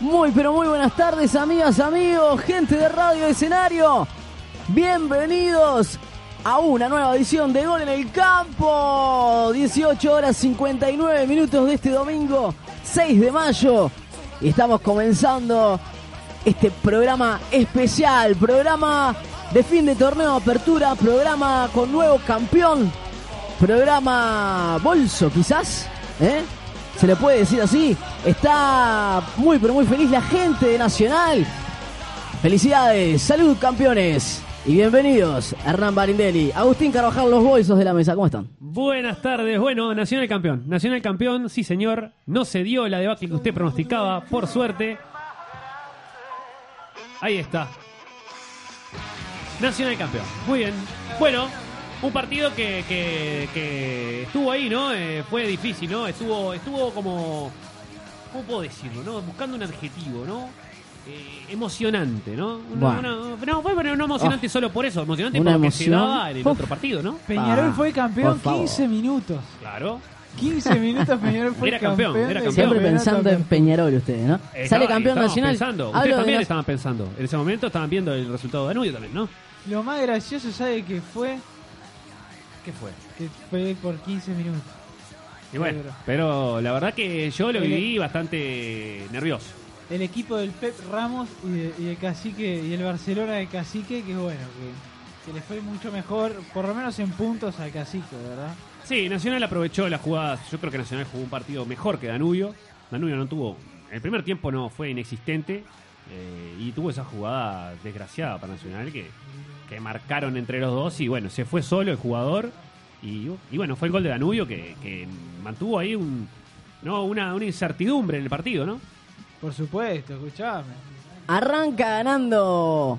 Muy, pero muy buenas tardes, amigas, amigos, gente de Radio Escenario. Bienvenidos a una nueva edición de Gol en el Campo. 18 horas 59 minutos de este domingo 6 de mayo. Y estamos comenzando este programa especial, programa de fin de torneo de apertura, programa con nuevo campeón, programa bolso quizás, ¿eh? Se le puede decir así. Está muy, pero muy feliz la gente de Nacional. Felicidades, salud campeones. Y bienvenidos, Hernán Barindelli, Agustín Carvajal, los bolsos de la mesa, ¿cómo están? Buenas tardes, bueno, Nacional campeón. Nacional campeón, sí señor, no se dio la debacle que usted pronosticaba, por suerte. Ahí está. Nacional campeón, muy bien. Bueno, un partido que, que- que estuvo ahí, ¿no? Eh, fue difícil, ¿no? Estuvo, estuvo como, ¿cómo puedo decirlo, no? Buscando un adjetivo, ¿no? Eh, emocionante, ¿no? Una- Bueno. Ah. una- no, fue, pero no emocionante solo por eso, emocionante Una porque se emoción. daba en el Uf. otro partido, ¿no? Ah, Peñarol fue campeón por favor. 15 minutos. Claro. 15 minutos Peñarol fue Era campeón, campeón. era del campeón. Siempre campeonato. pensando en Peñarol ustedes, ¿no? Eh, Sale estaba- campeón estábamos nacional. pensando. Hablo de Ustedes también la- estaban pensando. En ese momento estaban viendo el resultado de Danubio también, ¿no? Lo más gracioso, ¿sabe que fue? ¿Qué fue? Que fue por 15 minutos. Y bueno, Pero- pero la verdad que yo lo viví bastante nervioso. El equipo del Pep Ramos y, de- y el Cacique y el Barcelona del Cacique, que bueno, que, que le fue mucho mejor, por lo menos en puntos al Cacique, ¿verdad? Sí, Nacional aprovechó las jugadas. Yo creo que Nacional jugó un partido mejor que Danubio. Danubio no tuvo. El primer tiempo no fue inexistente. eh, y tuvo esa jugada desgraciada para Nacional que, que marcaron entre los dos. Y bueno, se fue solo el jugador. Y, y bueno, fue el gol de Danubio que, que mantuvo ahí un, no, una, una incertidumbre en el partido, ¿no? Por supuesto, escuchame. Arranca ganando.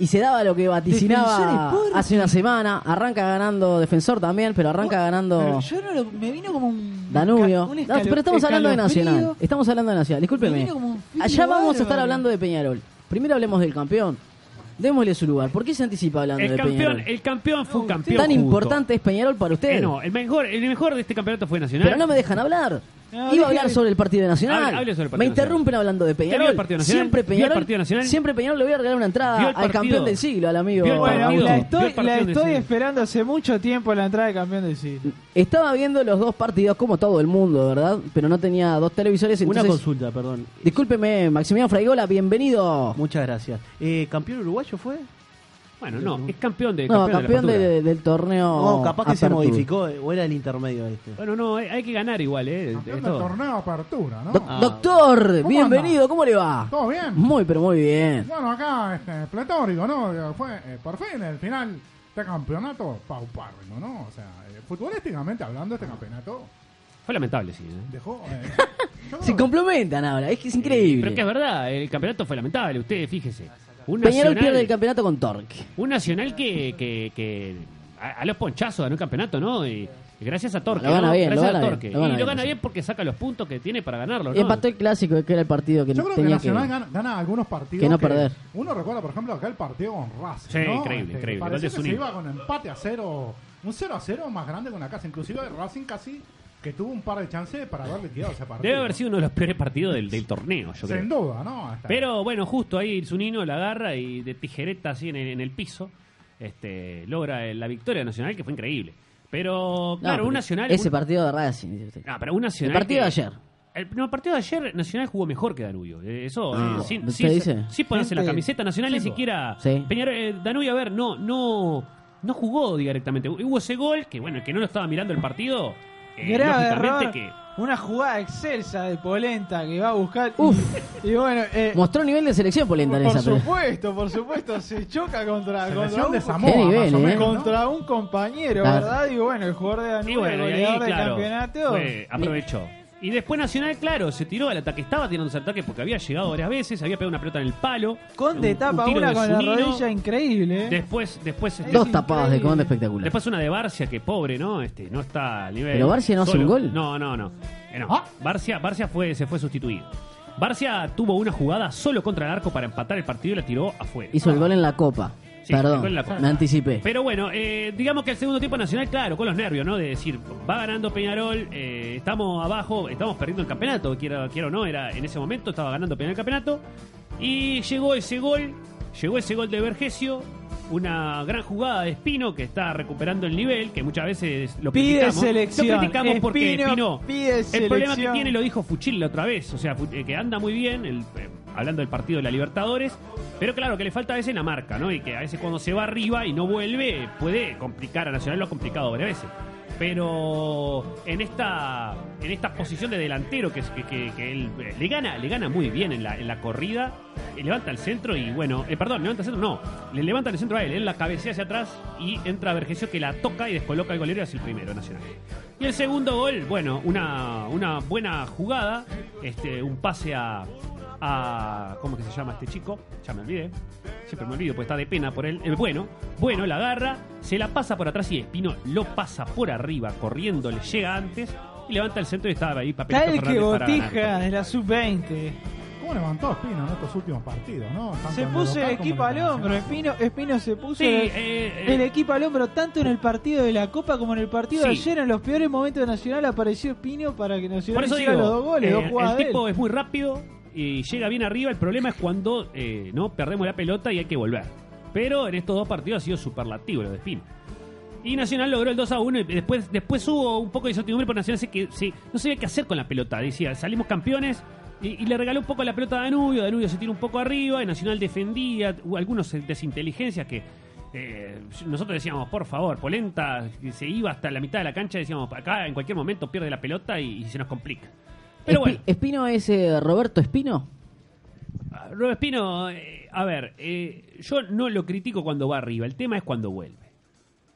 Y se daba lo que vaticinaba Defensor Sporting. hace una semana. Arranca ganando defensor también, pero arranca ganando Pero yo no lo- me vino como un. Danubio. un No, escalo- pero estamos hablando de escalofrío. Nacional. Estamos hablando de Nacional. Me Discúlpeme. vino como un frío Allá vamos a bárbaro. estar hablando de Peñarol. Primero hablemos del campeón. Démosle su lugar. ¿Por qué se anticipa hablando El de campeón, Peñarol? el campeón fue un Tan campeón. Tan justo. importante es Peñarol para usted. Eh, no, el mejor, el mejor de este campeonato fue Nacional. Pero no me dejan hablar. No, Iba deje- a hablar sobre el partido de Nacional. Hable- hable sobre el me partido interrumpen hablando de vio Peñarol. el partido de Nacional? Siempre ¿Vio el Peñarol. partido de Nacional? Siempre Peñarol le voy a regalar una ¿Vio entrada el Ah, al partido? campeón del siglo, al amigo. ¿Vio el Bueno, partido? la Augusto. Vio estoy, el partido la donde estoy se- esperando hace mucho tiempo la entrada de campeón del siglo. Estaba viendo los dos partidos como todo el mundo, ¿verdad? Pero no tenía dos televisores. Una Entonces, consulta, perdón. Discúlpeme, Maximiliano Fraigola, bienvenido. Muchas gracias. Eh, ¿Campeón uruguayo fue? Bueno, no, es campeón de No, Eh, campeón, campeón de la de- apertura. del torneo. No, capaz que se Apertura. modificó eh, o era el intermedio este. Bueno, no, hay, hay que ganar igual, eh. Campeón es del todo. torneo apertura, ¿no? Ah. Doc- Doctor, ¿Cómo bienvenido, anda? ¿cómo le va? ¿Todo bien? Muy, pero muy bien. Bueno, acá este, pletórico, ¿no? Eh, Fue eh, por fin el final de este campeonato paupárrimo, ¿no? O sea, eh, futbolísticamente hablando, este campeonato Fue lamentable, sí. eh. dejó... eh, yo creo Se que- complementan ahora, es que es increíble. Pero que es verdad, el campeonato fue lamentable, usted fíjese. Un Peñarol nacional, pierde el campeonato con Torque. un nacional que, que, que a, a los ponchazos ganó el campeonato, ¿no? Y gracias a Torque. Lo gana ¿no? bien, lo gracias gana a Torque. bien, lo gana y lo bien, gana sí. bien porque saca los puntos que tiene para ganarlo, ¿no? Empató el clásico, que era el partido que Yo creo que tenía Nacional gana, gana algunos partidos. que no perder. Uno recuerda, por ejemplo, aquel partido con Racing. Sí, ¿no? increíble, increíble. parecía Gol de que Zunino. se iba con empate a cero, un 0 a 0 más grande que una casa. Inclusive Racing casi que tuvo un par de chances para haber liquidado ese partido. Debe haber sido uno de los peores partidos del, del torneo, yo creo. Sin duda, ¿no? Hasta- Pero bueno, justo ahí Zunino la agarra y de tijereta así en el, en el piso este, logra el- la victoria nacional que fue increíble. Pero No, claro, pero un nacional. Ese un- partido de Racing. dice usted. Ah, pero un nacional. El partido que- de ayer. El, no, el partido de ayer Nacional jugó mejor que Danubio. Eh, Eso, Ah, eh, sin, ¿usted sin- dice? sin ponerse la Gente- camiseta Nacional ni siquiera. Sí. Peñarol, eh, Danubio, a ver, no, no, no jugó directamente. Hubo ese gol que, bueno, el que no lo estaba mirando el partido. eh, Grave lógicamente error. que. Una jugada excelsa de Polenta que va a buscar. y- Uf. Y, bueno, eh, Mostró nivel de selección Polenta en por esa pelota. supuesto, por supusto, se choca contra, contra, Selección un, de Samoa, Qué nivel, más o ¿eh? menos, ¿no? contra un compañero, Claro. ¿verdad? Y bueno, el jugador de Y Danubio, bueno, el y goleador ahí, del claro, campeonato. fue- aprovechó. Y después Nacional, claro, se tiró al ataque. Estaba tirando al ataque porque había llegado varias veces, había pegado una pelota en el palo. Conde un- un tapa tiro una de con la Zunino. rodilla increíble. ¿eh? Después, después, Es Dos tapadas de increíble. Conde espectacular. después una de Barcia, que pobre, ¿no? Este, no está al nivel. Pero Barcia no hace solo. un gol. No, no, no. Eh, no. ¿Ah? Barcia, Barcia fue, se fue sustituido. Barcia tuvo una jugada solo contra el arco para empatar el partido y la tiró afuera. Hizo el gol en la Copa. Ah. Sí, Perdón, dejó en la costa. me anticipé. Pero bueno, eh, digamos que el segundo tiempo Nacional, claro, con los nervios, ¿no? De decir, va ganando Peñarol, eh, estamos abajo, estamos perdiendo el campeonato, quiero, quiero o no, era en ese momento estaba ganando Peñarol el campeonato. Y llegó ese gol, llegó ese gol de Vergesio, una gran jugada de Espino que está recuperando el nivel, que muchas veces lo Pide criticamos. selección. Lo criticamos porque Espino Espino, pide el problema que selección. tiene lo dijo Fuchil la otra vez, o sea, fu- eh, que anda muy bien, el, eh, hablando del partido de la Libertadores, pero claro, que le falta a veces la marca, ¿no? Y que a veces cuando se va arriba y no vuelve, puede complicar a Nacional, lo ha complicado varias veces. Pero en esta, en esta posición de delantero que, es- que, que- que él eh, le gana, le gana muy bien en la, en la corrida, eh, levanta el centro y bueno, eh, perdón, levanta el centro, no, le levanta el centro a él, él la cabecea hacia atrás y entra Vergesio que la toca y descoloca el golero y hace el primero Nacional. Y el segundo gol, bueno, una, una buena jugada, este, un pase a, a- ¿Cómo que se llama este chico? Ya me olvidé. Siempre me olvido, pues está de pena por él. Eh, bueno, bueno, la agarra, se la pasa por atrás y Espino lo pasa por arriba, corriendo, le llega antes y levanta el centro y estaba ahí papelito Tal que Fernández para botija ganar. de la sub-20. ¿Cómo levantó Espino en estos últimos partidos, no? Tanto Se en puso local el como en equipo al hombro. internacional. Espino, Espino se puso Sí, el, eh, eh, el equipo al hombro tanto en el partido de la Copa como en el partido de Sí. ayer. En los peores momentos de Nacional apareció Espino para que Por Nacional eso hiciera digo, los dos goles, eh, dos jugadas el de él. tipo es muy rápido y llega bien arriba. El problema es cuando eh, no perdemos la pelota y hay que volver. Pero en estos dos partidos ha sido superlativo lo de Espino. Y Nacional logró el 2 a 1 y después, después hubo un poco de incertidumbre por Nacional, se que, se- no sabía qué hacer con la pelota. Decía, salimos campeones y, y le regaló un poco la pelota a Danubio, Danubio se tira un poco arriba, y Nacional defendía, hubo algunos desinteligencias que eh, nosotros decíamos, por favor, Polenta que se iba hasta la mitad de la cancha, decíamos, acá en cualquier momento pierde la pelota y, y se nos complica. Pero Espi- bueno, ¿Espino es eh, Roberto Espino? Rob Ah, Espino, eh, a ver, eh, yo no lo critico cuando va arriba, el tema es cuando vuelve.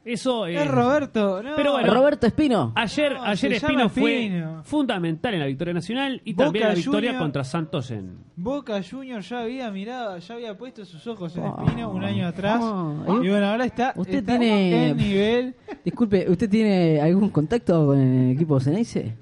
Eso eh, Es Roberto, no. Pero bueno, ¿Roberto Espino? Ayer, No, ayer se Espino llama fue Espino. fundamental en la victoria nacional y Boca también en la victoria Junior. contra Santos en. Boca Junior ya había mirado, ya había puesto sus ojos en Ah, Espino un año atrás. ah, y bueno, ahora está, Usted está tiene- en nivel. Disculpe, ¿usted tiene algún contacto con el equipo Ceneice?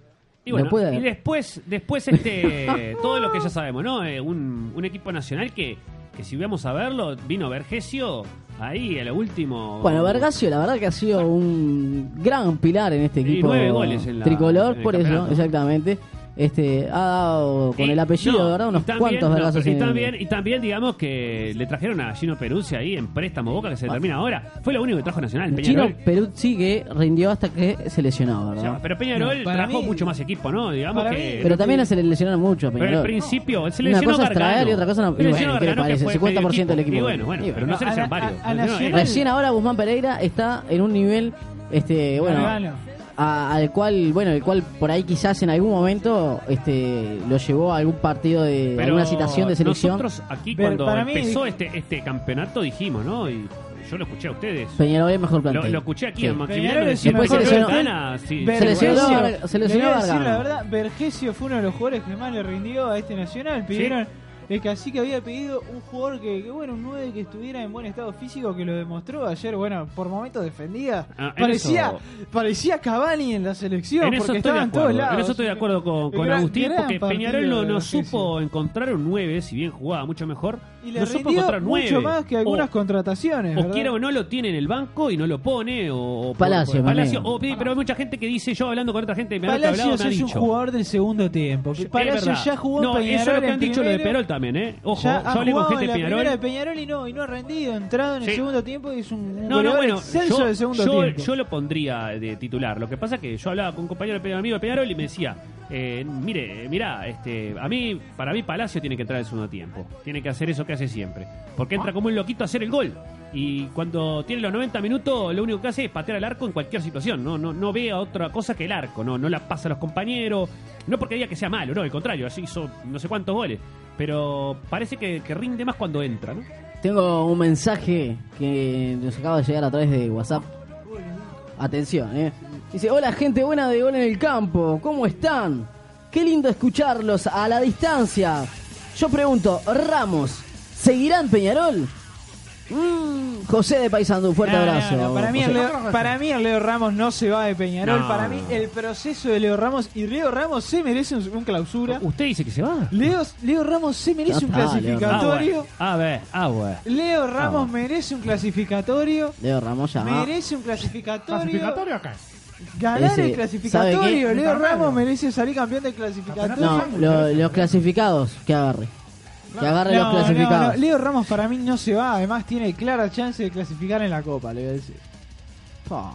Y bueno, ¿Lo puede? y después, después este, todo lo que ya sabemos, ¿no? Eh, un, un equipo nacional que, que si vamos a verlo, vino Vergesio ahí a lo último. Bueno, Vergasio, la verdad que ha sido un gran pilar en este Y equipo nueve goles en la- tricolor, en el por eso, campeonato. exactamente. Este, ha dado con Y- el apellido, Eh, no, de ¿verdad? y Unos también- cuantos no, vergazos pero- en y el- también, y también, digamos, que le trajeron a Gino Peruzzi ahí en préstamo Boca, que Ah. se termina ahora. Fue lo único que trajo Nacional. Chino Peñarol. Peruzzi que rindió hasta que se lesionó, O ¿verdad? sea, pero Peñarol No, para trajo mí- mucho más equipo, ¿no? Digamos para que. mí- Pero también se le lesionaron mucho a Pero al Peñarol. principio, se Una lesionó cosa es Gargano. traer y otra cosa no- Se y bueno, lesionó ¿qué le Gargano, que parece? fue 50% del medio equipo. Y bueno, bueno, Y pero no bueno, se a lesionan la- varios. a- No, a no, Nacional- eh, Recién ahora Guzmán Pereira está en un nivel, este, bueno, Gargano. a- al cual, bueno, el cual por ahí quizás en algún momento, este, lo llevó a algún partido de pero alguna citación de selección. Nosotros aquí Pero cuando para mí- empezó este, este campeonato dijimos, ¿no? Y yo lo escuché a ustedes. Peñarol es mejor Lo, plantel. lo escuché aquí Sí. a Maximiliano. Peñarol es decir, un Después "Peñarol se lesionó- gana", sí. Ver- Se lesionó Vergesio, Vargas- se le lesionó voy a decir Vargas. la verdad, Vergesio fue uno de los jugadores que más le rindió a este Nacional. Pidieron el cacique había pedido un jugador que, que, bueno, un 9 que estuviera en buen estado físico, que lo demostró ayer, bueno, por momentos defendía. Ah, en parecía, eso- parecía Cavani en la selección, En eso, porque estoy de estaba en acuerdo, todos lados. en eso estoy de acuerdo con, con Gran- Agustín, gran porque partido Peñarol no, de no Vergesio. supo encontrar un 9, si bien jugaba mucho mejor. Y le no supo rindió encontrar 9. mucho más que algunas contrataciones. O ¿verdad? quiera o no lo tiene en el banco y no lo pone. O, o- Palacio, o- Palacio. Maneo. o- pero hay mucha gente que dice, yo hablando con otra gente, me han hablado, Palacios me ha es un dicho. jugador del segundo tiempo. Es Palacios verdad. ya jugó en No, eso es lo Peñarol que en han dicho lo de primero. Peñarol también, ¿eh? Ojo, ya yo ha hablé con jugado gente en la de Peñarol. primera de Peñarol y no, y no ha rendido. Ha entrado en el Sí. segundo tiempo y es un No, no, goleador bueno, eh, excelso yo, del segundo yo- tiempo. yo lo pondría de titular. Lo que pasa es que yo hablaba con un compañero de Peñarol, amigo de Peñarol y me decía, eh, mire, mirá, este, a mí, para mí Palacio tiene que entrar al segundo tiempo. Tiene que hacer eso que hace siempre. Porque entra como un loquito a hacer el gol. Y cuando tiene los 90 minutos, lo único que hace es patear al arco en cualquier situación. No, no, no ve a otra cosa que el arco. No, no la pasa a los compañeros. No porque diga que sea malo, no, al contrario, así hizo no sé cuántos goles. Pero parece que, que rinde más cuando entra, ¿no? Tengo un mensaje que nos acaba de llegar a través de WhatsApp. Atención, eh. Dice, hola gente buena de Gol en el Campo, ¿cómo están? Qué lindo escucharlos a la distancia. Yo pregunto, Ramos, ¿seguirá en Peñarol? Mm, José de Paisandú, un fuerte No, no, abrazo. no, Para mí, José. Ah, el Leo, para mí el Leo Ramos no se va de Peñarol. No. Para mí el proceso de Leo Ramos y Leo Ramos se merece un, un clausura. ¿Usted dice que se va? Leo, Leo Ramos se merece Ya un está, Leo Ah, bueno. clasificatorio. A ver, ah, bueno. Leo Ramos Ah. merece un clasificatorio. Leo Ramos ya. Merece un clasificatorio. Clasificatorio acá. Ganar Ese- el ¿sabe clasificatorio. qué? Leo Está Ramos raro. merece salir campeón del clasificatorio. No, lo- los clasificados, que agarre. Que agarre los No, no, clasificados. no. Leo Ramos para mí no se va. Además tiene clara chance de clasificar en la Copa, le voy a decir. Pa.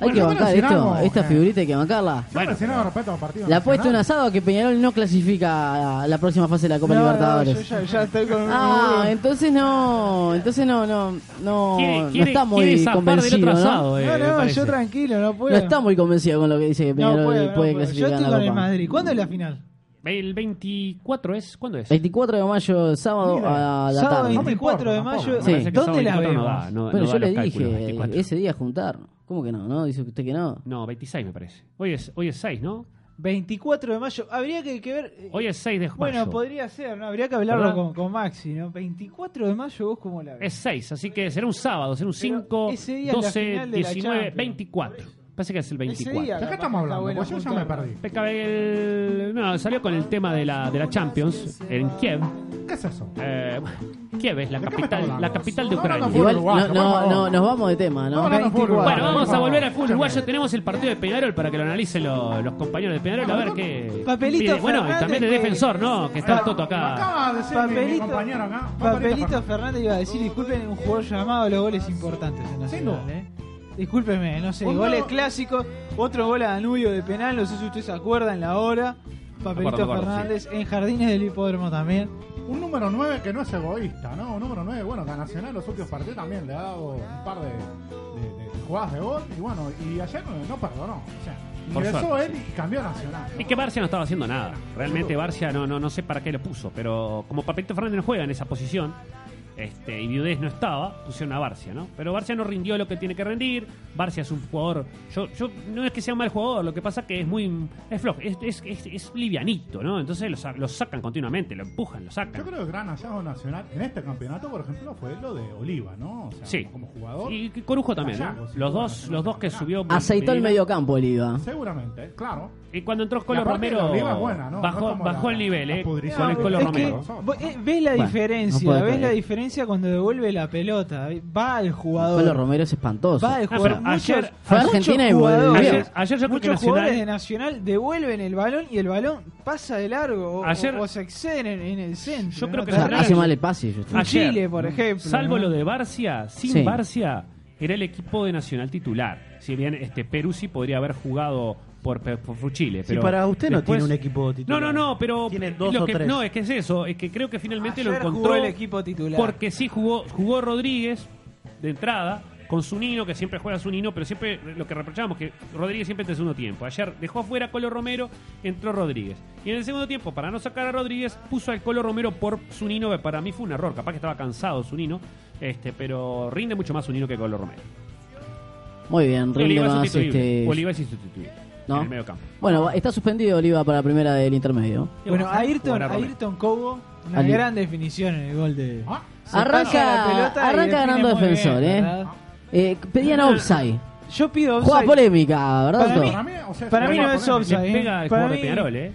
Hay Bueno, que no bancar esto, mencionamos, esta eh. figurita hay que bancarla. Bueno, Bueno, si no, pero- respeto a los partidos La apuesta un nacionales. asado que Peñarol no clasifica a la, la próxima fase de la Copa No, no, Libertadores. yo ya, ya estoy con un- Ah, entonces no, entonces no, no, no, Quiere- no quiere- está quiere muy zafar del otro convencido, ¿no? asado, eh, No, me no, parece. yo tranquilo, no puedo. No está muy convencido con lo que dice que No Peñarol puedo, puede, no puedo. Yo clasificar estoy a la con el Copa. Madrid. ¿Cuándo es la final? El 24 es, ¿cuándo es? 24 de mayo, sábado Mira, a la Sábado tarde. No me 24 de importa, mayo. Me Sí. parece que sábado ¿Dónde la 24 vemos? no da, no- bueno, no da yo le los cálculos, dije 24. ese día juntar. ¿Cómo que no? ¿No? Dice usted que no. No, 26 me parece. Hoy es, hoy es 6, ¿no? 24 de mayo. Habría que, que ver. eh, Hoy es 6 de mayo. bueno, podría ser, ¿no? Habría que hablarlo ¿Verdad? con, con Maxi, ¿no? 24 de mayo, vos cómo la Es ves. 6, así que será un sábado, será un Pero 5, ese día es la 12, final de la 19, Champions. 24. Parece que es el día. 24. ¿De qué Capaz que estamos hablando? está Pues yo bueno ya me apuntar. perdí. PKB, el- no, salió con el tema de la, de la Champions en Kiev. ¿Qué es eso? Eh, Kiev es la ¿De qué me está capital, hablando? la capital de No, no, no, Ucrania. fue- Igual, uruguayo, no, por no, favor. no, nos vamos de tema, ¿no? Vamos a hablar de fútbol, 24. uruguayo, Bueno, por vamos a favor. volver al fútbol Escúchame. uruguayo. Tenemos el partido de Peñarol para que lo analicen lo- los compañeros de Peñarol. A ver qué. Papelito pide. Bueno, y Fernández pues. también de que- defensor, ¿no? Que está el Toto acá. Acaba de decir mi- mi Papelito, compañero Ah, acá. Papelito Fernández iba a decir, disculpen, un jugador llamado a los goles importantes en Nacional, duda. ¿eh? Discúlpeme, no Oh, sé, Un goles nuevo- clásicos, otro gol a Danubio de penal, no sé si ustedes se acuerdan la hora. Papelito Acuerdo, acuerdo, Fernández en Jardines del Hipódromo también. Un número 9 que no es egoísta, ¿no? Un número 9, bueno, que a Nacional los últimos partidos también le ha dado un par de, de- de- de jugadas de gol. Y bueno, y ayer no, no perdonó. O sea, Por ingresó suerte, él y cambió a Nacional. ¿no? Y que Barcia no estaba haciendo nada. Realmente Barcia no, no, no sé para qué lo puso, pero como Papelito Fernández no juega en esa posición, este, y Viudés no estaba, pusieron a Barcia, ¿no? Pero Barcia no rindió lo que tiene que rendir, Barcia es un jugador, yo, yo no es que sea mal jugador, lo que pasa que es muy es flojo, es, es, es- es livianito, ¿no? Entonces lo, sa- lo sacan continuamente, lo empujan, lo Yo sacan. creo que el gran hallazgo nacional en este campeonato, por ejemplo, fue lo de Oliva, ¿no? O sea, Sí. como jugador. Y Corujo también, ¿eh? ¿no? Callaco, sí, Los bueno, dos, sí, los dos que acá. subió. Aceitó el Medina. mediocampo el IVA. Seguramente, claro. Y cuando entró Colo La parte de Romero, arriba es buena, ¿no? No bajó, es como bajó la- el nivel, la ¿eh? pudrición. Con el Colo Es Romero. que- vos- eh, ves la Bueno, diferencia, no puede ves creer. la diferencia cuando devuelve la pelota, eh, va al jugador. Pablo Romero es espantoso. Va el Ah, pero jugador. ayer- muchos- fue a muchos Argentina y jugadores- volvió. Ayer- ayer yo creo que muchos jugadores de Nacional- Nacional devuelven el balón y el balón pasa de largo o, Ayer- o se exceden en, en el centro. Yo creo ¿no? O que sea, Nacional- hace mal el pase. yo- Ayer- Chile, por ejemplo, Salvo ¿no? lo de Barcia, sin Sí. Barcia era el equipo de Nacional titular. Si bien este Peruzzi podría haber jugado por, por, por Chile, Si pero para usted no después- tiene un equipo No, titular. no, no, pero Tiene dos lo o que- tres. no, es que es eso, es que creo que finalmente lo Ayer jugó encontró el equipo titular. Porque sí jugó jugó Rodríguez de entrada con Zunino, que siempre juega Zunino, pero siempre lo que reprochamos que Rodríguez siempre entra en segundo tiempo. Ayer dejó afuera a Colo Romero, entró Rodríguez. Y en el segundo tiempo, para no sacar a Rodríguez, puso al Colo Romero por Zunino, que para mí fue un error, capaz que estaba cansado Zunino, este, pero rinde mucho más Zunino que Colo Romero. Muy bien, rinde Oliva es más. sustituible. Este... Oliva es insustituible. ¿No? En el medio campo. Bueno, va- está suspendido Oliva para la primera del intermedio. Bueno, Ayrton, Jugará Romero. Ayrton Cobo, una Ali. gran definición en el gol de. Ah, Se pasa la Arranca, pelota y define arranca ganando muy bien, defensor, ¿eh? ¿verdad? Eh, Pedían offside. Yo pido Jugada offside. polémica, ¿verdad? Para Toto? para mí, o sea, Para se mí llama no es polémica. offside. ¿eh? Le pega al Para jugador de mí- Peñarol, ¿eh?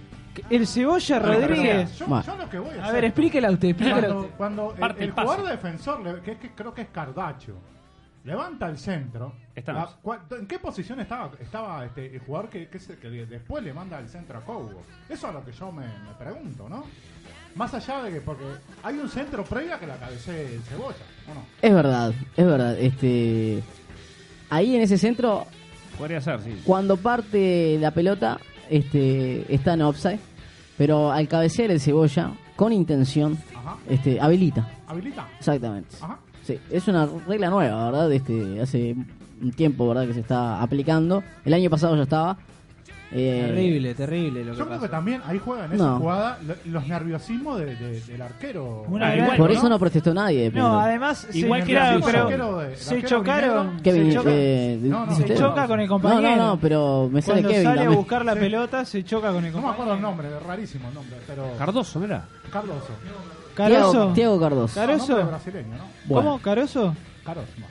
El Cebolla Rodríguez. Yo, Bueno. yo lo que voy a A hacer- ver, explíquela usted, explíquela Cuando, usted. cuando el- Parte el, el pase. jugador defensor, le- que, es que creo que es Cardacho, levanta el centro. Estamos. la- cua- ¿En qué posición estaba, estaba este, el jugador que, que, se- que le- después le manda el centro a Cobo? Eso es lo que yo me, me pregunto, ¿no? Más allá de que, porque hay un centro previo a que la cabecee el cebolla, ¿o no? Es verdad, es verdad. Este, ahí en ese centro, Podría ser, sí. cuando parte la pelota, este, está en offside, pero al cabecear el cebolla, con intención, Ajá. este, habilita. Habilita. Exactamente. Ajá. Sí, es una regla nueva, ¿verdad? Este, hace un tiempo, ¿verdad? Que se está aplicando. El año pasado ya estaba. Eh, Terrible, terrible lo que Yo creo que pasó. también ahí juega en esa No. jugada lo- los nerviosismos de- de- del arquero. Una Ah, gran- igual, Por eso no protestó nadie. de Peñarol. No, además. se- Igual que El era, nerviosismo pero- del arquero de- del se arquero chocaron. primero. Kevin, se choca- eh, No, no, dice se usted. choca con el compañero. No, no, no, pero me sale Cuando Kevin. sale a también. buscar la pelota, se choca con el No me acuerdo el compañero. nombre, rarísimo el nombre, pero. Cardoso, ¿no era? Cardoso. Thiago- Caroso. Thiago Cardoso. Car- Cardoso. Nombre brasileño, ¿no? Bueno. ¿Cómo? ¿Caroso? Karosma.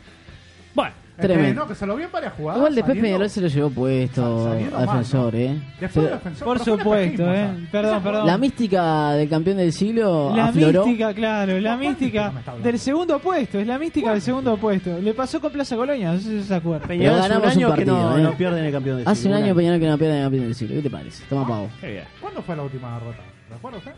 Bueno, Tremendo. Este, no, que se lo vi en varias jugadas. Igual de saliendo- Pepe Meloy se lo llevó puesto Salieron a mal, defensor, ¿no? ¿eh? Después Pero de defensor, Por pero fue un supuesto, espejismo, ¿eh? o sea, Perdón, esa jugada- perdón. la mística del campeón del siglo La afloró. mística, claro, la ¿Cuánto mística tiempo me está hablando? del segundo puesto, es la mística del segundo puesto. Le pasó con Plaza Colonia, no sé si se acuerda. Pero Peñarol hace un ganamos año un que no, partido, ¿eh? no pierden el campeón de Hace un siglo, año Peñarol que no pierde el campeón del siglo. ¿Qué te parece? Toma pavo. qué bien. ¿Cuándo fue la última derrota? ¿Recuerda usted?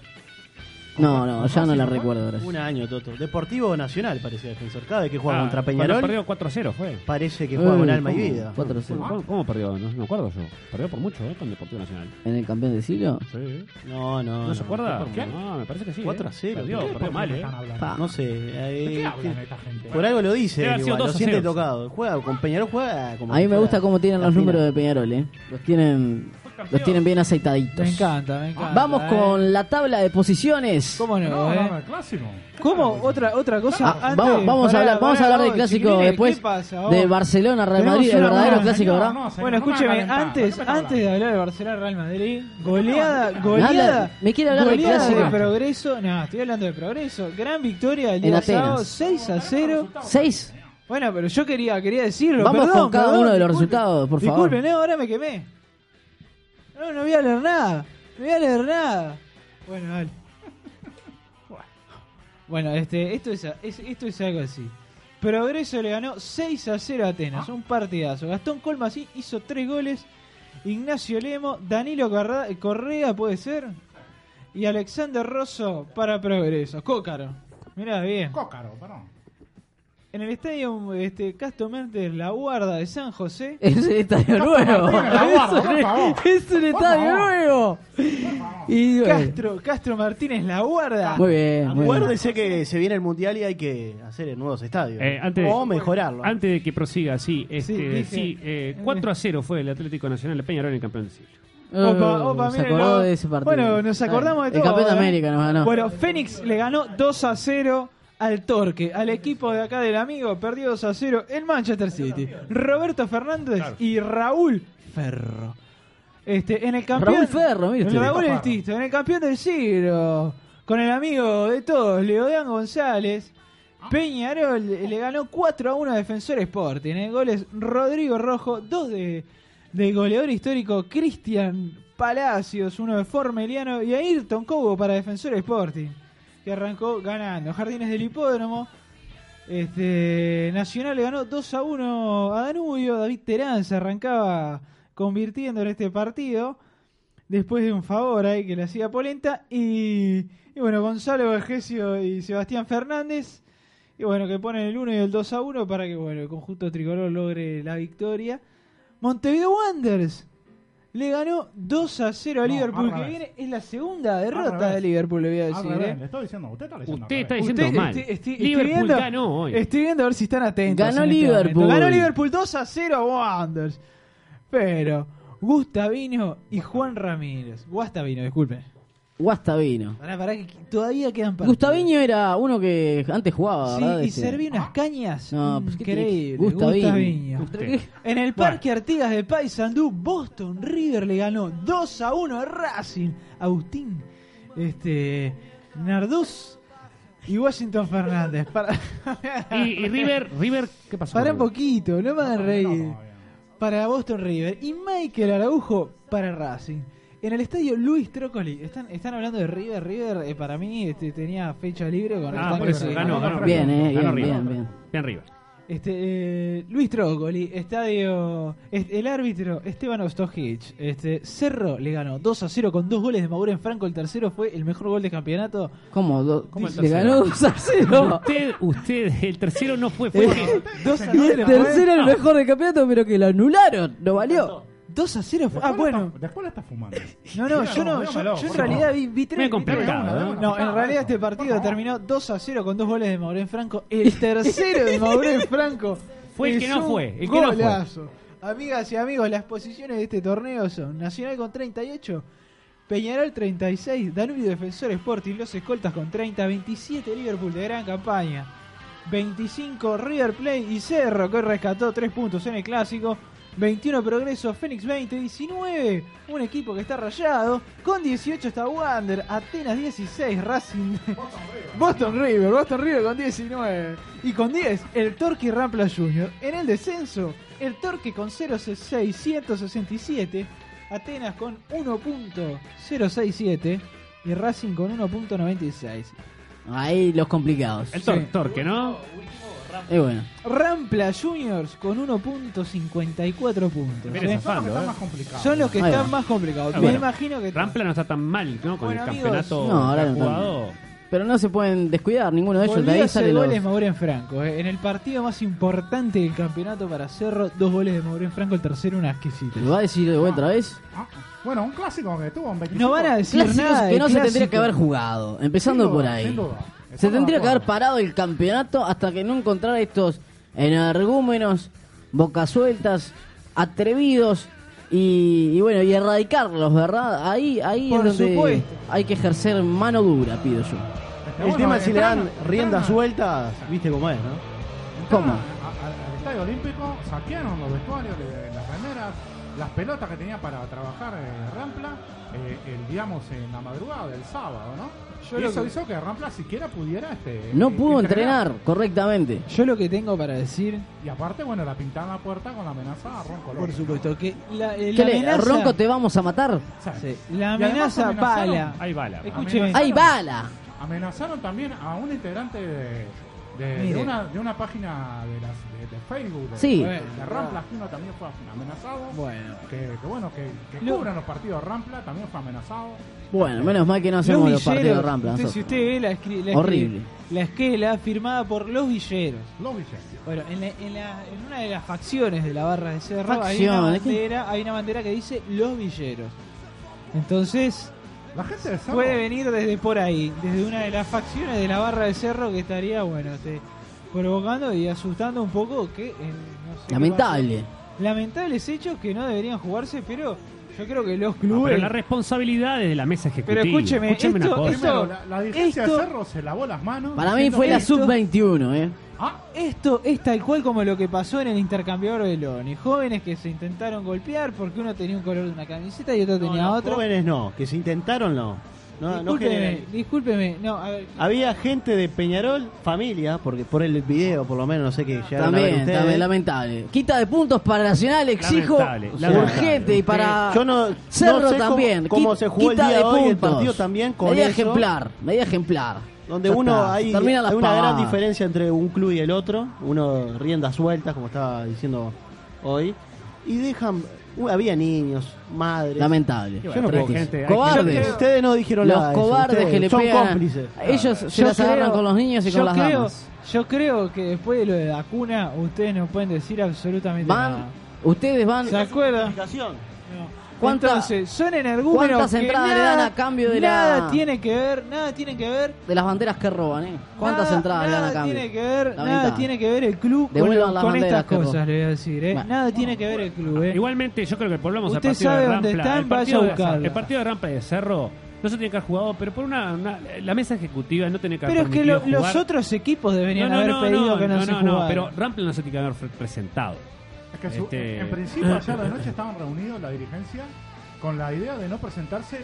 No, no, ya Ah, no la ¿Fue? recuerdo. gracias. Un año, Toto. Deportivo Nacional parece defensor. Cada vez que juega Ah, contra cuando Peñarol, Perdió 4-0, fue. parece que juega con Eh, alma y ¿cómo? vida. 4-0. ¿Cómo, cómo perdió? No, no me acuerdo yo. Perdió por mucho, ¿eh? Con Deportivo Nacional. ¿En el campeón del siglo? Sí. No, no. ¿No, se acuerda? ¿Por qué? No, me parece que sí. 4 a 0. Perdió, ¿Qué? ¿Por perdió qué mal, me ¿eh? están hablando? Pa. No sé. eh, ¿De qué hablan que- esta gente? por algo lo dice. Debe haber él sido igual, Lo 2 a siente 0. tocado. Juega con Peñarol, juega como. A mí si me fuera gusta cómo tienen la los final. números de Peñarol, ¿eh? Los tienen, los tienen bien aceitaditos. Me encanta, me encanta. Vamos ¿eh? con la tabla de posiciones. ¿Cómo no, No, eh? no, el clásico. ¿Cómo? Otra, otra cosa. Ah, antes- vamos, vamos pará, a hablar, vamos a pará, hablar del vos, clásico chiquilines, ¿qué después pasa, vos? de Barcelona Real Tenemos Madrid, el una verdadero buena, clásico, señor, ¿verdad? no, señor, Bueno, no me escúcheme, hagan calentar, antes, no me hagan antes de hablar de Barcelona Real Madrid, goleada, Nada, goleada, me quiere hablar del goleada de clásico. progreso, no, estoy hablando de progreso, gran victoria el En día Atenas. sábado, 6 a 0. Seis. Bueno, pero yo quería, quería decirlo, Vamos perdón, con cada perdón, uno de los disculpen. resultados, por favor. Disculpen, no, ahora me quemé. No, no voy a leer nada, no voy a leer nada. Bueno, dale. Bueno, este, esto es, es- esto es algo así. Progreso le ganó 6 a 0 a Atenas, un partidazo. Gastón Colmasí hizo 3 goles, Ignacio Lemo, Danilo Corra- Correa puede ser, y Alexander Rosso para Progreso. Cócaro, mirá bien. Cócaro, perdón. En el estadio este, Castro Mertes, la guarda de San José. Es un estadio nuevo. Martínez, la guarda, por ¿eh? favor. Es un Por estadio favor. nuevo. Y bueno, Castro, Castro Martínez, la guarda. Muy bien, muy bien. Acuérdese que se viene el mundial y hay que hacer nuevos estadios. Eh, antes de- o mejorarlo. Antes de que prosiga, sí, este, Sí, sí, dije. eh, 4 a 0 fue el Atlético Nacional de Peñarol en el campeón del siglo. Opa, Oh, opa, se miren, acordó no. de ese partido. Ah, Bueno, nos acordamos de El todo, campeón de ¿eh? América nos ganó. Bueno, Fénix le ganó 2 a 0 al Torque, al equipo de acá del amigo, perdió 2 a 0 en Manchester City. Roberto Fernández y Raúl Ferro. Este, en el campeón, Raúl Ferro, mire usted. Raúl el Ferro. Tisto, en el campeón del siglo, con el amigo de todos, Leodán González. Peñarol eh, le ganó 4 a 1 a Defensor Sporting. En goles Rodrigo Rojo, dos de, del goleador histórico Cristian Palacios, uno de Formeliano y Ayrton Cobo para Defensor Sporting, que arrancó ganando. Jardines del Hipódromo. Este, Nacional le ganó 2 a 1 a Danubio. David Terán se arrancaba convirtiendo en este partido después de un favor ahí que le hacía Polenta. Y, y bueno, Gonzalo Vergesio y Sebastián Fernández. Y bueno, que ponen el 1 y el 2 a 1 para que bueno, el conjunto tricolor logre la victoria. Montevideo Wanderers le ganó 2 a 0 a No, Liverpool. al Que revés. viene, es la segunda derrota revés. de Liverpool, le voy a Al decir. revés, ¿eh? le estoy diciendo, usted está leyendo. Usted al está revés. diciendo Usted- mal. estoy- estoy- estoy Liverpool viendo- ganó hoy. Estoy viendo a ver si están atentos. Ganó en este Liverpool. momento. Ganó Liverpool 2 a 0 a Wanderers. Pero Gustavino y Juan Ramírez. Gustavino, disculpe. Guastavino. Pará, pará, que todavía quedan partidos. Gustaviño era uno que antes jugaba, Sí, ¿verdad? y Este. serví unas cañas. No, pues, ¿qué tiene que- increíble. Gustaviño. Gustaviño. Usted. En el Parque Artigas de Paysandú, Boston River le ganó 2 a 1 a Racing. Agustín, este, Narduz y Washington Fernández. Para, Y, y River, River, ¿qué pasó? para un River? poquito, no me hagan No, reír. no, bien. Para Boston River y Michael Araujo para Racing. En el estadio Luis Trócoli, están, están hablando de River. River, eh, para mí, este, tenía fecha libre con el Ah, tango por eso, que- ganó, ganó. Bien, eh, ganó River. bien, bien, bien. Bien, River. Este, eh, Luis Trócoli, estadio. est- el árbitro Esteban Ostojic. Este, Cerro le ganó 2 a 0 con dos goles de Mauro en Franco. El tercero fue el mejor gol de campeonato. ¿Cómo? Do- ¿Cómo el le tercero? ganó 2 a 0. Usted, usted, el tercero no fue. fue Eh, 2 a y el 0. tercero el mejor del campeonato, pero que lo anularon. No valió. 2 a 0 fue. Después Ah, la bueno. está- Después la está fumando. No, no, Dígalo, yo no. Yo, dígamelo, yo en por realidad favor. vi, vi tres. Medio vi tres. complicado, ¿eh? No, en realidad este partido terminó 2 a 0 con dos goles de Maurén Franco. El tercero de Maurén Franco. Fue el es que no un fue, el que no fue. golazo. Amigas y amigos, las posiciones de este torneo son Nacional con 38, Peñarol 36, Danubio Defensor Sporting, Los Escoltas con 30, 27 Liverpool de gran campaña, 25 River Plate y Cerro que rescató 3 puntos en el clásico, 21 Progreso, Fénix 20, 19, un equipo que está rayado. Con 18 está Wander, Atenas 16, Racing. Boston River, Boston River con 19. Y con 10, el Torque Rampla Junior. En el descenso, el Torque con 0,667, Atenas con 1.067 y Racing con 1.96. Ahí los complicados. El Sí. tor- torque, ¿no? Y bueno. Rampla Juniors con 1.54 puntos. Mira, ¿eh? esa- Zafando, está eh. más complicado. Son los que Ahí están va. más complicados. Ah, Me bueno. imagino que Rampla no está tan mal, ¿no? Con Bueno, el amigos, campeonato no, ahora que ha no tanto. jugado. Pero no se pueden descuidar ninguno de ellos. De volvió a ahí hacer sale los... goles Maurén Franco. eh. En el partido más importante del campeonato para Cerro, dos goles de Maurén Franco, el tercero una exquisita. ¿Lo va a decir de vuelta otra vez? Ah, bueno, un clásico que tuvo un 25. No van a decir Clásicos nada. que de no se tendría clásico. que haber jugado. Sin Empezando duda, por ahí. sin duda. Se Estamos tendría de que haber acuerdo. parado el campeonato hasta que no encontrara estos energúmenos, bocas sueltas, atrevidos y, y bueno, y erradicarlos, ¿verdad? Ahí, ahí Por es donde supuesto. hay que ejercer mano dura, pido yo. Este, El bueno, tema es si le entran- dan riendas entran- sueltas, viste cómo es, ¿no? entran ¿Cómo? a- a- Al Estadio Olímpico saquearon los vestuarios, le- las remeras, las pelotas que tenía para trabajar eh, Rampla, eh, el, digamos, en la madrugada del sábado, ¿no? Yo y lo eso que- hizo que Rampla siquiera pudiera... Este, No eh, pudo entrenar correctamente. Yo lo que tengo para decir, Y aparte, bueno, la pintaron la puerta con la amenaza a Ronco por López, supuesto, que la, eh, la ¿Qué le, amenaza, Ronco, te vamos a matar? ¿no? O sea, sí, la Y además amenaza amenazaron- pala. Ahí va la. Escúcheme. Amenaza- ¡Ahí bala! Amenazaron también a un integrante de, de- de Mire. una, de una página de, las, de, de Facebook. de- Sí. De, de Rampla, que uno también fue amenazado. Bueno. Que, que bueno, que, que Lo- cubran los partidos Rampla, también fue amenazado. Bueno, menos mal que no hacemos los partidos de Villeros, Rampla. usted, si nosotros. usted ve la, escri- la escri- Horrible. la esquela firmada por los villeros. Los Villancios. Bueno, en, la- en la- en una de las facciones de la barra de Cerro hay una, Facciones, ¿qué? bandera, hay una bandera que dice los villeros. Entonces, La gente de Cerro. puede venir desde por ahí, desde una de las facciones de la barra de Cerro que estaría, bueno, este, provocando y asustando un poco que... eh, no sé qué Lamentable. pasa. Lamentables hechos que no deberían jugarse, pero yo creo que los No, clubes... pero la responsabilidad es de la mesa ejecutiva. Pero escúcheme, Escúcheme esto- una cosa. Primero, esto- la, la dirigencia esto- de Cerro se lavó las manos. Para mí diciendo fue la que- esto- sub-21, ¿eh? Ah, Esto es tal cual como lo que pasó en el intercambiador de Lones. Jóvenes que se intentaron golpear porque uno tenía un color de una camiseta y otro No, tenía no, otro. jóvenes no, que se intentaron no. No, no discúlpeme, generen- discúlpeme. No, a ver. Había gente de Peñarol, familia, porque por el video por lo menos, no sé qué llegaron a ver También, ustedes. también, lamentable. Quita de puntos para Nacional, exijo Lamentable, lamentable. urgente y para Yo no- no Cerro sé cómo- también. cómo Qui- se jugó el quita día de de hoy, el puntos. partido también con medida eso. ejemplar, medida ejemplar. Donde Ya uno está, hay, hay termina una las gran pavadas. diferencia entre un club y el otro, uno riendas sueltas, como estaba diciendo hoy, y dejan, uh, había niños, madres. Lamentable. Yo no puedo Pero hay gente- hay Cobardes. gente- Ustedes no dijeron Los nada. de eso, cobardes ustedes que le son pegan. cómplices. Ah, Ellos se las agarran con los niños y Ah, yo con las creo, damas. Yo creo que después de lo de la cuna, ustedes no pueden decir absolutamente Van, nada. ustedes van. ¿Se acuerdan? Explicación. ¿Cuánta- Entonces, son energúmenos cuántas que entradas le nada- dan a cambio de la- Nada tiene que ver, nada tiene que ver De las banderas que roban, ¿eh? ¿Cuántas Nada- entradas le dan a nada cambio? Tiene que ver, nada Lamentable. tiene que ver el club con, Devuelvan lo- las con banderas, estas Carlos. cosas, le voy a decir. ¿eh? Bueno. Nada tiene que ver el club. ¿eh? Igualmente, yo creo que volvamos al Usted partido sabe de dónde Rampla. están, el, partido vaya a de- buscarlo. el partido de Rampa y de Cerro no se tiene que haber jugado, pero por una, una- la mesa ejecutiva no tiene que haber Pero es que lo- permitido los jugar. otros equipos no, deberían no, haber no, pedido no, que no, no, se no, no, jugara. pero Rampla no se tiene que haber fre- presentado. Es que su- Este- en principio ayer de noche estaban reunidos la dirigencia con la idea de no presentarse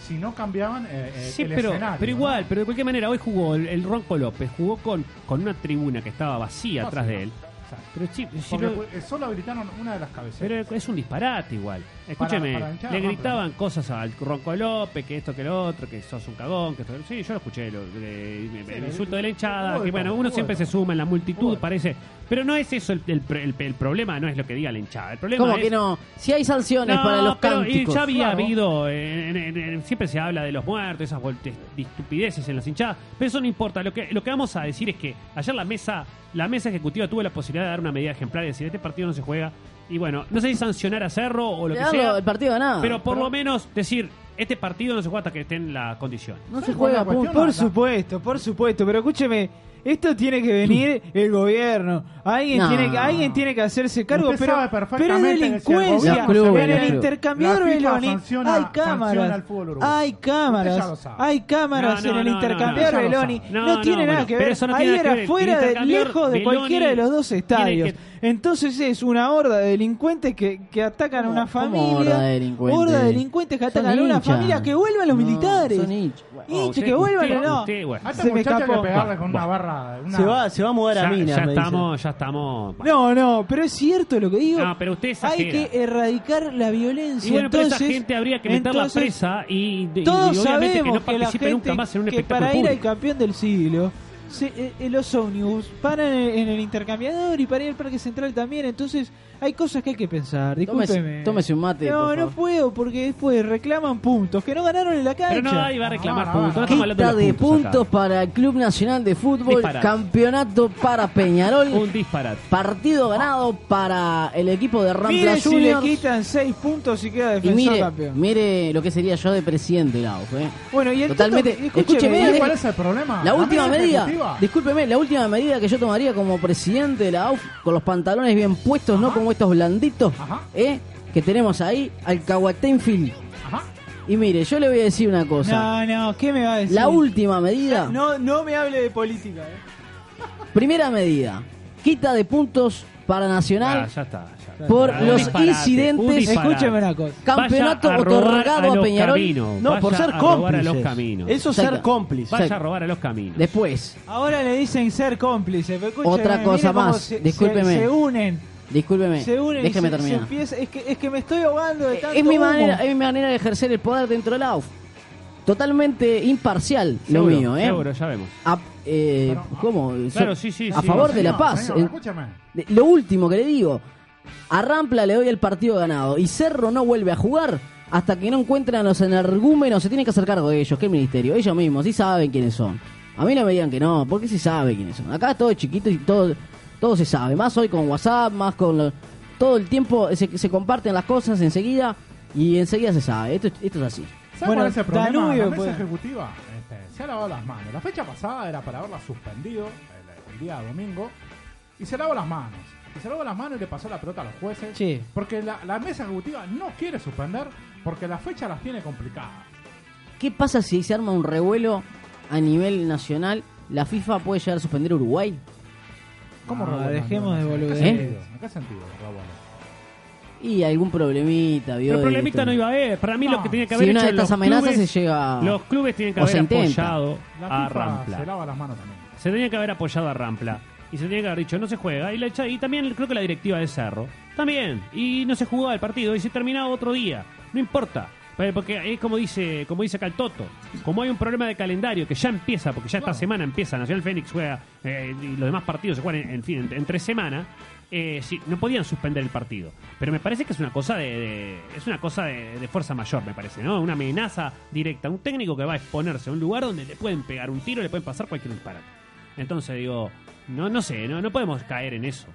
si no cambiaban eh, eh, Sí, el pero, escenario. pero ¿no? igual, pero de cualquier manera, hoy jugó el, el Ronco López, jugó con, con una tribuna que estaba vacía No, atrás sí, de no. él. O sea, Pero, sí, si Porque no- fue- eh, solo habilitaron una de las cabeceras. pero es un disparate igual. Escúcheme, para hinchar, le Rampla. gritaban cosas al Ronco López, que esto, que lo otro, que sos un cagón, que esto, Sí, yo lo escuché, lo- de- el Sí, insulto de la hubo hinchada, de que todo, bueno, hubo uno de siempre se todo. suma en la multitud, Hubo de parece. Pero no es eso el, el, el- el problema, no es lo que diga la hinchada. El problema ¿Cómo es, que no? Si hay sanciones No, para los pero, y cánticos. ya había Claro. habido, en- en- en- siempre se habla de los muertos, esas volte- estupideces en las hinchadas, pero eso no importa. Lo que, lo que vamos a decir es que ayer la mesa, la mesa ejecutiva tuvo la posibilidad de dar una medida ejemplar y decir, este partido no se juega. Y bueno, no sé si sancionar a Cerro o lo Le que darlo sea, el partido ganado. pero por lo menos decir, este partido no se juega hasta que esté en la condición. no se ¿Sabes cuál es juega la punto. cuestión? Por la- supuesto, por supuesto. Pero escúcheme, Esto tiene que venir el gobierno. Alguien, No. tiene, que, alguien tiene que hacerse cargo, Usted pero, sabe pero es perfectamente que si el delincuencia. gobierno Los clubes, en los el clubes. intercambiador La de FIFA Beloni sanciona- hay sanciona cámaras. al fútbol uruguayo. Hay Usted ya lo cámaras. sabe. Hay cámaras No, no, en no, el no, intercambiador no, no. Beloni. Ya lo No, sabe. No, tiene no, nada bueno, que pero ver. eso no Ahí tiene nada era que ver. El fuera, de, intercambiador lejos de Beloni cualquiera de los dos tiene estadios. que- Entonces es una horda de delincuentes que, que atacan a una Oh, ¿Cómo familia. horda de delincuentes? Horda de delincuentes que Son atacan a una hinchas. familia. Que vuelvan los No, militares. son hinchas. Oh, Hinchas, usted- que vuelvan usted- o no. usted, bueno. A esta Se me muchacha hay que escapó. pegarle con Buah, una barra. Una... Se va, se va a mudar a Ya, Minas, ya me dice. estamos, ya estamos. No, no, pero es cierto lo que digo. No, pero usted Hay exagera. que erradicar la violencia. Y bueno, pero entonces, esa gente habría que meterla entonces, presa y, y- y Todos obviamente sabemos que que, no la participe gente nunca más en un que espectáculo para ir al público. campeón del siglo, se- eh, eh, los ómnibus paran en, en el intercambiador y para ir al Parque Central también. Entonces, hay cosas que hay que pensar. Tómese- Discúlpeme. tómese un mate, por No, no favor. puedo porque después reclaman puntos que no ganaron en la cancha. Pero no nadie va a reclamar No, no, puntos. No, no. estamos hablando Quita de los puntos acá. para el Club Nacional de Fútbol, Disparate. campeonato para Peñarol, Un disparate. partido ganado para el equipo de Rampla Mire si le Juniors. quitan 6 puntos y queda Y defensor mire, campeón. mire lo que sería yo de presidente, Laos. eh. Bueno, y el Totalmente- Toto- escúcheme, ¿Sabe eh, cuál es el problema? La última mesa medida, ejecutiva. discúlpeme, la última medida que yo tomaría como presidente de la AUF, con los pantalones bien puestos, no como estos blanditos, Ajá. eh, que tenemos ahí, al Cahuatenfil. Ajá. Y mire, yo le voy a decir una cosa. No, no, ¿qué me va a decir? La última medida, No, no me hable de política. eh. primera medida, quita de puntos para Ah, Nacional, ya está. ya está. Por Un los disparate, incidentes- un disparate. Escúcheme una cosa. campeonato Vaya a robar otorgado a, los Peñarol. caminos, No, vaya por ser a robar a cómplices. los caminos. Eso es ser Exacto. cómplice. Vaya Exacto. a robar a los caminos. Después, Ahora le dicen ser cómplice. pero escúcheme, Otra mire cosa cómo más, se- se- discúlpeme. Se unen. discúlpeme, Se unen y déjeme se- se terminar. empieza- es, que, es que me estoy ahogando de tanto es mi humo. manera es mi manera de ejercer el poder dentro de la AUF. Totalmente imparcial Seguro, lo mío, ¿eh? Seguro, ya vemos. A, eh, ¿Cómo? Claro, So- sí, sí, a sí. favor de la Señor, paz. eh. señor, El- escúchame. de- lo último que le digo. A Rampla le doy el partido ganado y Cerro no vuelve a jugar hasta que no encuentran los energúmenos. Se tiene que hacer cargo de ellos, que el ministerio. Ellos mismos, sí saben quiénes son. A mí no me digan que no, porque sí sabe quiénes son. Acá todo es chiquito y todo, todo se sabe. Más hoy con WhatsApp, más con... lo- todo el tiempo se, se comparten las cosas enseguida y enseguida se sabe. Esto, esto es así. ¿Sabe Bueno, cuál es el problema? Danubio, la mesa pues. ejecutiva este, se ha lavado las manos. La fecha pasada era para haberla suspendido el, el día domingo y se lavó las manos. Y se lavó las manos y le pasó la pelota a los jueces. Sí. Porque la, la mesa ejecutiva no quiere suspender porque la fecha las tiene complicadas. ¿Qué pasa si se arma un revuelo a nivel nacional? ¿La FIFA puede llegar a suspender a Uruguay? Ah, ¿Cómo No, revuelven? dejemos de ¿En qué boludeces. sentido? ¿En qué sentido revuelven? Y algún problemita, vio. Pero de- problemita no iba a haber. Para mí lo No. que tenía que este, Si haber una hecho de estas los amenazas clubes- se llega- Los clubes tienen que o se haber intenta. apoyado La FIFA a se Rampla. lava las manos también. Se tenía que haber apoyado a Rampla. Y se tenía que haber dicho, no se juega. Y, la echa- y también creo que la directiva de Cerro. También. Y no se jugó el partido. Y se terminaba otro día. No importa. Pero Porque es como dice, como dice acá el Toto. Como hay un problema de calendario que ya empieza, porque ya esta Claro. semana empieza, Nacional Fénix juega eh, y los demás partidos se juegan en, en fin, en, en tres semanas. eh, sí, no podían suspender el partido. Pero me parece que es una cosa de, de- es una cosa de, de fuerza mayor, me parece, ¿no? Una amenaza directa. Un técnico que va a exponerse a un lugar donde le pueden pegar un tiro, le pueden pasar cualquier disparate. Entonces digo, no, no sé, no, no podemos caer en eso.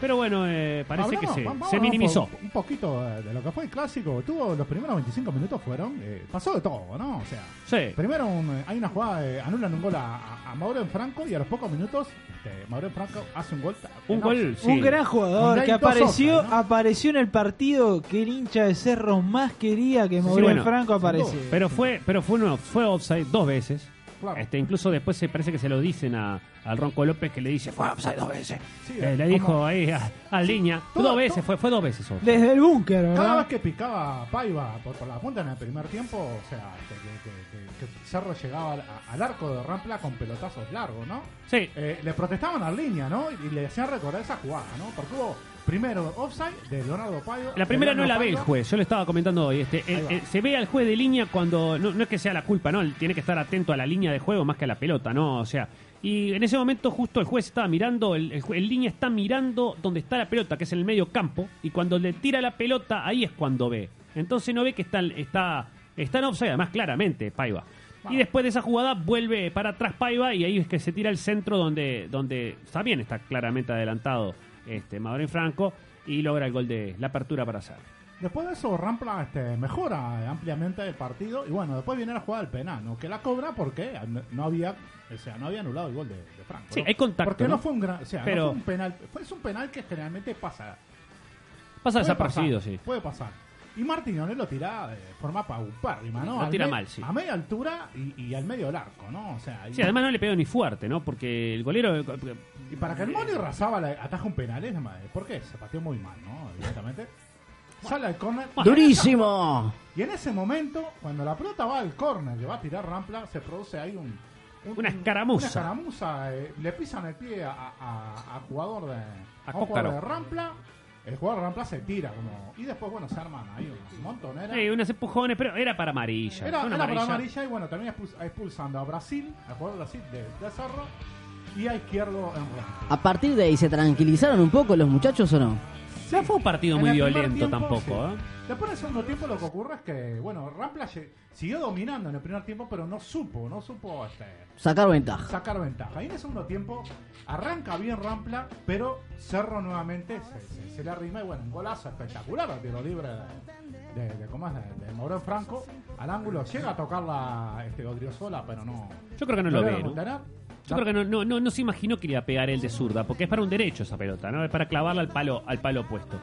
Pero bueno, eh, parece Hablamos, que se- vamos se un minimizó. po- Un poquito eh, de lo que fue el clásico. Tuvo los primeros 25 minutos fueron. eh, pasó de todo, ¿no? O sea, Sí. primero un, eh, hay una jugada, de, anulan un gol a, a, a Mauro Franco y a los pocos minutos este, Mauro Franco hace un gol. Un enorme. gol, sí. Un gran jugador Un que gran apareció Sosa, ¿no? apareció en el partido que el hincha de Cerro más quería que Mauricio bueno, Franco apareciera. duda. Pero fue, pero fue uno, fue offside dos veces. Claro. Este, incluso después se parece que se lo dicen a, al Ronco López que le dice fue offside dos veces. Sí, Eh, le como- dijo ahí a- al Liña, Todo- dos veces, todo- fue, fue dos veces offside. Desde el búnker, Cada vez ¿verdad? que picaba Paiva por, por la punta en el primer tiempo, o sea, que, que- que- que- que Cerro llegaba al, a- al arco de Rampla con pelotazos largos, ¿no? Sí. Eh, le protestaban a línea, ¿no? Y le hacían recordar esa jugada, ¿no? Porque hubo primero offside de Leonardo Paiva. La primera de no la Leonardo ve el Paiva. juez, yo lo estaba comentando hoy. Este, el- va. el- se ve al juez de línea cuando. No, no es que sea la culpa, ¿no? Él tiene que estar atento a la línea de juego más que a la pelota, ¿no? O sea. Y en ese momento, justo el juez estaba mirando, el, el jue- el línea está mirando donde está la pelota, que es en el medio campo, y cuando le tira la pelota, ahí es cuando ve. Entonces no ve que está, está, está en offside, además claramente, Paiva. Y después de esa jugada vuelve para atrás Paiva y ahí es que se tira el centro donde, donde también está claramente adelantado este Madurín Franco y logra el gol de la apertura para hacer. Después de eso, Rampla este, mejora ampliamente el partido. Y bueno, después viene la jugada del penal, ¿no? Que la cobra porque no había, o sea, no había anulado el gol de, de Franco. Sí, ¿no? hay contacto, Porque no, ¿no? fue un gran. O sea, no Pero- fue un penal. Fue, es un penal que generalmente pasa. puede Pasa desapercibido, pasar, sí. Puede pasar. Y Martínez lo tira de forma paupérrima, ¿no? Lo Al tira me- mal, sí. A media altura y, y al medio del arco, ¿no? O sea, y, Sí, además no le pegó ni fuerte, ¿no? Porque el golero. eh, y para que el Moni Razaba la- ataja un penal, es la madre. ¿Por qué? Se pateó muy mal, ¿no? Evidentemente. Sale al córner. ¡Durísimo! Y en ese momento, cuando la pelota va al córner, que va a tirar Rampla, se produce ahí un, un- Una escaramuza. una escaramuza, eh, le pisan el pie a, a- a jugador de A un Cócaro. jugador de Rampla. El jugador de Rampla se tira como y después bueno se arman ahí un montonera. Sí, unos eh, empujones, pero era para amarilla. Era, Fue una era para amarilla y bueno, también expuls- expulsando a Brasil, al jugador de Brasil de, de Cerro y a izquierdo en Rampla. A partir de ahí, ¿se tranquilizaron un poco los muchachos o no? No fue un partido En muy el primer violento tiempo, tampoco, sí. ¿eh? Después del segundo tiempo lo que ocurre es que, bueno, Rampla lle- siguió dominando en el primer tiempo, pero no supo, no supo este, Sacar ventaja. sacar ventaja. Y en el segundo tiempo arranca bien Rampla, pero Cerro nuevamente se, se- se le arrima y bueno, un golazo espectacular al tiro libre de, de, de- ¿cómo es? de- de Mauro Franco al ángulo. Llega a tocarla este, Odriozola, pero no. Yo creo que no lo logra ve, ¿no? contener. Yo creo que no, no, no, no se imaginó que le iba a pegar el de zurda, porque es para un derecho esa pelota, ¿no? Es para clavarla al palo, al palo opuesto.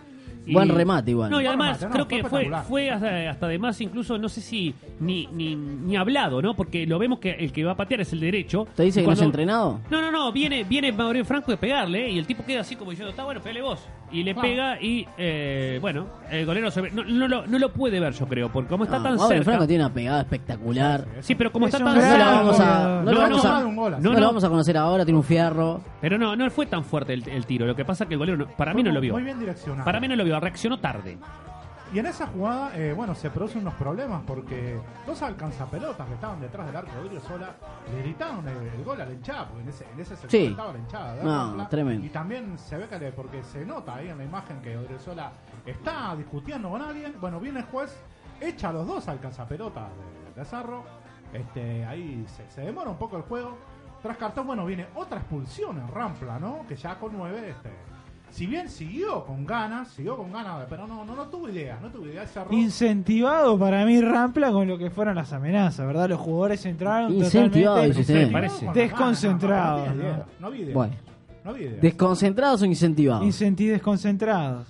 Buen remate igual. No, y Buen además remate, no, creo fue que fue, espectacular. fue hasta, hasta de más, incluso no sé si ni, ni, ni hablado, ¿no? Porque lo vemos que el que va a patear es el derecho. ¿Te dice Y que no has cuando- entrenado? No, no, no, viene, viene Mauricio Franco de pegarle ¿eh? y el tipo queda así como diciendo, está bueno, pegale vos. Y le Ah. pega y, eh, bueno, el golero se ve- no, no, lo- no lo puede ver, yo creo, porque como está No, tan Mauro cerca... Ah, Franco tiene una pegada espectacular. Sí, pero como Es está un tan No gran lo cerca... vamos a, goleador. no lo No, vamos no, a- no, un golazo. no No, lo no. vamos a conocer ahora, tiene un fierro. Pero no, no fue tan fuerte el, el tiro. Lo que pasa es que el golero, no- para mí no lo vio. Muy bien direccionado. Para mí no lo vio, reaccionó tarde. Y en esa jugada, eh, bueno, se producen unos problemas porque dos alcanzapelotas que estaban detrás del arco de Odrio Sola le gritaron el, el gol a la hinchada, porque en ese, en ese sector Sí. estaba la hinchada. de No, Rampla. tremendo. Y también se ve que le- porque se nota ahí en la imagen que Odrio Sola está discutiendo con alguien. Bueno, viene el juez, echa a los dos alcanzapelotas de, de Zarro. Este, ahí se, se demora un poco el juego. Tras cartón, bueno, viene otra expulsión en Rampla, ¿no? Que ya con nueve, este. Si bien siguió con ganas, siguió con ganas, pero no, no, no tuvo idea, no tuvo idea. Cerró. Incentivado para mí Rampla con lo que fueron las amenazas, ¿verdad? Los jugadores entraron Incentivado, totalmente dice usted. parece. Con Desconcentrado, ganas, no, ¿no? No, no había idea. Bueno. No había idea. ¿Desconcentrados o incentivados? incenti desconcentrados,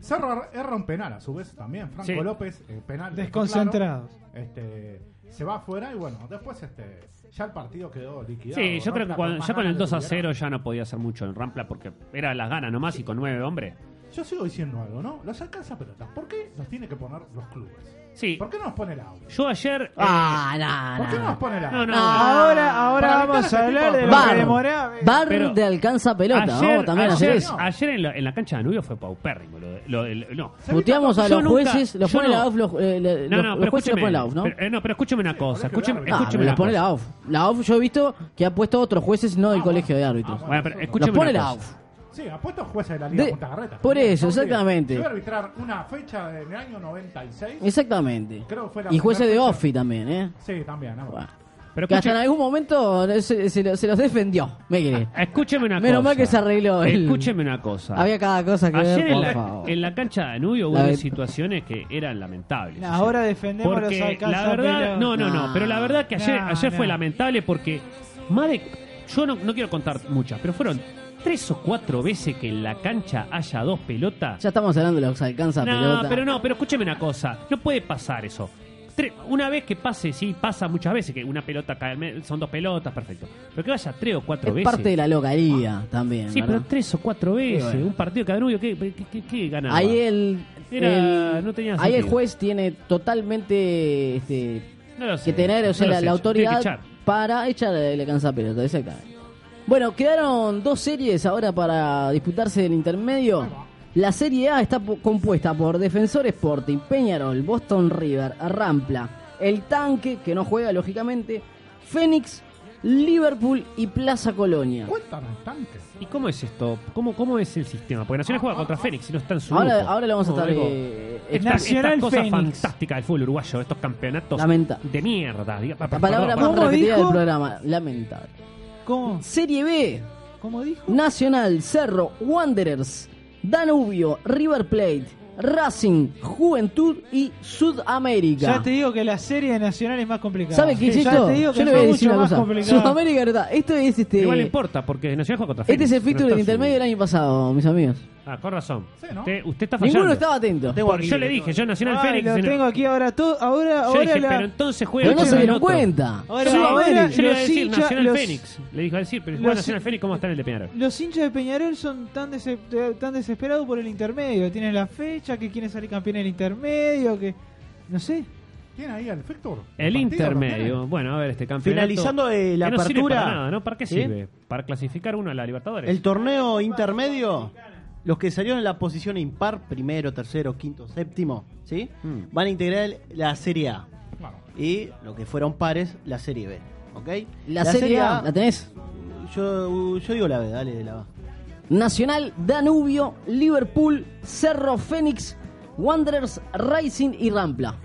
Cerro ar- erra un penal a su vez también. Franco Sí. López, eh, penal. desconcentrados. claro, este, se va afuera y bueno, después este, ya el partido quedó liquidado. Sí, yo creo que Rampla cuando- más ya con el ganas 2 a le hubiera- 0 ya no podía hacer mucho en Rampla porque era las ganas nomás y con nueve hombres. Yo sigo diciendo algo, ¿no? Los alcanza pelotas. ¿Por qué los tiene que poner los clubes? Sí, ¿Por qué no nos pone el audio? yo ayer. eh, Ah, nah, ¿Por qué no nah. nos pone el audio? no, no, Ah, Ahora, ahora Para evitar vamos ese a tipo hablar de de lo Bar. que demoraba. Bar Pero de alcanza pelota, vamos también a hacer ayer- eso. ayer en, la, en la cancha de Danubio fue paupérrimo. Lo, de- lo de- no. Se Puteamos a Yo los nunca- jueces, los yo pone no. la AUF, los, eh, le- No, los- no, los pero jueces los escúcheme, pone la AUF, ¿no? Pero, eh, no, pero escúcheme una cosa. colegio Escúcheme, de Ah, escúcheme me una los pone cosa. la AUF. La AUF yo he visto que ha puesto otros jueces no del Ah, colegio de bueno. árbitros. Ah, Bueno, pero Los escúcheme pone una la cosa. AUF. Sí, apuesto jueces de la Liga De- Punta Carreta. por eso, No, sí. exactamente. Yo iba a arbitrar una fecha en el año 96. Exactamente. Creo que fue la Y jueces de primera OFI también, ¿eh? Sí, también. ¿no? Bueno, Pero que hasta en escuche- algún momento se, se lo- se los defendió, me cree. Ah, escúcheme una Menos cosa. mal que se arregló el- Escúcheme una cosa. Había cada cosa que Ayer ver, en por la, favor. en la cancha de Danubio hubo La unas de- situaciones que eran lamentables. Nah, ahora defendemos Porque los alcanza la verdad, pelotas. no, no, no, No. pero la verdad que ayer, No, ayer fue no. lamentable porque más de, yo no, no quiero contar muchas, pero fueron tres o cuatro veces que en la cancha haya dos pelotas. Ya estamos hablando de los alcanza no, pelota. pero no, pero escúcheme una cosa, no puede pasar eso. Tre- Una vez que pase, sí, pasa muchas veces que una pelota cae, al medio, son dos pelotas, perfecto. Pero que vaya tres o cuatro es veces. parte de la localía también. Sí, ¿verdad? pero tres o cuatro veces. bueno. Un partido cadrubio, ¿qué, qué, qué, qué ganaba? Ahí el, Era- el- no tenía ahí el sentido. juez tiene totalmente este, No lo sé. que tener, No o sea, lo la, sé, la yo- tiene que autoridad echar. para echar el alcanza pelota, exactamente. Bueno, quedaron dos series ahora para disputarse el intermedio. La Serie A está po- compuesta por Defensor Sporting, Peñarol, Boston River, Rampla, El Tanque, que no juega lógicamente, Fénix, Liverpool y Plaza Colonia. Cuentan al tanque. ¿Y cómo es esto? ¿Cómo, cómo es el sistema? Porque Nacional juega contra Fénix y no está en su Ahora, grupo. ahora le vamos a No, estar... digo, eh, esta- Nacional esta cosa Fénix. fantástica del fútbol uruguayo, estos campeonatos Lamenta- de mierda. diga- La perdón, palabra más ¿Cómo repetida dijo? del programa, lamentable. ¿Cómo? Serie B, ¿Cómo dijo? Nacional, Cerro, Wanderers, Danubio, River Plate, Racing, Juventud y Sudamérica. Ya te digo que la serie nacional es más complicada. ¿Sabe qué es Sí, ya esto? te digo que Yo le es voy a mucho decir una más cosa. complicada. Sudamérica, ¿verdad? Esto es este. Igual importa, porque Nacional juega contra Este es el Fénix, fixture no está del intermedio del año pasado, mis amigos. su- Ah, con razón. Sí, ¿no? usted, usted está fallando. Ninguno estaba atento. Tengo Porque aquí yo le libre dije, yo Nacional Ay, Fénix. lo en- tengo aquí ahora todo. Ahora, Yo ahora dije, la- pero entonces juega Pero no se contra el dieron otro. cuenta. Ahora, yo, ahora yo le iba a los decir hinchas- Nacional los- Fénix. Le dije a decir, pero los- juega Nacional Fénix, ¿cómo está en el de Peñarol? Los hinchas de Peñarol son tan, dese- de- tan desesperados por el intermedio. Tienen la fecha, que quieren salir campeón en el intermedio, que. No sé. ¿Tiene ahí el Fictor? El intermedio. Bueno, a ver, este campeonato. Finalizando eh, la que no sirve apertura. para nada, ¿no? ¿Para qué ¿Sí? sirve? Para clasificar uno a la Libertadores. El torneo intermedio, los que salieron en la posición impar, primero, tercero, quinto, séptimo, ¿sí? Hmm. Mm. Van a integrar la Serie A. Y lo que fueron pares, la Serie B. ¿Ok? La, serie, A, ¿la tenés? uh, Yo, yo digo la B, dale, la A. Nacional, Danubio, Liverpool, Cerro Fénix, Wanderers, Racing y Rampla.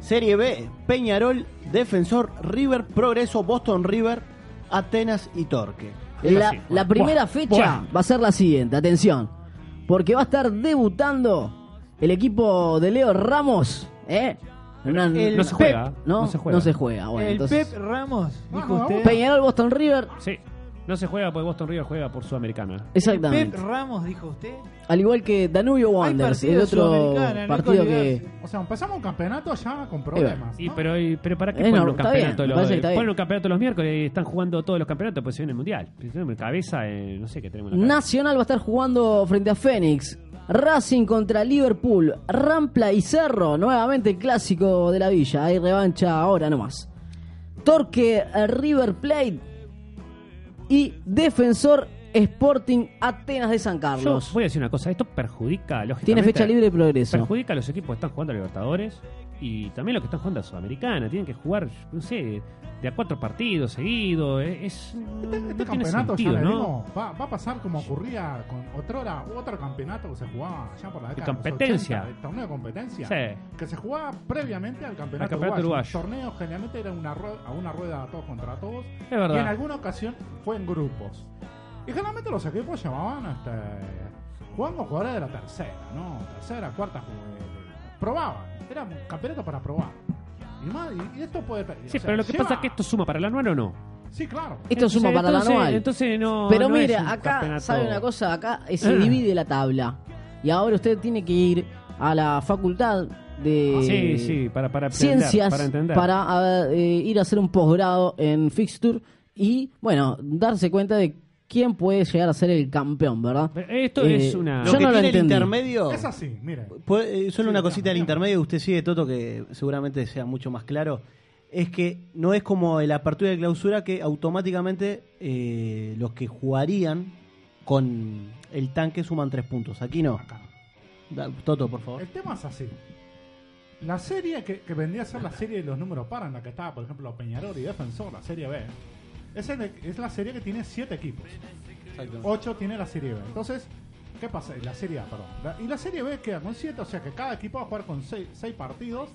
Serie B, Peñarol, Defensor, River, Progreso, Boston River, Atenas y Torque. La, sí. la primera fecha va a ser la siguiente, atención. Porque va a estar debutando el equipo de Leo Ramos, ¿eh? Una- el no se juega. ¿no? se juega. No se juega, bueno, el entonces- Pep Ramos, dijo Vamos, usted. Peñarol, Boston River, Sí. No se juega porque Boston River juega por Sudamericana. Pep exactamente. Ramos, dijo usted. Al igual que Danubio Wanderers, partido el otro Sudamericana, no hay partido que que... olvidarse. O sea, empezamos un campeonato ya con problemas. Y, ¿no? pero, y- pero ¿para qué Eh, ponen no, un está campeonato? bien, me los, parece que está ponen bien. un campeonato los miércoles y están jugando todos los campeonatos pues se viene el mundial. Tenemos cabeza, eh, no sé qué tenemos. en la cabeza. Nacional va a estar jugando frente a Fénix. Racing contra Liverpool, Rampla y Cerro, nuevamente el clásico de la villa, hay revancha ahora nomás. Torque eh, River Plate y Defensor Sporting Atenas de San Yo Carlos. voy a decir una cosa, esto perjudica lógicamente. Tiene fecha libre de progreso. Perjudica a los equipos que están jugando a Libertadores y también los que están jugando a Sudamericana. Tienen que jugar, no sé, de a cuatro partidos seguidos. eh, Es, no, no Este tiene campeonato, sentido, ya le ¿no? digo, va, va a pasar como ocurría con otrora, otro campeonato que se jugaba allá por la década los competencia. 80, el torneo de competencia. Sí. Que se jugaba previamente al campeonato, Al campeonato uruguayo. El torneo generalmente era una rueda, a una rueda todos contra todos. Es Y en verdad. alguna ocasión fue en grupos. Y generalmente los equipos llamaban hasta. Jugando jugadores de la tercera, ¿no? Tercera, cuarta jugada. Probaban. Era un campeonato para probar. Y, más, y- y esto puede. Sí, o sea, pero lo que lleva- pasa es que esto suma para el anual o no. Sí, claro. Esto suma Entonces- para la entonces- anual. Entonces no. Pero no es mire, un acá, campeonato- ¿sabe una cosa? Acá eh, se divide la tabla. Y ahora usted tiene que ir a la facultad de... Ah, Sí, sí, para, para aprender, ciencias para entender. para, eh, ir a hacer un posgrado en Fixture y, bueno, darse cuenta de quién puede llegar a ser el campeón, ¿verdad? Esto Eh, es una. Yo que no lo tiene el entendí. intermedio. Es así, mire. Puede- eh, solo Sí, una está, cosita del está. intermedio, usted sigue Toto, que seguramente sea mucho más claro, es que no es como la apertura y clausura que automáticamente eh, los que jugarían con el tanque suman tres puntos. Aquí no. Acá. Da- Toto, por favor. El tema es así. La serie que, que vendría a ser la serie de los números par en la que estaba, por ejemplo, Peñarol y Defensor, la serie B, es, el- es la serie que tiene 7 equipos. 8 tiene la serie B. Entonces, ¿qué pasa? La serie A, perdón. La- y la serie B queda con 7, o sea que cada equipo va a jugar con 6 partidos,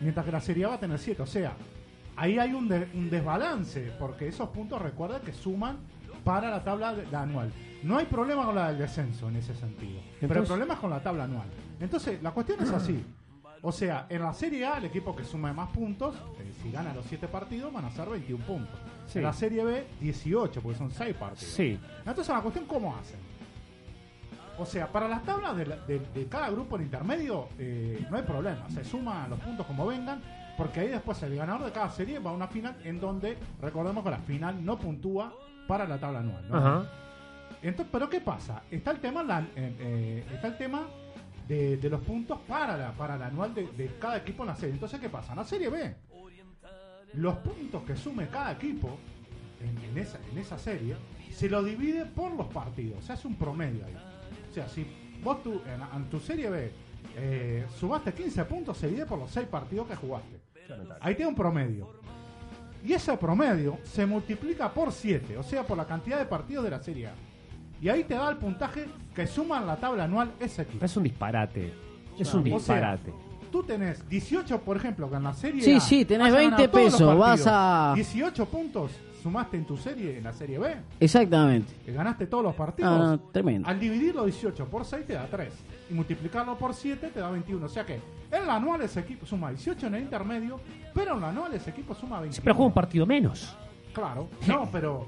mientras que la serie A va a tener 7. O sea, ahí hay un, de- un desbalance, porque esos puntos recuerda que suman para la tabla de- la anual. No hay problema con la del descenso en ese sentido, pero el Entonces- problema es con la tabla anual. Entonces, la cuestión es así. O sea, en la Serie A, el equipo que sume más puntos, eh, si gana los 7 partidos, van a ser 21 puntos. Sí. En la Serie B, 18, porque son 6 partidos. Sí. Entonces la cuestión cómo hacen. O sea, para las tablas de, la- de- de cada grupo en intermedio eh, no hay problema. Se suman los puntos como vengan, porque ahí después el ganador de cada serie va a una final en donde, recordemos que la final no puntúa para la tabla anual. ¿no? Ajá. Entonces, pero ¿qué pasa? Está el tema, la- eh, eh, está el tema de, de los puntos para la, para la anual de, de cada equipo en la serie. Entonces, ¿qué pasa? En la serie B, los puntos que sume cada equipo en, en esa, en esa serie se lo divide por los partidos. Se hace un promedio ahí. O sea, si vos tu, en, en tu serie B eh, sumaste 15 puntos, se divide por los 6 partidos que jugaste. Ahí tiene un promedio. Y ese promedio se multiplica por 7, o sea, por la cantidad de partidos de la Serie A. Y ahí te da el puntaje que suma en la tabla anual ese equipo. Es un disparate. Es un O sea, disparate. Tú tenés 18, por ejemplo, que en la Serie Sí, A. sí, tenés has ganado 20 todos los pesos, vas partidos. a- 18 puntos sumaste en tu serie, en la Serie B. Exactamente. que Ganaste todos los partidos. No, Ah, no, tremendo. Al dividir los 18 por 6 te da 3. Y multiplicarlo por 7 te da 21. O sea que en el anual ese equipo suma 18 en el intermedio, pero en el anual ese equipo suma 21. Siempre juega un partido menos. Claro, no, pero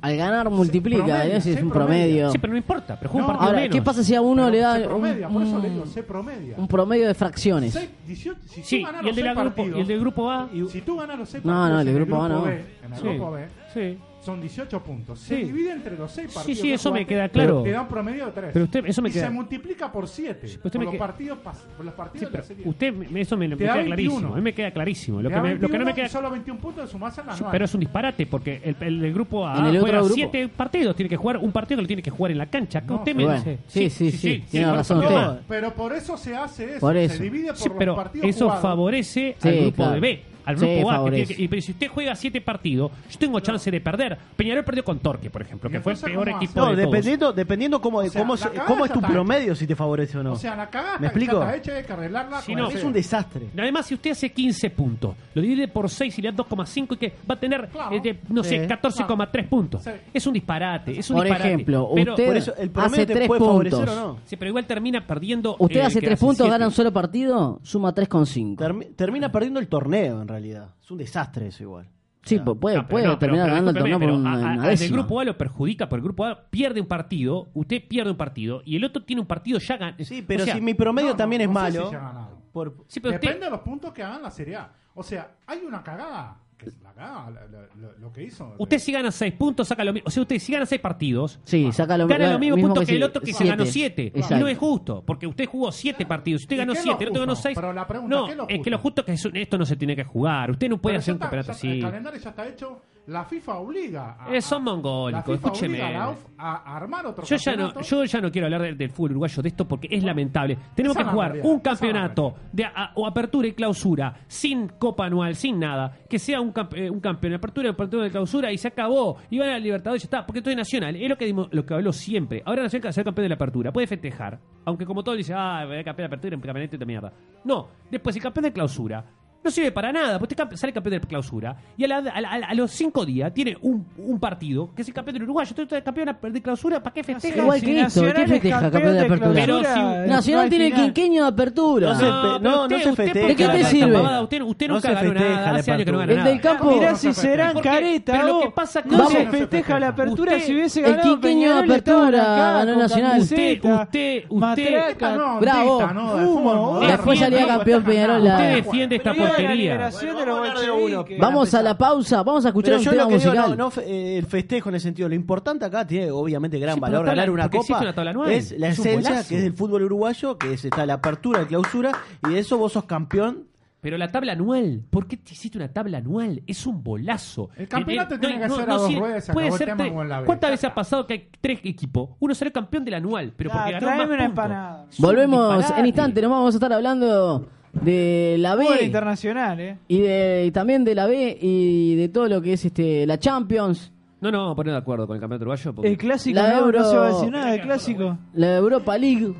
Al ganar multiplica, promedia, ¿eh? Si es se un promedia. promedio. Sí, pero no importa, pero juega un No, partido Ahora, menos. Mm. ¿qué pasa si a uno pero le da se promedia, un, por eso le digo, un- se promedia. un promedio de fracciones? Seis- 18, si Sí, tú ganas y el, los de la seis grupo, partidos, y el del grupo A. si tú ganas los 6 No, partidos no, el en grupo A no. B, en el Sí, grupo B, sí. son 18 puntos. Se Sí. divide entre los 6 Sí, partidos. sí, que eso me jugaste, queda claro. Te da un promedio de 3. Pero usted- eso me y queda- se multiplica por 7. Sí, pero por, usted me los que- partidos pas- por los partidos Sí, de la pero serie. usted me- eso me, me Te da queda 21. clarísimo. A mí me queda clarísimo. Te Lo que, da me- lo que no me 21 y queda solo 21 puntos sumás al anual. Pero es un disparate porque el, el del grupo A En el otro juega grupo. siete partidos, tiene que jugar un partido que lo tiene que jugar en la cancha. Acá No, usted me Bueno, dice. sí, sí, sí, tiene bueno, razón pero- usted. No, pero por eso se hace eso. Por eso. Se divide por Sí, los pero partidos eso jugados. favorece Sí, al grupo claro. de B, al Sí, grupo A. que tiene favorece. que- y, pero si usted juega siete partidos, yo tengo chance de perder. Peñarol perdió con Torque, por ejemplo, ¿Y que fue el entonces peor cómo equipo hace? No, de todos. dependiendo, dependiendo cómo, sea, cómo, la cagada cómo es ya tu está promedio, si te favorece o no. O sea, la cagada ¿Me que ya explico? está hecha hay que arreglarla. Sí, con no, el es C. un desastre. Además, si usted hace 15 puntos, lo divide por 6 y le da 2,5 y que va a tener, Claro. eh, de- no Sí. sé, 14,3 puntos. Sí. Es un disparate, es un Por disparate. ejemplo, pero, usted- Por eso, el promedio Hace te tres puede favorecer puntos. o no. Sí, pero igual termina perdiendo. Usted eh, hace que tres puntos, siete. gana un solo partido, suma 3,5. Termi- termina perdiendo el torneo, en realidad. Es un desastre eso igual. Sí, pu- puede, No, pero puede no, pero- terminar pero ganando el torneo discúlpeme, por pero a- a- una, una al del décima. grupo A lo perjudica, porque el grupo A pierde un partido, usted pierde un partido y el otro tiene un partido ya ganado. Sí, pero o sea, si mi promedio no, no, también es no sé malo. si se ha ganado. por- sí, pero usted- Depende de los puntos que hagan la Serie A. O sea, hay una cagada. Que es la cagada, la- la- lo, lo que hizo. usted si gana 6 puntos, saca lo mismo. O sea, usted si gana 6 partidos, Sí, saca lo, gana gana lo mismo, punto que, el si- otro que se siete. ganó 7. Y Exacto. no es justo, porque usted jugó 7 partidos, usted ¿Y ganó qué es 7, el lo otro ganó justo? 6. Pero la pregunta, no, ¿qué es lo es que lo justo? justo es que es un- esto no se tiene que jugar. Usted no puede Pero hacer ya un está, campeonato ya está, El así. calendario ya está hecho. La FIFA obliga. A, Eh, son a- mongólicos, la FIFA escúcheme. obliga a la UF a armar otro Yo ya, no, campeonato. yo ya no quiero hablar del, del fútbol uruguayo de esto porque es lamentable. Tenemos Esa que es la jugar realidad, esa un es la campeonato de a- o apertura y clausura, sin copa anual, sin nada, que sea un, camp- eh, un campeón, apertura, apertura y clausura y se acabó. Y van al Libertadores y ya está, porque esto es nacional. Es lo que dimos- lo que habló siempre. Ahora Nacional va ser campeón de la apertura, puede festejar. Aunque como todo dice, ah, voy a campeón de apertura, campeonato de mierda. No, después el campeón de clausura no sirve para nada, porque usted campe- sale campeón de clausura y a, la- a la- a los cinco días tiene un, un partido que es el campeón del Uruguay. Yo estoy campeón de clausura, ¿para qué festeja? Igual que esto, ¿qué Nacional es festeja, campeón de apertura? Pero si- clausura, Nacional no hay tiene el final. quinqueño de apertura. No se- pero no, no se ¿por festeja ¿De qué gana te tanta sirve? pavada? Usted, usted No nunca se ganó festeja nada, la hace años que no gana El nada. del campo. Mirá no si se festeja. serán Porque- caretas. pero lo vos. que pasa no con- se Vamos. festeja la apertura Usted- si hubiese el ganado. quinqueño de Peñarol, estaban apertura acá ganó con Nacional. Usted- camiseta, usted- usted- matraca. No, Bravo. dentista, no, de Fumo, fútbol moderno. Después salía No, campeón festejan Peñarol nada. la- Usted Claro. defiende esta Pero iba a la porquería. liberación Bueno, de los vamos a hablar de uno. bolcheviques. Vamos a la pausa, vamos a escuchar Pero un yo lo tema que digo, musical. no, no, fe- eh, el festejo en ese sentido. Lo importante acá tiene obviamente gran Sí, pero valor está la- ganar una porque copa. existe una tabla anual. es la Es un esencia golazo. que es del fútbol uruguayo, que es, está la apertura, la clausura, y de eso vos sos campeón. Pero la tabla anual, ¿por qué te hiciste una tabla anual? Es un bolazo. El campeonato Eh, eh, tiene que ser a dos sirve. ruedas, se Puede acabó el ser tema tres. como en la B. ¿Cuántas veces ha pasado que hay tres equipos? Uno salió campeón del anual, pero porque Ah, ganó más tráeme una puntos. empanada. Es un Volvemos en disparate. instante, nos vamos a estar hablando de la Fútbol B internacional, eh. y, de, y también de la B y de todo lo que es este la Champions, No, no, vamos a poner de acuerdo con el campeonato uruguayo. porque- El clásico, La no, no Euro- se va a decir nada, el clásico. la Europa League,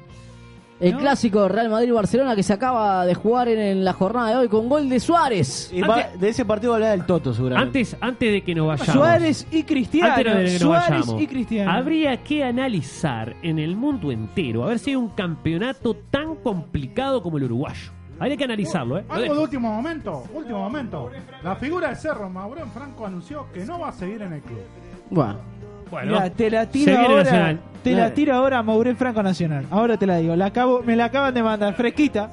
el ¿No? clásico Real Madrid-Barcelona que se acaba de jugar en, en la jornada de hoy con gol de Suárez. Y eh, va- Antes- de ese partido va a hablar del Toto, seguramente. Antes, antes de que nos vayamos. Suárez y Cristiano. Antes de que nos Suárez vayamos, y Cristiano. Habría que analizar en el mundo entero a ver si hay un campeonato tan complicado como el uruguayo. Habría que analizarlo, ¿eh? Lo Algo dejo. de último momento, último momento. La figura de Cerro, Maurén Franco, anunció que no va a seguir en el club. Bueno, Bueno, Mirá, te la se tiro viene ahora. Nacional. Te la tiro ahora a Maurén Franco Nacional. Ahora te la digo. La acabo, me la acaban de mandar fresquita.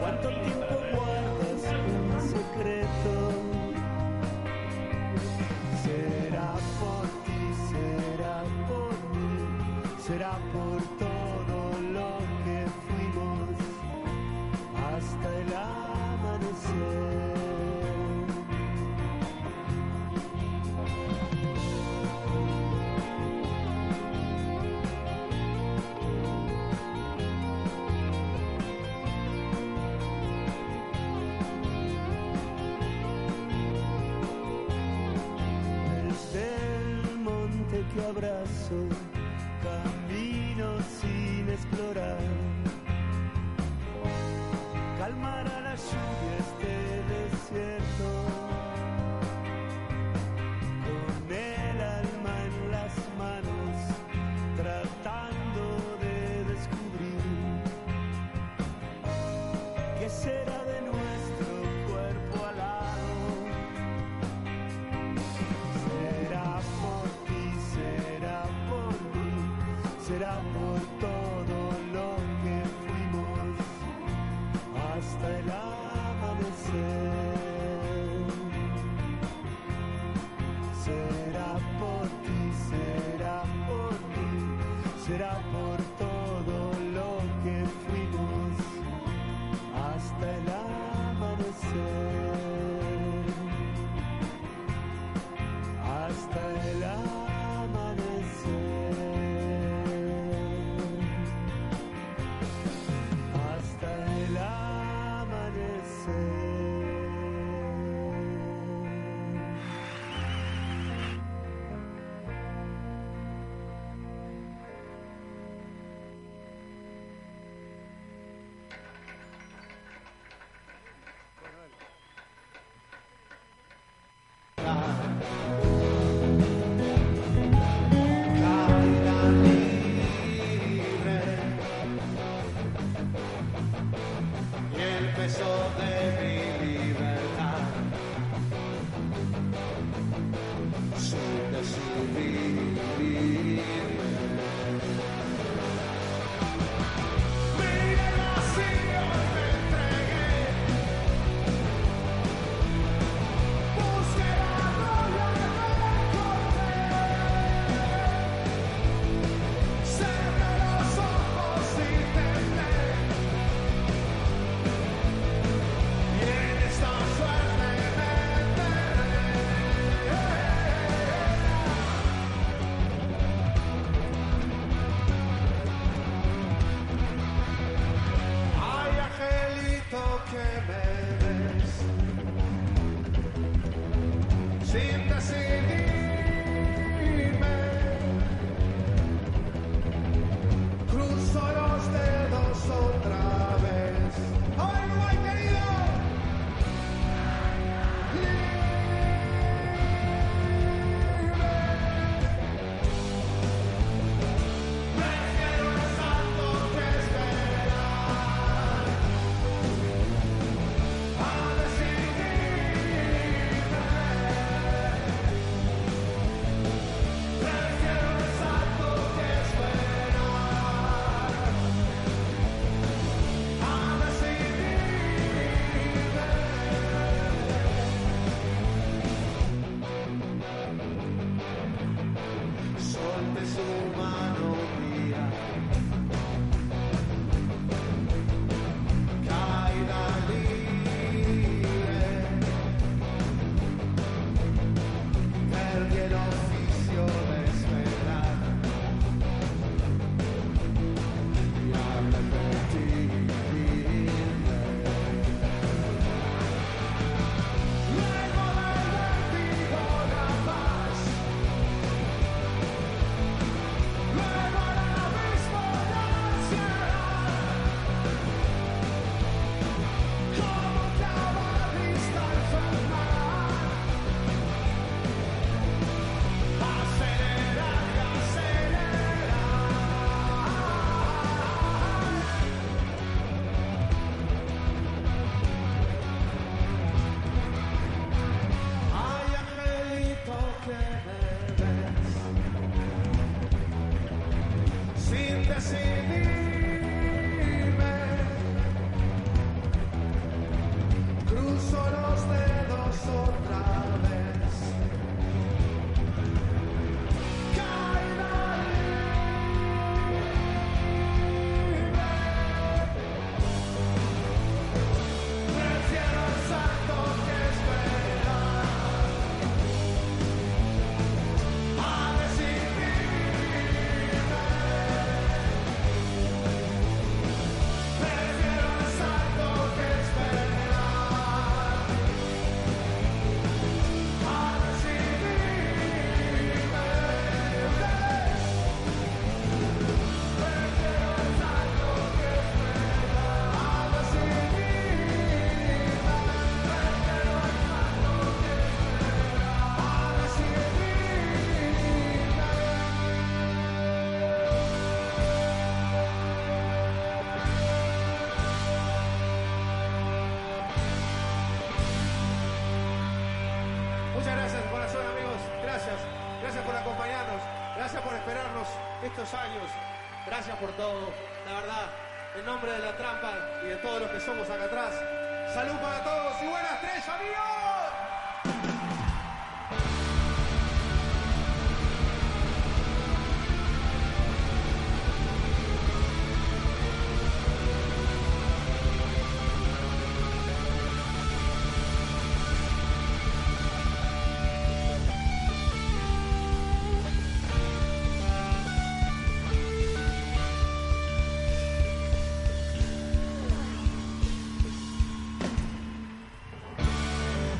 ¿Cuánto tiempo guardas un secreto? Será por ti, será por mí, será por todo lo que fuimos hasta el amanecer. desde el monte que abrazo, camino sin explorar. Calmará este de su mano mía. Caída libre, perdí el oficio de esperar y arrepentirme. Ay, angelito que me ves Sin decidirme Cruzo los dedos otra vez Caída libre Prefiero el salto que esperar a decidirme, prefiero el salto que esperar. A decidirme, prefiero el salto que esperar. A decidirme. Muchas gracias, corazón, amigos. Gracias. Gracias por acompañarnos. Gracias por esperarnos estos años. Gracias por todo. La verdad, en nombre de la trampa y de todos los que somos acá atrás, salud para todos y buenas tres, amigos. Caída libre,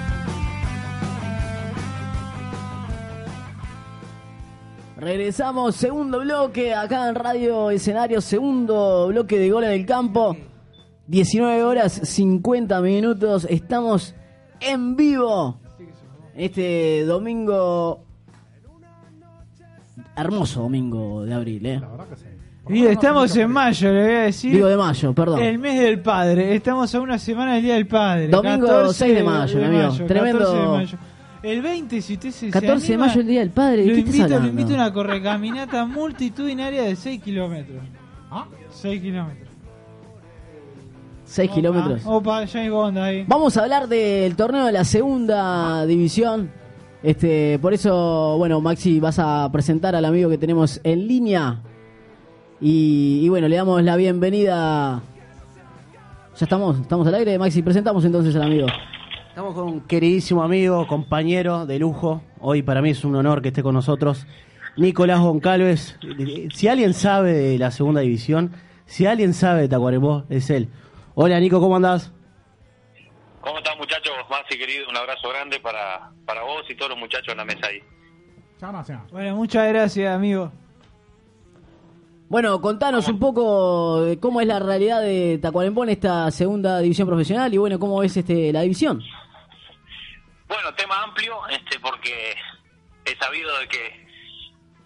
Ah. Regresamos, segundo bloque acá en Radio Escenario, segundo bloque de goles del campo. 19 horas 50 minutos, estamos en vivo este domingo. Hermoso domingo de abril, ¿eh? La verdad que sí. Por lo Y menos estamos mucho en frío. mayo, le voy a decir. Digo de mayo, perdón. El mes del padre, estamos a una semana del día del padre. Domingo 6 de mayo, mi amigo. 14 Tremendo. de mayo. El 20, si usted se se 14 de anima, mayo, el día del padre. ¿De Lo qué estás invito, lo hablando? invito a una correcaminata multitudinaria de 6 kilómetros. ¿Ah? 6 kilómetros. 6 Opa. kilómetros. Opa, James Bond ahí. Vamos a hablar del torneo de la segunda división. Este, por eso, bueno, Maxi, vas a presentar al amigo que tenemos en línea. Y, y bueno, le damos la bienvenida. Ya estamos, estamos al aire, Maxi. Presentamos entonces al amigo. Estamos con un queridísimo amigo, compañero de lujo. Hoy para mí es un honor que esté con nosotros, Nicolás Goncalves. Si alguien sabe de la segunda división, si alguien sabe de Tacuarembó, es él. Hola Nico, ¿cómo andás? ¿Cómo están muchachos? Maxi querido, un abrazo grande para, para vos y todos los muchachos en la mesa ahí. Ya no hacía. Bueno, muchas gracias, amigo. Bueno, contanos un poco de cómo es la realidad de Tacuarembó en esta segunda división profesional y bueno, cómo es este la división. Bueno, tema amplio, este porque he sabido de que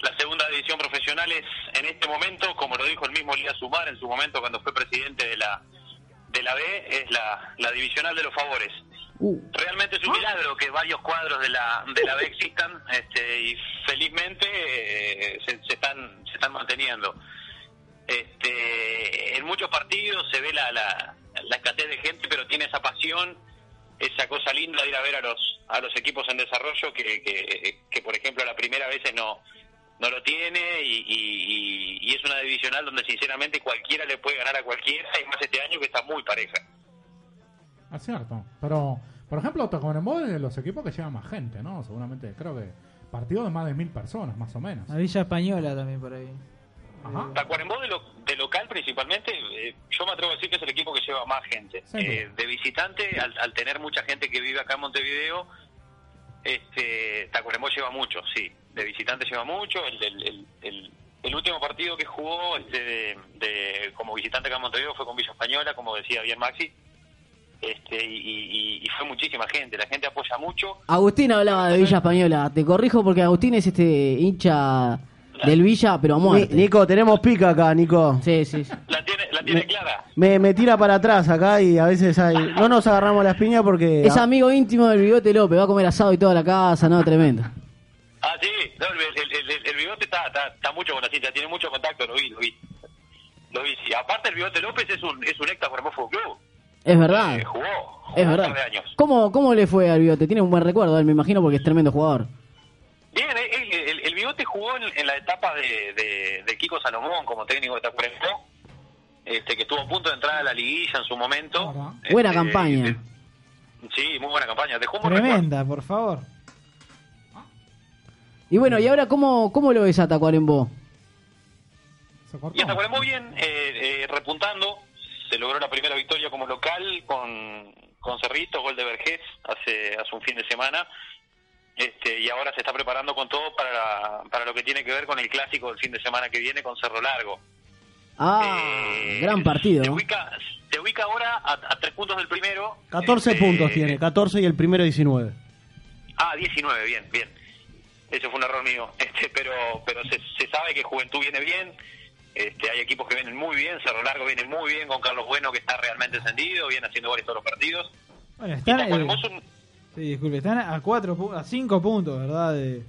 la segunda división profesional es en este momento, como lo dijo el mismo Elías Sumar en su momento cuando fue presidente de la de la B, es la, la divisional de los favores. Uh, Realmente es un milagro que varios cuadros de la, de la B existan este, y felizmente eh, se, se están, se están manteniendo. Este, en muchos partidos se ve la, la, la escasez de gente, pero tiene esa pasión, esa cosa linda de ir a ver a los, a los equipos en desarrollo que, que, que, por ejemplo, la primera a veces no, no lo tiene y, y- y- y es una divisional donde sinceramente cualquiera le puede ganar a cualquiera y más este año que está muy pareja. Es Ah, cierto. Pero, por ejemplo, Tacuarembó es de los equipos que llevan más gente, ¿no? Seguramente, creo que partido de más de mil personas, más o menos. A Villa Española también por ahí. Ajá. Tacuarembó de, lo- de local principalmente, eh, yo me atrevo a decir que es el equipo que lleva más gente. Sí. Eh, de visitante, al, al tener mucha gente que vive acá en Montevideo, este, Tacuarembó lleva mucho, sí. De visitante lleva mucho. El, el- el- el- el último partido que jugó este, de, de- como visitante acá en Montevideo fue con Villa Española, como decía bien Maxi. Este, y, y- y fue muchísima gente. La gente apoya mucho. Agustín hablaba de Villa Española. Te corrijo porque Agustín es este hincha del Villa, pero a muerte. Ni- Nico, tenemos pica acá, Nico. Sí, sí, sí. La tiene, la tiene clara. Me, me tira para atrás acá y a veces hay- no nos agarramos las piñas porque... Es amigo íntimo del Bigote López, va a comer asado y toda la casa, no, tremendo. Ah, sí, no, el, el, el- el- el bigote está, está, está mucho con la cinta, tiene mucho contacto, lo vi, lo vi. Lo vi, sí. Aparte, el bigote López es un, es un ex Tacuarembó Fútbol Club. Es verdad, Eh, jugó, jugó es un verdad. par de años. ¿Cómo, ¿Cómo le fue al Bigote? Tiene un buen recuerdo, él, me imagino, porque es tremendo jugador. Bien, eh, eh, el, el bigote jugó en, en la etapa de, de- de Kiko Salomón como técnico de Tacuarembó, este, que estuvo a punto de entrar a la liguilla en su momento. Ajá. Este, Buena campaña. este, sí, muy buena campaña. Dejó un buen recuerdo. Tremenda, por favor. Y bueno, ¿y ahora cómo, cómo lo ves a Tacuarembó? Se cortó. Y hasta Tacuarembó bien, eh, eh, repuntando. Se logró la primera victoria como local con, con Cerrito, gol de Vergés, hace, hace un fin de semana. Este, y ahora se está preparando con todo para, la- para lo que tiene que ver con el clásico del fin de semana que viene con Cerro Largo. Ah, Eh, gran partido. Se ¿no? ubica, se ubica ahora a, a tres puntos del primero. 14 Este, puntos tiene, 14 y el primero 19. Ah, 19, bien, bien. Eso fue un error mío. Este, pero pero se, se sabe que Juventud viene bien. Este, hay equipos que vienen muy bien. Cerro Largo viene muy bien con Carlos Bueno, que está realmente encendido, viene haciendo goles todos los partidos. Bueno, Y están, eh, Tacuarembó es un- sí, disculpe, están a cuatro pu- a 5 puntos, ¿verdad? De, del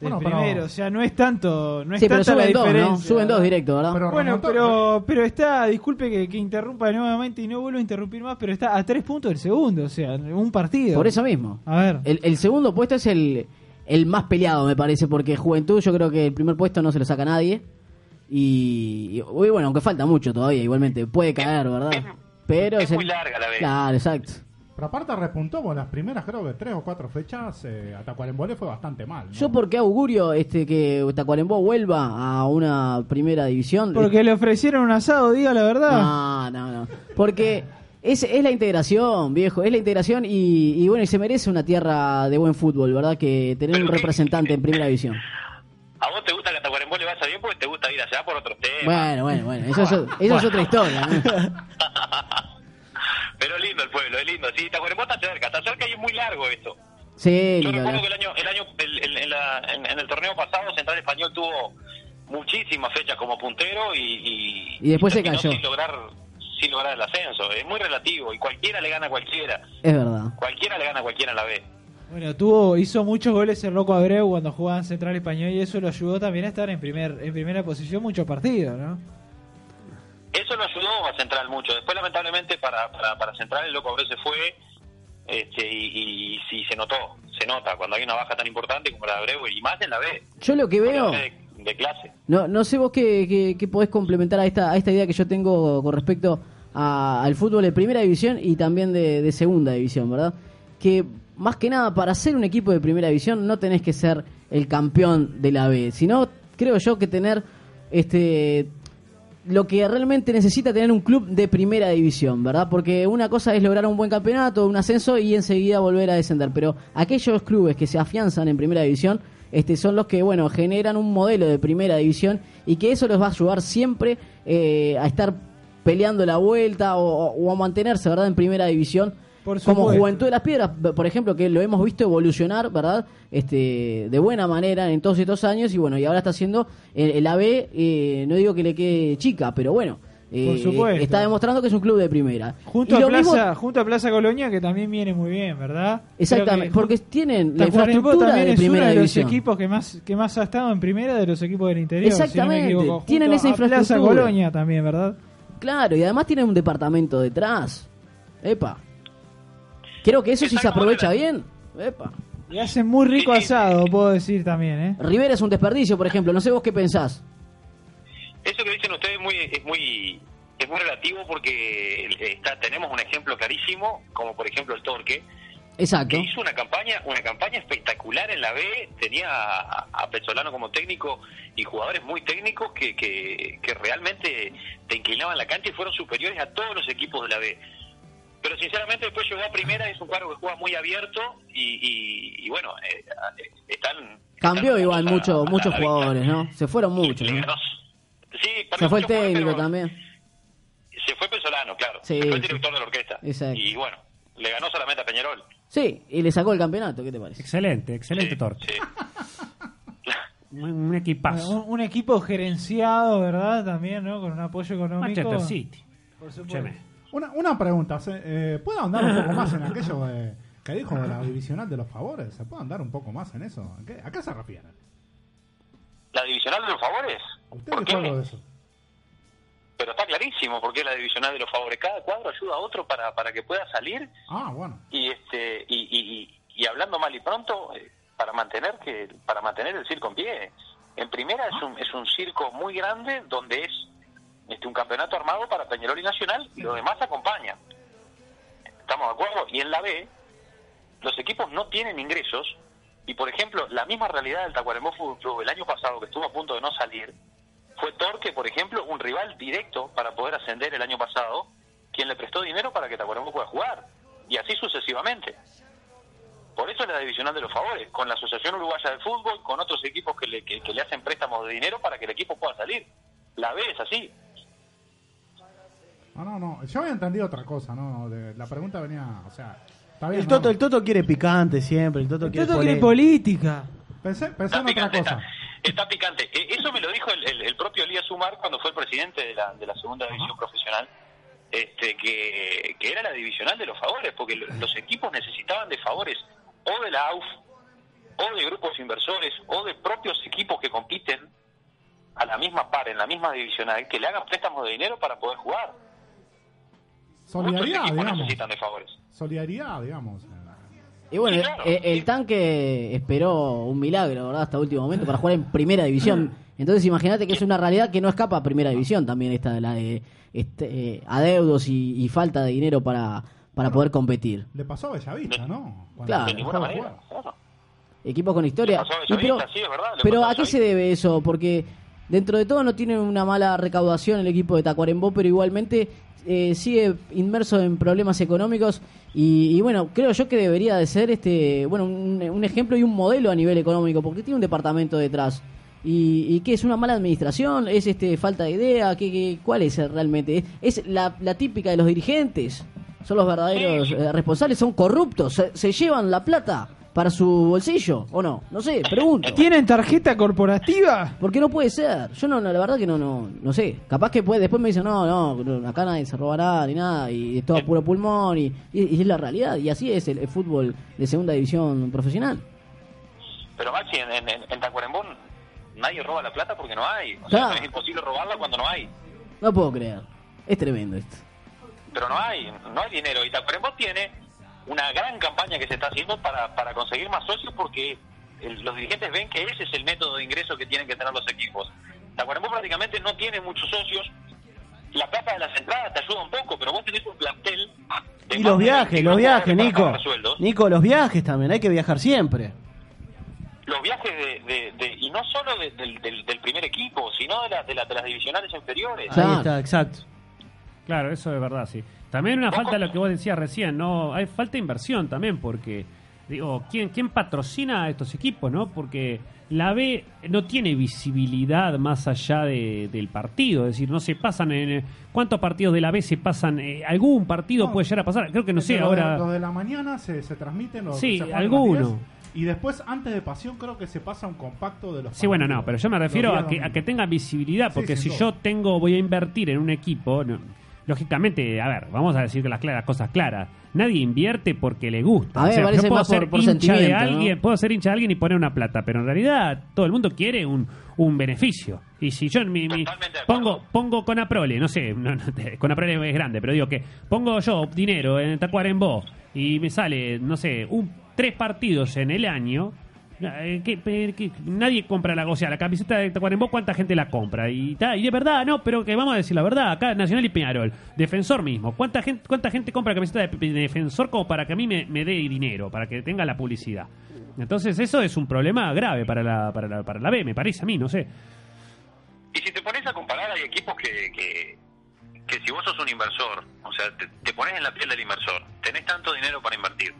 Bueno, pero- primero, o sea, no es tanto, no es Sí, pero tanta la suben dos, diferencia. ¿no? Suben dos ¿verdad? directo, ¿verdad? Pero Bueno, remontó- pero, pero está, disculpe que, que interrumpa nuevamente y no vuelvo a interrumpir más, pero está a tres puntos del segundo, o sea, un partido. Por eso mismo. A ver, El, el segundo puesto es el, el más peleado, me parece, porque Juventud yo creo que el primer puesto no se lo saca nadie. Y, y- uy, bueno, aunque falta mucho todavía, igualmente, puede caer, es- ¿verdad? Pero es el- muy larga la vez. Claro, exacto. Pero aparte repuntó con las primeras, creo que tres o cuatro fechas. Eh, a Tacuarembó le fue bastante mal. ¿no? Yo porque augurio este que Tacuarembó vuelva a una primera división. porque le ofrecieron un asado, diga la verdad. No, no, no. Porque es, es la integración, viejo. Es la integración y, y bueno, y se merece una tierra de buen fútbol, ¿verdad? Que tener un representante en primera división. ¿A vos te gusta que Tacuarembó por otro tema. Bueno, bueno, bueno. Eso, es, o- eso es otra historia. ¿eh? Pero es lindo el pueblo, es lindo. Sí, Tacuarembó está cerca, está cerca y es muy largo esto. Sí, Yo ni que recuerdo hablar. que el año, el año, el- el- en, la- en- en el torneo pasado Central Español tuvo muchísimas fechas como puntero y, Y después se terminó cayó. Sin lograr, sin lograr el ascenso. Es muy relativo y cualquiera le gana a cualquiera. Es verdad. Cualquiera le gana a cualquiera en la vez. Bueno, tuvo, hizo muchos goles el Loco Abreu cuando jugaba en Central Español y eso lo ayudó también a estar en primer en primera posición muchos partidos, ¿no? Eso lo ayudó a Central mucho. Después, lamentablemente, para, para, para Central el loco Abreu se fue este, y, y sí se notó. Se nota cuando hay una baja tan importante como la de Abreu y más en la B. Yo lo que veo. De, de clase. No, no sé vos qué, qué- qué podés complementar a esta, a esta idea que yo tengo con respecto a- al fútbol de primera división y también de, de segunda división, ¿verdad? Que más que nada, para ser un equipo de primera división no tenés que ser el campeón de la B, sino creo yo que tener este lo que realmente necesita tener un club de primera división, ¿verdad? Porque una cosa es lograr un buen campeonato, un ascenso y enseguida volver a descender, pero aquellos clubes que se afianzan en primera división este, son los que, bueno, generan un modelo de primera división y que eso los va a ayudar siempre eh, a estar peleando la vuelta o, o a mantenerse, ¿verdad?, en primera división. Por como supuesto. Juventud de las Piedras, por ejemplo, que lo hemos visto evolucionar, ¿verdad? Este, de buena manera en todos estos años y bueno, y ahora está haciendo el, el AB, eh, no digo que le quede chica, pero bueno, eh, Por supuesto. está demostrando que es un club de primera. Y Junto a lo Plaza, mismo- junto a Plaza Colonia que también viene muy bien, ¿verdad? exactamente, Creo que porque tienen la Tacuarembó infraestructura también de es uno primera de los división. equipos que más que más ha estado en primera de los equipos del interior, si no me Exactamente. equivoco. Junto Tienen esa a Plaza infraestructura. Colonia también, ¿verdad? Claro, y además tienen un departamento detrás. Epa. Creo que eso sí se aprovecha bien. Epa. Y hacen muy rico Sí, sí, asado, puedo decir también, ¿eh? Rivera es un desperdicio, por ejemplo, no sé vos qué pensás. Eso que dicen ustedes muy, es muy es muy relativo porque eh, está, tenemos un ejemplo clarísimo, como por ejemplo el Torque, Exacto. que hizo una campaña una campaña espectacular en la B, tenía a, a Pezzolano como técnico y jugadores muy técnicos que, que, que realmente te inclinaban la cancha y fueron superiores a todos los equipos de la B. Pero sinceramente después llegó a primera, es un cargo que juega muy abierto y, y- y bueno, eh, eh, están... Cambió están igual a- a muchos la muchos vista. jugadores, ¿no? Se fueron muchos, Le ¿no? ganó- Sí, Se perdió fue el mucho juego, técnico pero- también. se fue Pesolano, claro. Sí, se fue el sí. director de la orquesta. Exacto. Y bueno, le ganó solamente a Peñarol. Sí, y le sacó el campeonato, ¿qué te parece? Excelente, excelente torque. Sí. Un, un Bueno, equipazo. un, un equipo gerenciado, ¿verdad? También, ¿no? Con un apoyo económico. Manchester City. Por supuesto. Escúchame. Una, una pregunta, ¿se, eh, ¿puedo andar un poco más en aquello de- que dijo la divisional de los favores? ¿Se puede andar un poco más en eso? ¿A qué, a qué se refieren? ¿La divisional de los favores? ¿Usted ¿Por dijo algo de qué? eso? Pero está clarísimo por qué la divisional de los favores. Cada cuadro ayuda a otro para, para que pueda salir Ah, bueno. y este y, y- y- y hablando mal y pronto eh, para mantener que para mantener el circo en pie. En primera es un, es un circo muy grande donde es este un campeonato armado para Peñarol y Nacional y los demás acompañan. ¿Estamos de acuerdo? Y en la B, los equipos no tienen ingresos y, por ejemplo, la misma realidad del Tacuarembó Fútbol Club el año pasado, que estuvo a punto de no salir, fue Torque, por ejemplo, un rival directo para poder ascender el año pasado, quien le prestó dinero para que Tacuarembó pueda jugar y así sucesivamente. Por eso es la divisional de los favores, con la Asociación Uruguaya de Fútbol, con otros equipos que le, que- que le hacen préstamos de dinero para que el equipo pueda salir. La B es así. No, no, no. Yo había entendido otra cosa, ¿no? De- la pregunta venía, o sea... Está bien, El toto, ¿no? el toto quiere picante siempre. El toto, El quiere Toto quiere polémica. política. Pensé, pensé Está en otra picante, cosa. está, está picante. E- Eso me lo dijo el, el- el propio Elías Sumar cuando fue el presidente de la, de la segunda división profesional, este que, que era la divisional de los favores, porque lo- los equipos necesitaban de favores o de la AUF, o de grupos inversores, o de propios equipos que compiten a la misma par, en la misma divisional, que le hagan préstamos de dinero para poder jugar. Muchos Solidaridad, equipos digamos. necesitan de favores. Solidaridad, digamos. Y bueno, Sí, claro. eh, el, tanque esperó un milagro, ¿verdad? Hasta último momento para jugar en primera división. Entonces imagínate que es una realidad que no escapa a primera división también esta de la de este, eh, adeudos y, y falta de dinero para, para poder competir. Le pasó a Bellavista, ¿no? Cuando Claro. De dejó ninguna de manera. jugar. claro. Equipos con historia. Le pasó a Y pero Bellavista, sí, es verdad, le pero pasó a ¿a qué se Bellavista. debe eso? Porque dentro de todo no tiene una mala recaudación el equipo de Tacuarembó, pero igualmente eh, sigue inmerso en problemas económicos y, y bueno, creo yo que debería de ser este bueno un, un ejemplo y un modelo a nivel económico, porque tiene un departamento detrás. ¿Y, y qué es una mala administración? ¿Es este falta de idea? ¿Qué, qué- cuál es eh, realmente? ¿Es, es la, la típica de los dirigentes? ¿Son los verdaderos eh, responsables? ¿Son corruptos? ¿Se, se llevan la plata para su bolsillo o no? No sé, pregunto. ¿Tienen tarjeta corporativa? Porque no puede ser. Yo no, no, la verdad que no, no, no sé. Capaz que puede, después me dicen, no, no, no, acá nadie se robará ni nada, y es todo puro pulmón, y, y- y es la realidad. Y así es el, el fútbol de segunda división profesional. Pero Maxi, en, en, en- en Tacuarembó nadie roba la plata porque no hay. O sea, Claro. es imposible robarla cuando no hay. No puedo creer. Es tremendo esto. Pero no hay, no hay dinero. Y Tacuarembó tiene una gran campaña que se está haciendo para, para conseguir más socios porque el- los dirigentes ven que ese es el método de ingreso que tienen que tener los equipos. Tacuarembó prácticamente no tiene muchos socios. La plata de las entradas te ayuda un poco, pero vos tenés un plantel. de Y más los de viajes, 25 los jugadores viajes, para Nico. pagar sueldos. Nico, los viajes también, hay que viajar siempre. los viajes de, de- de- y no solo de- del, del- del primer equipo, sino de, la- de, la- de las divisionales inferiores. Claro. Ahí está, exacto. Claro, eso es verdad, sí. También una falta de lo que vos decías recién, ¿no? Hay falta de inversión también, porque, digo, ¿quién, quién patrocina a estos equipos, no? Porque la B no tiene visibilidad más allá de- del partido, es decir, no se pasan en. ¿Cuántos partidos de la B se pasan? Eh, ¿Algún partido No. puede llegar a pasar? Creo que no sé, Los de- ahora. Los de la mañana se, se transmiten los Sí, se ponen a las alguno. 10, Y después, antes de Pasión, creo que se pasa un compacto de los. Sí, bueno, no, partidos. pero yo me Los refiero días a que, a domingos. que tenga visibilidad, Sí, porque sin duda. si yo tengo, voy a invertir en un equipo, no- lógicamente, a ver, vamos a decir que las claras, cosas claras, nadie invierte porque le gusta. A mí me yo parece puedo más por- ser por hincha de sentimiento, alguien, ¿no? puedo ser hincha de alguien y poner una plata, pero en realidad todo el mundo quiere un, un beneficio. Y si yo en mi, mi- Totalmente de pongo acuerdo. pongo Conaprole, no sé, no, no, Conaprole es grande, pero digo que pongo yo dinero en Tacuarembó y me sale, no sé, un, tres partidos en el año, eh, que, pe- que nadie compra la, o sea, la camiseta de Tacuarembó, ¿cuánta gente la compra? Y, ta, y de verdad, no, pero que vamos a decir la verdad, acá Nacional y Peñarol, Defensor mismo, ¿cuánta gente, cuánta gente compra la camiseta de, pe- de Defensor como para que a mí me, me dé dinero, para que tenga la publicidad? Entonces eso es un problema grave para la, para la, para la B, me parece a mí, no sé. Y si te pones a comparar, hay equipos que, que, que si vos sos un inversor, o sea, te, te pones en la piel del inversor, tenés tanto dinero para invertir,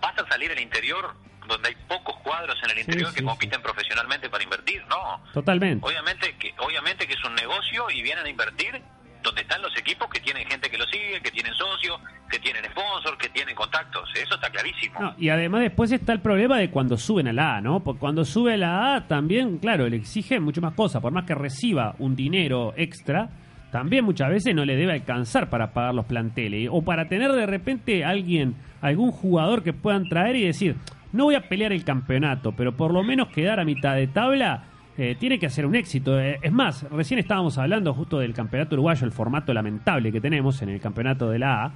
vas a salir al interior donde hay pocos cuadros en el interior sí, que sí. compiten profesionalmente para invertir, no. Totalmente. Obviamente que, obviamente que es un negocio y vienen a invertir donde están los equipos que tienen gente que lo sigue, que tienen socios, que tienen sponsors, que tienen contactos. Eso está clarísimo. No, y además después está el problema de cuando suben a la A, ¿no? Porque cuando sube a la A también, claro, le exigen mucho más cosas. Por más que reciba un dinero extra, también muchas veces no le debe alcanzar para pagar los planteles. O para tener de repente alguien, algún jugador que puedan traer y decir, no voy a pelear el campeonato, pero por lo menos quedar a mitad de tabla eh, tiene que hacer un éxito. Eh, es más, recién estábamos hablando justo del campeonato uruguayo, el formato lamentable que tenemos en el campeonato de la A.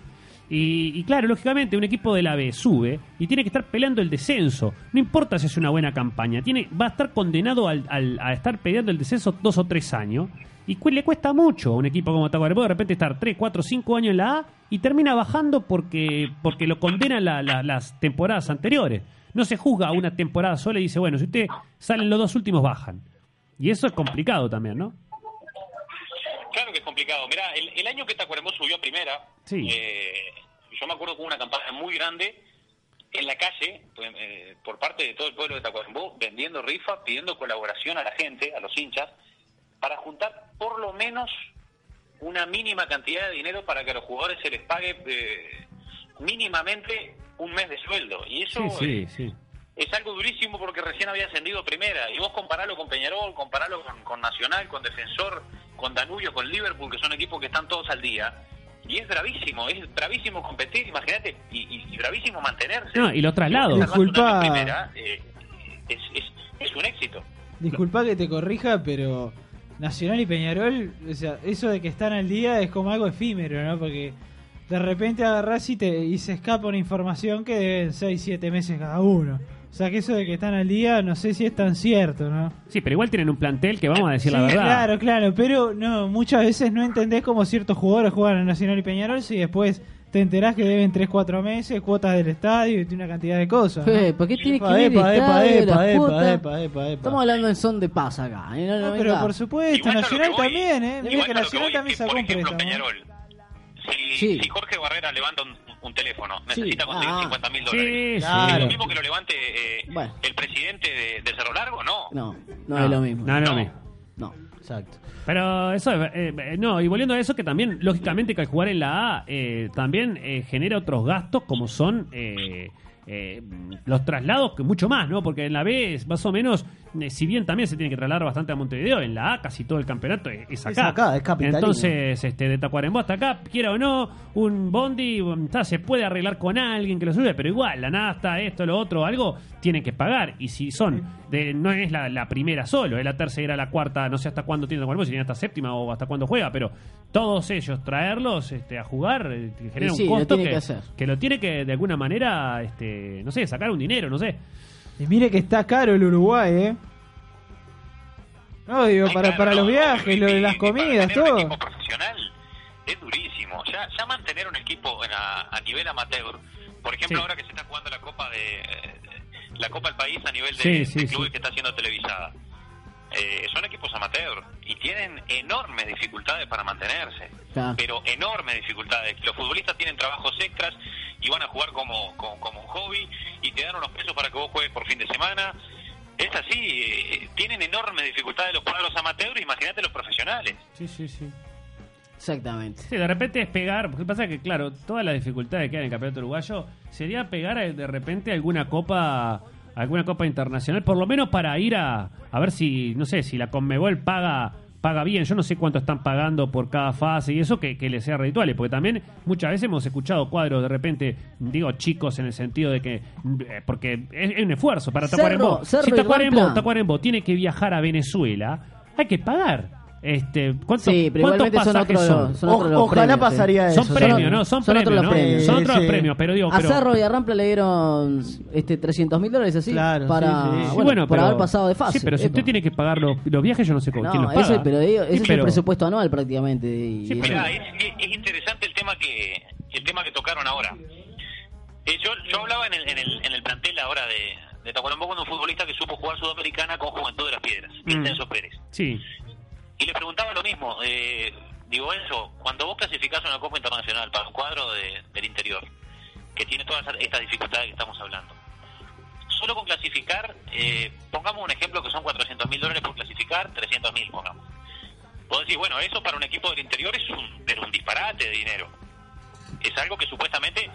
Y, y claro, lógicamente, un equipo de la B sube y tiene que estar peleando el descenso. No importa si es una buena campaña, tiene, va a estar condenado al- al- a estar peleando el descenso dos o tres años. Y cu- le cuesta mucho a un equipo como Tacuarembó de repente estar tres, cuatro, cinco años en la A y termina bajando porque, porque lo condenan la- la- las temporadas anteriores. No se juzga a una temporada sola y dice, bueno, si usted salen los dos últimos, bajan. Y eso es complicado también, ¿no? Claro que es complicado. Mirá, el, el año que Tacuarembó subió a primera, Sí. eh, yo me acuerdo que hubo una campaña muy grande en la calle, pues, eh, por parte de todo el pueblo de Tacuarembó, vendiendo rifas, pidiendo colaboración a la gente, a los hinchas, para juntar por lo menos una mínima cantidad de dinero para que a los jugadores se les pague eh, mínimamente un mes de sueldo. Y eso eh, sí. es algo durísimo porque recién había ascendido a primera. Y vos compararlo con Peñarol, compararlo con, con Nacional, con Defensor, con Danubio, con Liverpool, que son equipos que están todos al día. Y es bravísimo, es bravísimo competir, imagínate, y, y- y bravísimo mantenerse. No, y los traslados. Si vos salvás un año en Disculpa. primera, eh, es, es- es un éxito. Disculpa que te corrija, pero Nacional y Peñarol, o sea, eso de que están al día es como algo efímero, ¿no? Porque de repente agarrás y, te, y se escapa una información que deben 6, 7 meses cada uno. O sea, que eso de que están al día no sé si es tan cierto, ¿no? Sí, pero igual tienen un plantel que vamos a decir la Sí, verdad. Claro, claro, pero no, muchas veces no entendés cómo ciertos jugadores juegan en Nacional y Peñarol si después te enterás que deben 3, 4 meses, cuotas del estadio y una cantidad de cosas. ¿no? Eh, ¿Por qué tiene que Epa, ver epa, el epa, estadio, las epa, cuotas? epa, epa, epa, epa. Estamos hablando en son de paz acá. ¿eh? No, no, Ah, No, venga. pero por supuesto, Igual a lo que Nacional voy- también, ¿eh? igual Mirá que a lo que Nacional voy es también que, sacó por un ejemplo, préstamo. ¿eh? Peñarol. Si, Sí. si Jorge Barrera levanta un un teléfono, necesita conseguir ah. 50 mil dólares. Sí, Claro. ¿Es lo mismo que lo levante eh, Bueno. el presidente de, de Cerro Largo? No. No, no, es lo mismo. No, no es lo No. mismo. No. Exacto. Pero eso, es- eh, eh, no, y volviendo a eso, que también, lógicamente, que al jugar en la A, eh, también eh, genera otros gastos como son eh, eh, los traslados, que mucho más, ¿no? Porque en la B, es más o menos, eh, si bien también se tiene que trasladar bastante a Montevideo, en la A casi todo el campeonato es, es acá. acá, es capitalino. Entonces, este, de Tacuarembó hasta acá, quiera o no, un bondi um, ta, se puede arreglar con alguien que lo sube, pero igual, la nasta, esto, lo otro, algo, tienen que pagar. Y si son, de, no es la, la primera solo, es la tercera, la cuarta, no sé hasta cuándo tiene Tacuarembó, si tiene hasta séptima o hasta cuándo juega, pero todos ellos traerlos este, a jugar eh, genera Y sí, un lo costo tiene que, que hacer. que lo tiene que de alguna manera, este, no sé, sacar un dinero, no sé. Y mire que está caro el Uruguay, ¿eh? No, digo, Ay, para, claro, para los no, viajes, y- lo de y- las y para comidas, tener todo. Un equipo profesional es durísimo. Ya, ya mantener un equipo en a, a nivel amateur, por ejemplo, Sí. ahora que se está jugando la Copa de eh, la Copa del País a nivel de, Sí, de sí, clubes sí. que está siendo televisada. Eh, son equipos amateur y tienen enormes dificultades para mantenerse, Claro. pero enormes dificultades. Los futbolistas tienen trabajos extras y van a jugar como, como, como un hobby y te dan unos pesos para que vos juegues por fin de semana. Es así, eh, tienen enormes dificultades los para los amateurs, imagínate los profesionales. Sí, sí, sí. Exactamente. Sí, de repente es pegar, porque pasa que, claro, todas las dificultades que hay en el campeonato uruguayo sería pegar eh, de repente alguna copa alguna copa internacional, por lo menos para ir a, a ver si, no sé, si la Conmebol paga paga bien, yo no sé cuánto están pagando por cada fase y eso que, que les sea redituable, porque también muchas veces hemos escuchado cuadros de repente, digo chicos en el sentido de que, eh, porque es, es un esfuerzo para Cerro, Tacuarembó, Cerro si y Tacuarembó, Rampla. Tacuarembó tiene que viajar a Venezuela, hay que pagar. Este, ¿cuántos, Sí, pero cuántos igualmente son pasajes otros son? los- O- otros los ojalá premios, sí. pasaría eso. Son premios, otros- ¿no? Son son otros premios, los ¿no? premios. Son Sí, otros sí. premios, pero digo, A pero... Cerro y a Rampla le dieron este, 300 mil dólares así Claro, para sí, sí. Sí, Bueno, por pero- haber pasado de fase. Sí, pero si Epa. usted tiene que pagar los, los viajes, yo no sé con quién los no, paga. ese, pero digo, ese Sí, es pero- el presupuesto anual prácticamente. y- Sí, y pero- eso- Mirá, es, es- es interesante el tema que el tema que tocaron ahora. Eh, yo, yo hablaba en el, en, el, en el plantel ahora de, de Tacuarembó con un futbolista que supo jugar sudamericana con Juventud de las Piedras, Vincenzo Pérez. Sí, Y le preguntaba lo mismo. Eh, digo, Enzo, cuando vos clasificás a una Copa Internacional para un cuadro de- del interior, que tiene todas estas dificultades que estamos hablando, solo con clasificar, eh, pongamos un ejemplo que son 400 mil dólares por clasificar, 300 mil, pongamos. Vos decís, bueno, eso para un equipo del interior es un, pero un disparate de dinero. Es algo que supuestamente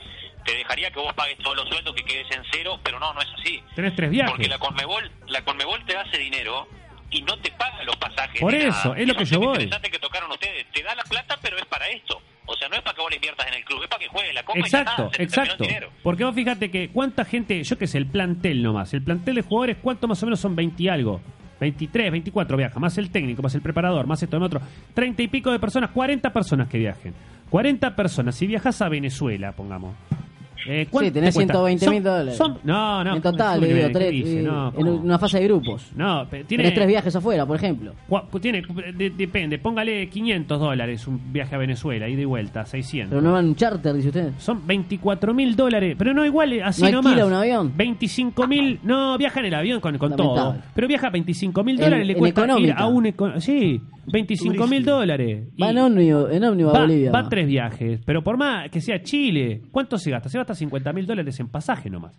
te dejaría que vos pagues todos los sueldos, que quedes en cero, pero no, no es así. tenés Porque tres viajes. la Conmebol, la Conmebol te hace dinero y no te paga los pasajes. Por ni eso, nada. es lo que un yo tema voy. interesante que tocaron ustedes. Te da la plata, pero es para esto. O sea, no es para que vos le inviertas en el club, es para que juegue la copa y ya Exacto, está, se te terminó el exacto. dinero. Porque vos fíjate que cuánta gente, yo qué sé, el plantel nomás, el plantel de jugadores, cuánto más o menos son 20 y algo. 23, 24 viaja, más el técnico, más el preparador, más esto, más otro. 30 y pico de personas, 40 personas que viajen. 40 personas, si viajas a Venezuela, pongamos. Eh, ¿cuánto Sí, tenés te cuesta? 120 mil Son- dólares. son- no, no. En total, ¿qué digo, tres, dice? eh, No, en ¿cómo? una fase de grupos. No, pero tiene. Tenés tres viajes afuera, por ejemplo. cua- tiene de- depende, póngale 500 dólares un viaje a Venezuela, ida y vuelta, 600. Pero no van en un charter, dice usted. Son 24 mil dólares, pero no igual, eh, así ¿No nomás. alquila un avión? 25 mil, no, viaja en el avión con, con todo. Lamentable. Pero viaja 25 mil En- dólares, le en cuesta ir económica. a un. eco- Sí, 25 mil dólares. Y Va en ómnibus, en ómnibus a va- Bolivia. va tres viajes, pero por más que sea Chile, ¿cuánto se gasta? Se gasta 50 mil dólares en pasaje nomás.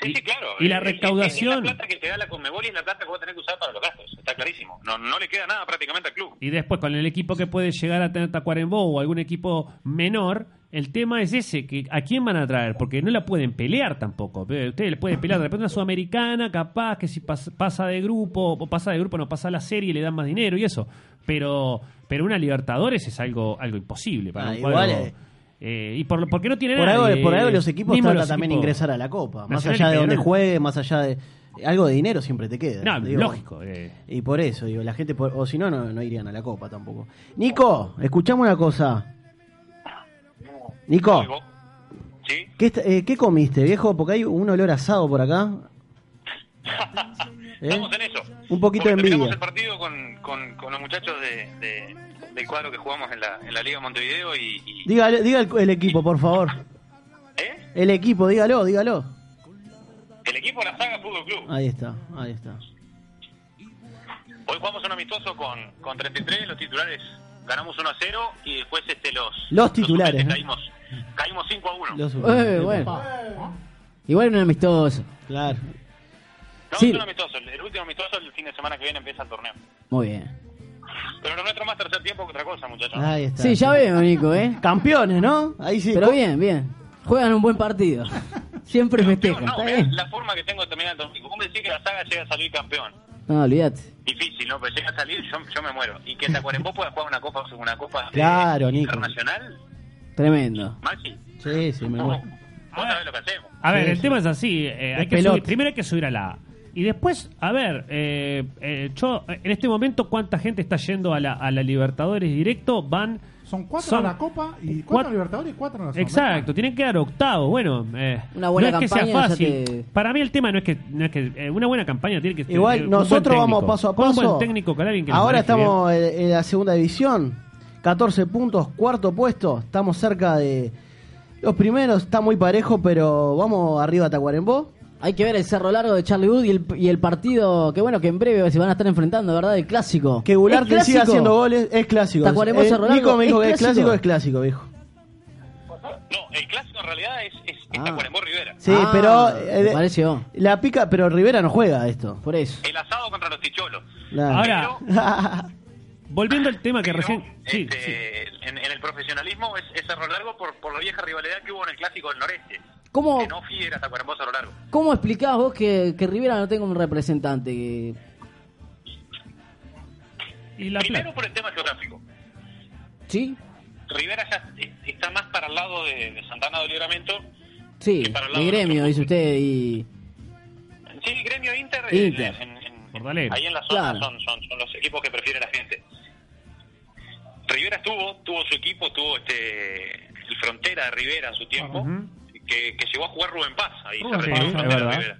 Sí, Y- sí, claro. y la Es- es- recaudación. Es, la plata que te da la Conmebol y es la plata que vos tenés que usar para los gastos. Está clarísimo. No, no le queda nada prácticamente al club. Y después con el equipo que puede llegar a tener Tacuarembó o algún equipo menor, el tema es ese, que a quién van a traer, porque no la pueden pelear tampoco. Eh, Ustedes le pueden pelear de repente una sudamericana, capaz que si pas- pasa de grupo, o pasa de grupo, no pasa a la serie, le dan más dinero y eso. Pero, pero una Libertadores es algo, algo imposible para Ah, un cuadro. igual, eh. Eh, y por, lo- porque no tiene Por nadie. algo, por algo los equipos Mismo tratan los también equipos- ingresar a la Copa. Más nacional y allá de donde federal. juegue, más allá de... Algo de dinero siempre te queda. No, digo. lógico. eh. Y por eso, digo, la gente, por- o si no, no, no irían a la Copa tampoco. Nico, escuchame una cosa. Nico, Oigo. ¿Sí? ¿qué, est- eh, qué comiste, viejo? Porque hay un olor asado por acá. ¿Eh? Estamos en eso. Un poquito Porque de envidia. terminamos el partido con, con, con los muchachos de, de- del cuadro que jugamos en la, en la Liga de Montevideo y... y- Diga, diga el, el equipo, por favor. ¿Eh? El equipo, dígalo, dígalo. El equipo de la saga Fútbol Club. Ahí está, ahí está. Hoy jugamos un amistoso con, con 33, los titulares ganamos 1 a 0 y después este los Los titulares, suplentes ¿eh? caímos, Caímos 5 a 1. Lo Eh, subió. bueno. Igual un amistoso. Claro. No, Sí. Eh. es un amistoso. El el último amistoso el fin de semana que viene empieza el torneo. Muy bien. Pero lo nuestro es más tercer tiempo que otra cosa, muchachos. Ahí está. Sí, ya veo, Nico, ¿eh? Campeones, ¿no? Ahí sí. Pero bien, bien. Juegan un buen partido. Siempre Digo, festejan, no, está mirá bien. la forma que tengo de terminar el domingo. ¿Cómo decís que la saga llega a salir campeón? No, olvídate. Difícil, ¿no? Pero llega a salir, yo, yo me muero. Y que Tacuarembó pueda jugar una copa, una copa eh, Claro, Nico. internacional, Tremendo. Maxi. Sí, sí, me Vos, muero. vos sabés lo que hacemos. A ver, Sí, el sí. tema es así. eh, hay De que pelota. subir- primero hay que subir a la A. Y después, a ver, eh, eh, yo, en este momento, ¿cuánta gente está yendo a la, a la Libertadores directo? Van. Son cuatro Son en la Copa y cuatro, cuatro- en Libertadores y cuatro en la Sudamericana. Exacto, tienen que dar octavo. Bueno, eh, Una buena no es que sea campaña ya fácil. te- Para mí, el tema no es que. No es que eh, una buena campaña tiene que ser. eh, Igual nosotros vamos paso a paso. Un buen técnico, con alguien que nos Ahora maneje bien. estamos ¿eh? en, en la segunda división. 14 puntos, cuarto puesto. Estamos cerca de los primeros. Está muy parejo, pero vamos arriba a Tacuarembó. Hay que ver el cerro largo de Charlie Wood y el, y el partido, que bueno, que en breve se van a estar enfrentando, ¿verdad? El clásico. Que Goulart ¿Es te siga clásico? haciendo goles. Es clásico. Tacuarembó, Eh, Cerro Nico Largo, me dijo ¿es que es clásico? clásico, es clásico, viejo. No, el clásico en realidad es, es, es Ah. Tacuarembó Rivera. Sí, Ah, pero. eh, me pareció. La pica, pero Rivera no juega esto. Por eso. El asado contra los ticholos. Claro. Ahora, volviendo al tema que Pero, recién. Sí, sí. este, En, en el profesionalismo es, es Cerro Largo por, por la vieja rivalidad que hubo en el clásico del noreste. ¿Cómo, Que no fiera Tacuarembó Cerro Largo. ¿Cómo explicás vos que, que Rivera no tenga un representante? Que- Y la Primero plata. por el tema geográfico. ¿Sí? Rivera ya es- está más para el lado de, de Santana del Libramento. Sí, Que para el lado de gremio, nuestro. dice usted. Y... Sí, Gremio Inter. eh, Inter. en- en- Portalero. ahí en la zona Claro. son, son, son los equipos que prefiere la gente. Rivera estuvo, tuvo su equipo, tuvo este el Frontera de Rivera a su tiempo, que, que llegó a jugar Rubén Paz. Ahí Rubén se retiró Paz, Frontera es verdad. Rivera.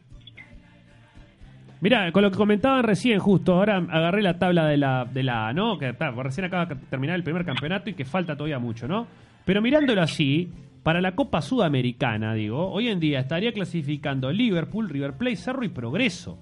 Mira, con lo que comentaban recién, justo, ahora agarré la tabla de la, de la ¿no? Que está, recién acaba de terminar el primer campeonato y que falta todavía mucho, ¿no? Pero mirándolo así, para la Copa Sudamericana, digo, hoy en día estaría clasificando Liverpool, River Plate, Cerro y Progreso.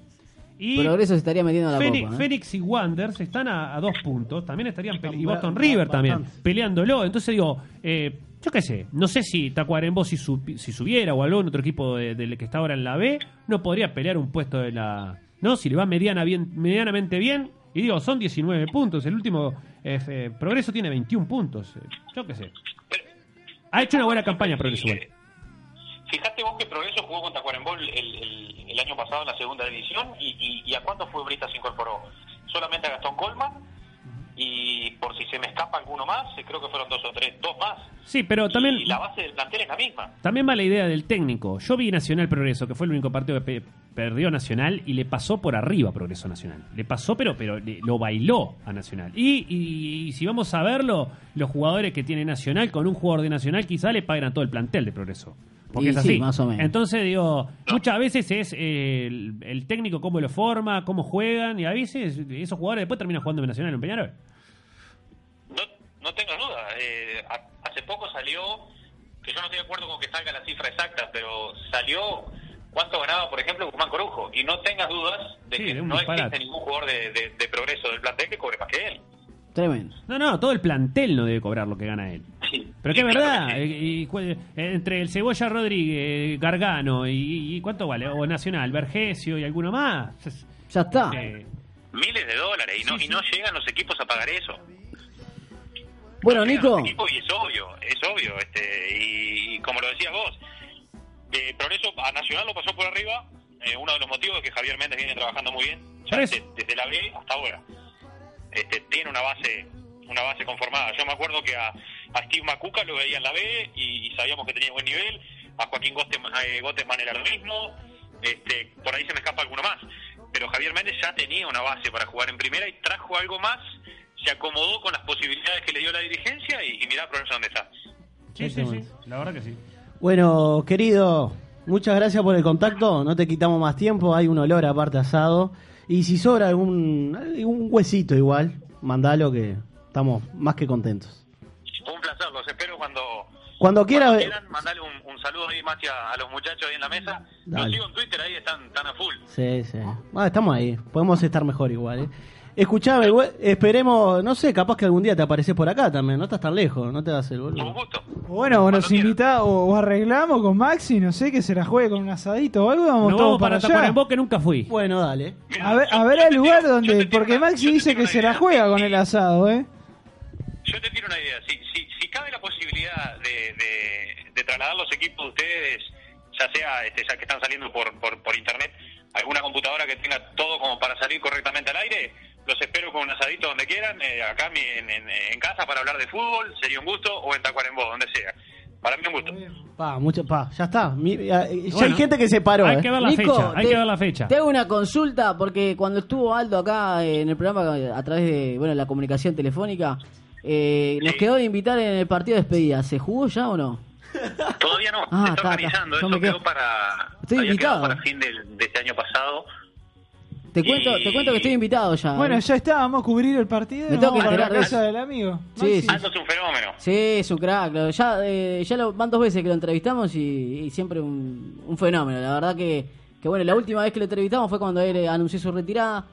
Y Progreso se estaría metiendo a la Fénix, copa. ¿eh? Fénix y Wanderers están a, a dos puntos, también estarían pele- y ba- Boston ba- River también bastante. peleándolo. Entonces digo, eh, yo qué sé, no sé si Tacuarembó si, supi- si subiera o algún otro equipo de- del que está ahora en la B, no podría pelear un puesto de la, no, si le va mediana bien, medianamente bien. Y digo, son 19 puntos. El último eh, eh, Progreso tiene 21 puntos. eh, Yo qué sé. Ha hecho una buena campaña Progreso. igual. Fijate vos que Progreso jugó contra Cuarembó el, el- el año pasado en la segunda división y, y- y a cuántos futbolistas se incorporó. Solamente a Gastón Colman y por si se me escapa alguno más, eh, creo que fueron dos o tres, dos más. Sí, pero también... Y la base del plantel es la misma. También va la idea del técnico. Yo vi Nacional Progreso, que fue el único partido que pe- perdió Nacional y le pasó por arriba a Progreso Nacional. Le pasó, pero, pero le- lo bailó a Nacional. Y, y- y si vamos a verlo, los jugadores que tiene Nacional con un jugador de Nacional quizá le paguen a todo el plantel de Progreso. Porque Y es sí, así. más o menos. Entonces, digo, muchas veces es eh, el, el técnico cómo lo forma, cómo juegan, y a veces esos jugadores después terminan jugando en Nacional o en Peñarol. No, no tengo duda. Eh, ha- hace poco salió, que yo no estoy de acuerdo con que salga la cifra exacta, pero salió cuánto ganaba, por ejemplo, Guzmán Corujo. Y no tengas dudas de Sí, que de un no disparate. existe ningún jugador de, de- de progreso del plantel que cobre más que él. Tremendo. No, no, todo el plantel no debe cobrar lo que gana él. Pero que Sí, es claro verdad, que sí. eh, y cuál- eh, entre el Cebolla Rodríguez, eh, Gargano y, y cuánto vale, o Nacional, Vergesio y alguno más. es- Ya está. eh, Miles de dólares y no, Sí, y no llegan los equipos a pagar eso. Bueno, Llegan Nico. los equipos Y es obvio, es obvio. Este, y, y como lo decías vos, eh, Progreso a Nacional lo pasó por arriba. eh, uno de los motivos es que Javier Méndez viene trabajando muy bien, ya Por eso. de- desde la B hasta ahora. Este, tiene una base una base conformada. Yo me acuerdo que a, a Steve Macuca lo veía en la B y, y sabíamos que tenía buen nivel. A Joaquín Goteman, eh, Goteman era lo mismo. Este, por ahí se me escapa alguno más. Pero Javier Méndez ya tenía una base para jugar en primera y trajo algo más. Se acomodó con las posibilidades que le dio la dirigencia y, y mirá Progreso dónde está. sí, sí, sí, la verdad que sí. Bueno, querido, muchas gracias por el contacto. No te quitamos más tiempo. Hay un olor aparte asado. Y si sobra algún, algún huesito igual, mandalo que estamos más que contentos. Un placer, los espero cuando, Cuando quieras, cuando eh, quieran. Mandale un, un saludo ahí, Mati, a, a los muchachos ahí en la mesa. Dale. Los sigo en Twitter, ahí están, están a full. Sí, sí. Ah, estamos ahí. Podemos estar mejor igual. ¿eh? Escuchame, güey, esperemos, no sé, capaz que algún día te apareces por acá también, no estás tan lejos, no te hagas el Con boludo. gusto. O bueno, o nos Cuando quieras. invita o, o arreglamos con Maxi, no sé, que se la juegue con un asadito o algo, y vamos Nos todos vamos para, para allá. Tacuarembó que nunca fui. Bueno, dale. A ver, a ver Yo al te lugar tiro- yo te donde. tiro Porque una- Maxi yo te dice tiro que una se la idea. juega con el Sí. asado, ¿eh? Yo te tiro una idea. Si, si, si cabe la posibilidad de, de- de trasladar los equipos de ustedes, ya sea este, ya que están saliendo por, por, por internet, alguna computadora que tenga todo como para salir correctamente al aire, los espero con un asadito donde quieran, eh, acá mi- en, en- en casa para hablar de fútbol, sería un gusto, o en Tacuarembó, donde sea. Para mí un gusto. Pa, mucha, pa, ya está. Mi- eh, ya ya hay Bueno. gente que se paró. Hay eh. que ver la Nico, fecha, hay te- que ver la fecha. Te hago una consulta, porque cuando estuvo Aldo acá eh, en el programa eh, a través de bueno la comunicación telefónica, eh, nos Sí. quedó de invitar en el partido de despedida. ¿Se jugó ya o no? Todavía no, Ah, se está, está está. organizando, Yo me eso quedo- quedó para, Estoy había quedado invitado. para fin del- de este año pasado. Te cuento, Y- te cuento que estoy invitado ya. Bueno, ¿eh? ya está, vamos a cubrir el partido. Me y tengo que vamos para la enterar de casa del amigo. Sí, Maxi. sí. Aldo es Ah, un fenómeno. Sí, es un crack. lo- Ya, eh, ya lo, van dos veces que lo entrevistamos y, y siempre un, un fenómeno. La verdad que, que, bueno, la última vez que lo entrevistamos fue cuando él eh, anunció su retirada.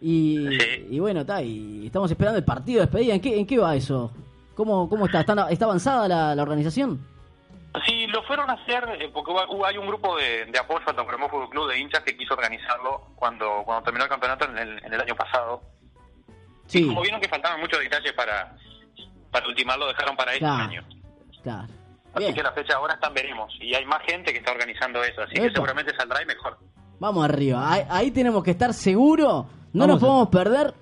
Y, Sí. y bueno, está, y estamos esperando el partido de despedida. ¿En qué, en qué va eso? ¿Cómo, cómo está? ¿Está, está avanzada la, la organización? Sí, lo fueron a hacer eh, porque hubo- hubo- hay un grupo de, de apoyo al Tacuarembó Fútbol Club de hinchas que quiso organizarlo cuando cuando terminó el campeonato en el, en el año pasado. Y Sí, Como vieron que faltaban muchos detalles para para ultimarlo, dejaron para este Claro. año. claro. Así Bien, que la fecha ahora están veremos y hay más gente que está organizando eso, así que Epa. seguramente saldrá y mejor. vamos arriba. Ahí, ahí tenemos que estar seguros. No nos Vamos a- podemos perder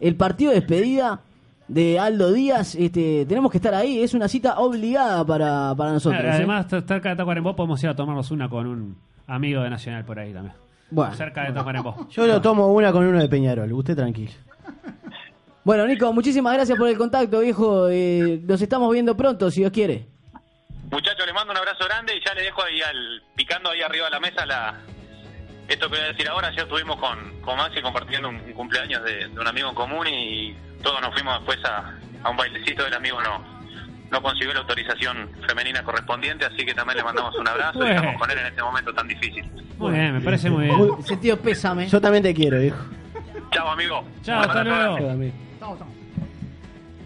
el partido de despedida de Aldo Díaz. Este, tenemos que estar ahí. Es una cita obligada para, para nosotros. ¿eh? Además, t- cerca de Tacuarembó podemos ir a tomarnos una con un amigo de Nacional por ahí también. Bueno. Cerca de Tacuarembó. Yo lo tomo una con uno de Peñarol, usted tranquilo. Bueno, Nico, muchísimas gracias por el contacto, viejo. Eh, nos estamos viendo pronto, si Dios quiere. Muchachos, les mando un abrazo grande y ya les dejo ahí al picando ahí arriba de la mesa la esto que voy a decir ahora. Ayer estuvimos con, con Maxi compartiendo un, un cumpleaños de, de un amigo en común y todos nos fuimos después a, a un bailecito. El amigo no no consiguió la autorización femenina correspondiente, así que también le mandamos un abrazo y Bueno. estamos con él en este momento tan difícil. Muy bien, me parece muy bien. Sentido pésame. Yo también te quiero, viejo. Chao, amigo. Chao, Un abrazo hasta luego. Yo también. Estamos, estamos.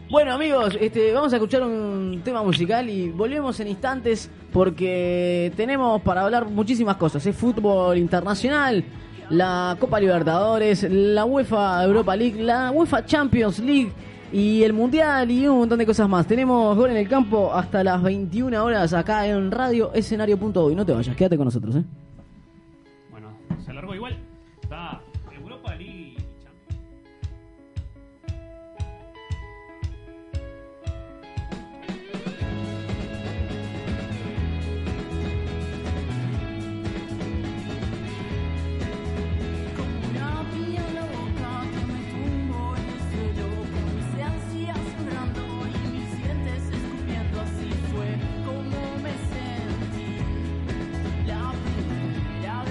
Bueno, amigos, este, vamos a escuchar un tema musical y volvemos en instantes porque tenemos para hablar muchísimas cosas. Es fútbol internacional, la Copa Libertadores, la UEFA Europa League, la UEFA Champions League y el Mundial y un montón de cosas más. Tenemos gol en el campo hasta las 21 horas acá en Radio Escenario.uy. No te vayas, quédate con nosotros, ¿eh? Bueno, se largó igual. Está Europa League. Champions. Como una pilla loca que me tumbo en el suelo Con mis ansias sonando y mis dientes escupiendo Así fue como me sentí la primera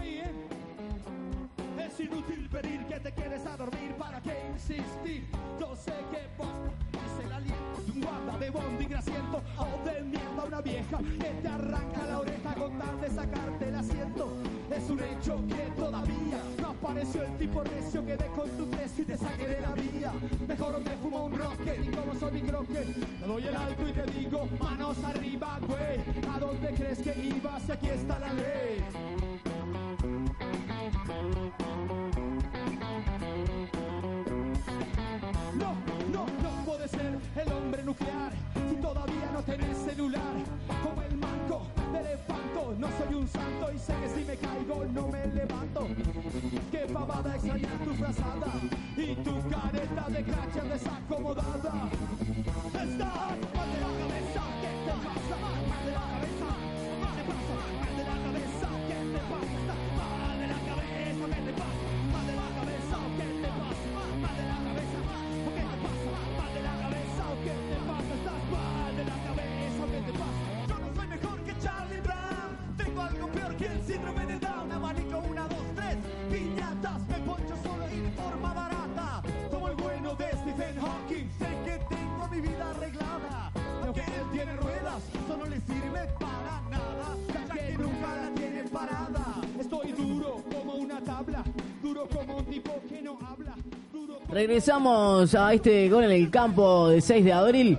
eh. preferir que te quedes a dormir para qué insistir yo sé que vos es el aliento de un guarda de bondi grasiento o de mierda una vieja que te arranca la oreja con tal de sacarte el asiento es un hecho que todavía no apareció el tipo recio que dé con tu precio y te saque de la vía mejor me fumo un rocket y como soy mi croquet te doy el alto y te digo manos arriba güey a dónde crees que ibas aquí está la ley No, no, no puede ser el hombre nuclear si todavía no tenés celular. Como el manco de elefanto, no soy un santo y sé que si me caigo no me levanto. Qué pavada extrañar tu frazada y tu careta de cracha desacomodada. Estás mal de la cabeza, ¿qué te pasa? Mal de la cabeza, mal de pasa, mal de la cabeza, ¿qué te pasa? Estás mal de la cabeza, ¿qué te pasa? Mal de la cabeza, ¿qué te pasa? Mal de la cabeza, ¿qué te pasa? Mal de la cabeza, ¿qué te pasa? Estás mal de la cabeza, ¿qué te pasa? Yo no soy mejor que Charlie Brown, tengo algo peor que el síndrome de Down, abanico una, dos, tres, piñatas, me poncho solo y de forma barata, como el bueno de Stephen Hawking, sé que tengo mi vida arreglada. Aunque él tiene ruedas, eso no le sirve para nada, ya que nunca la tiene parada. Estoy duro como una tabla, duro como un tipo que no habla, duro como... Regresamos a este gol en el campo de 6 de abril.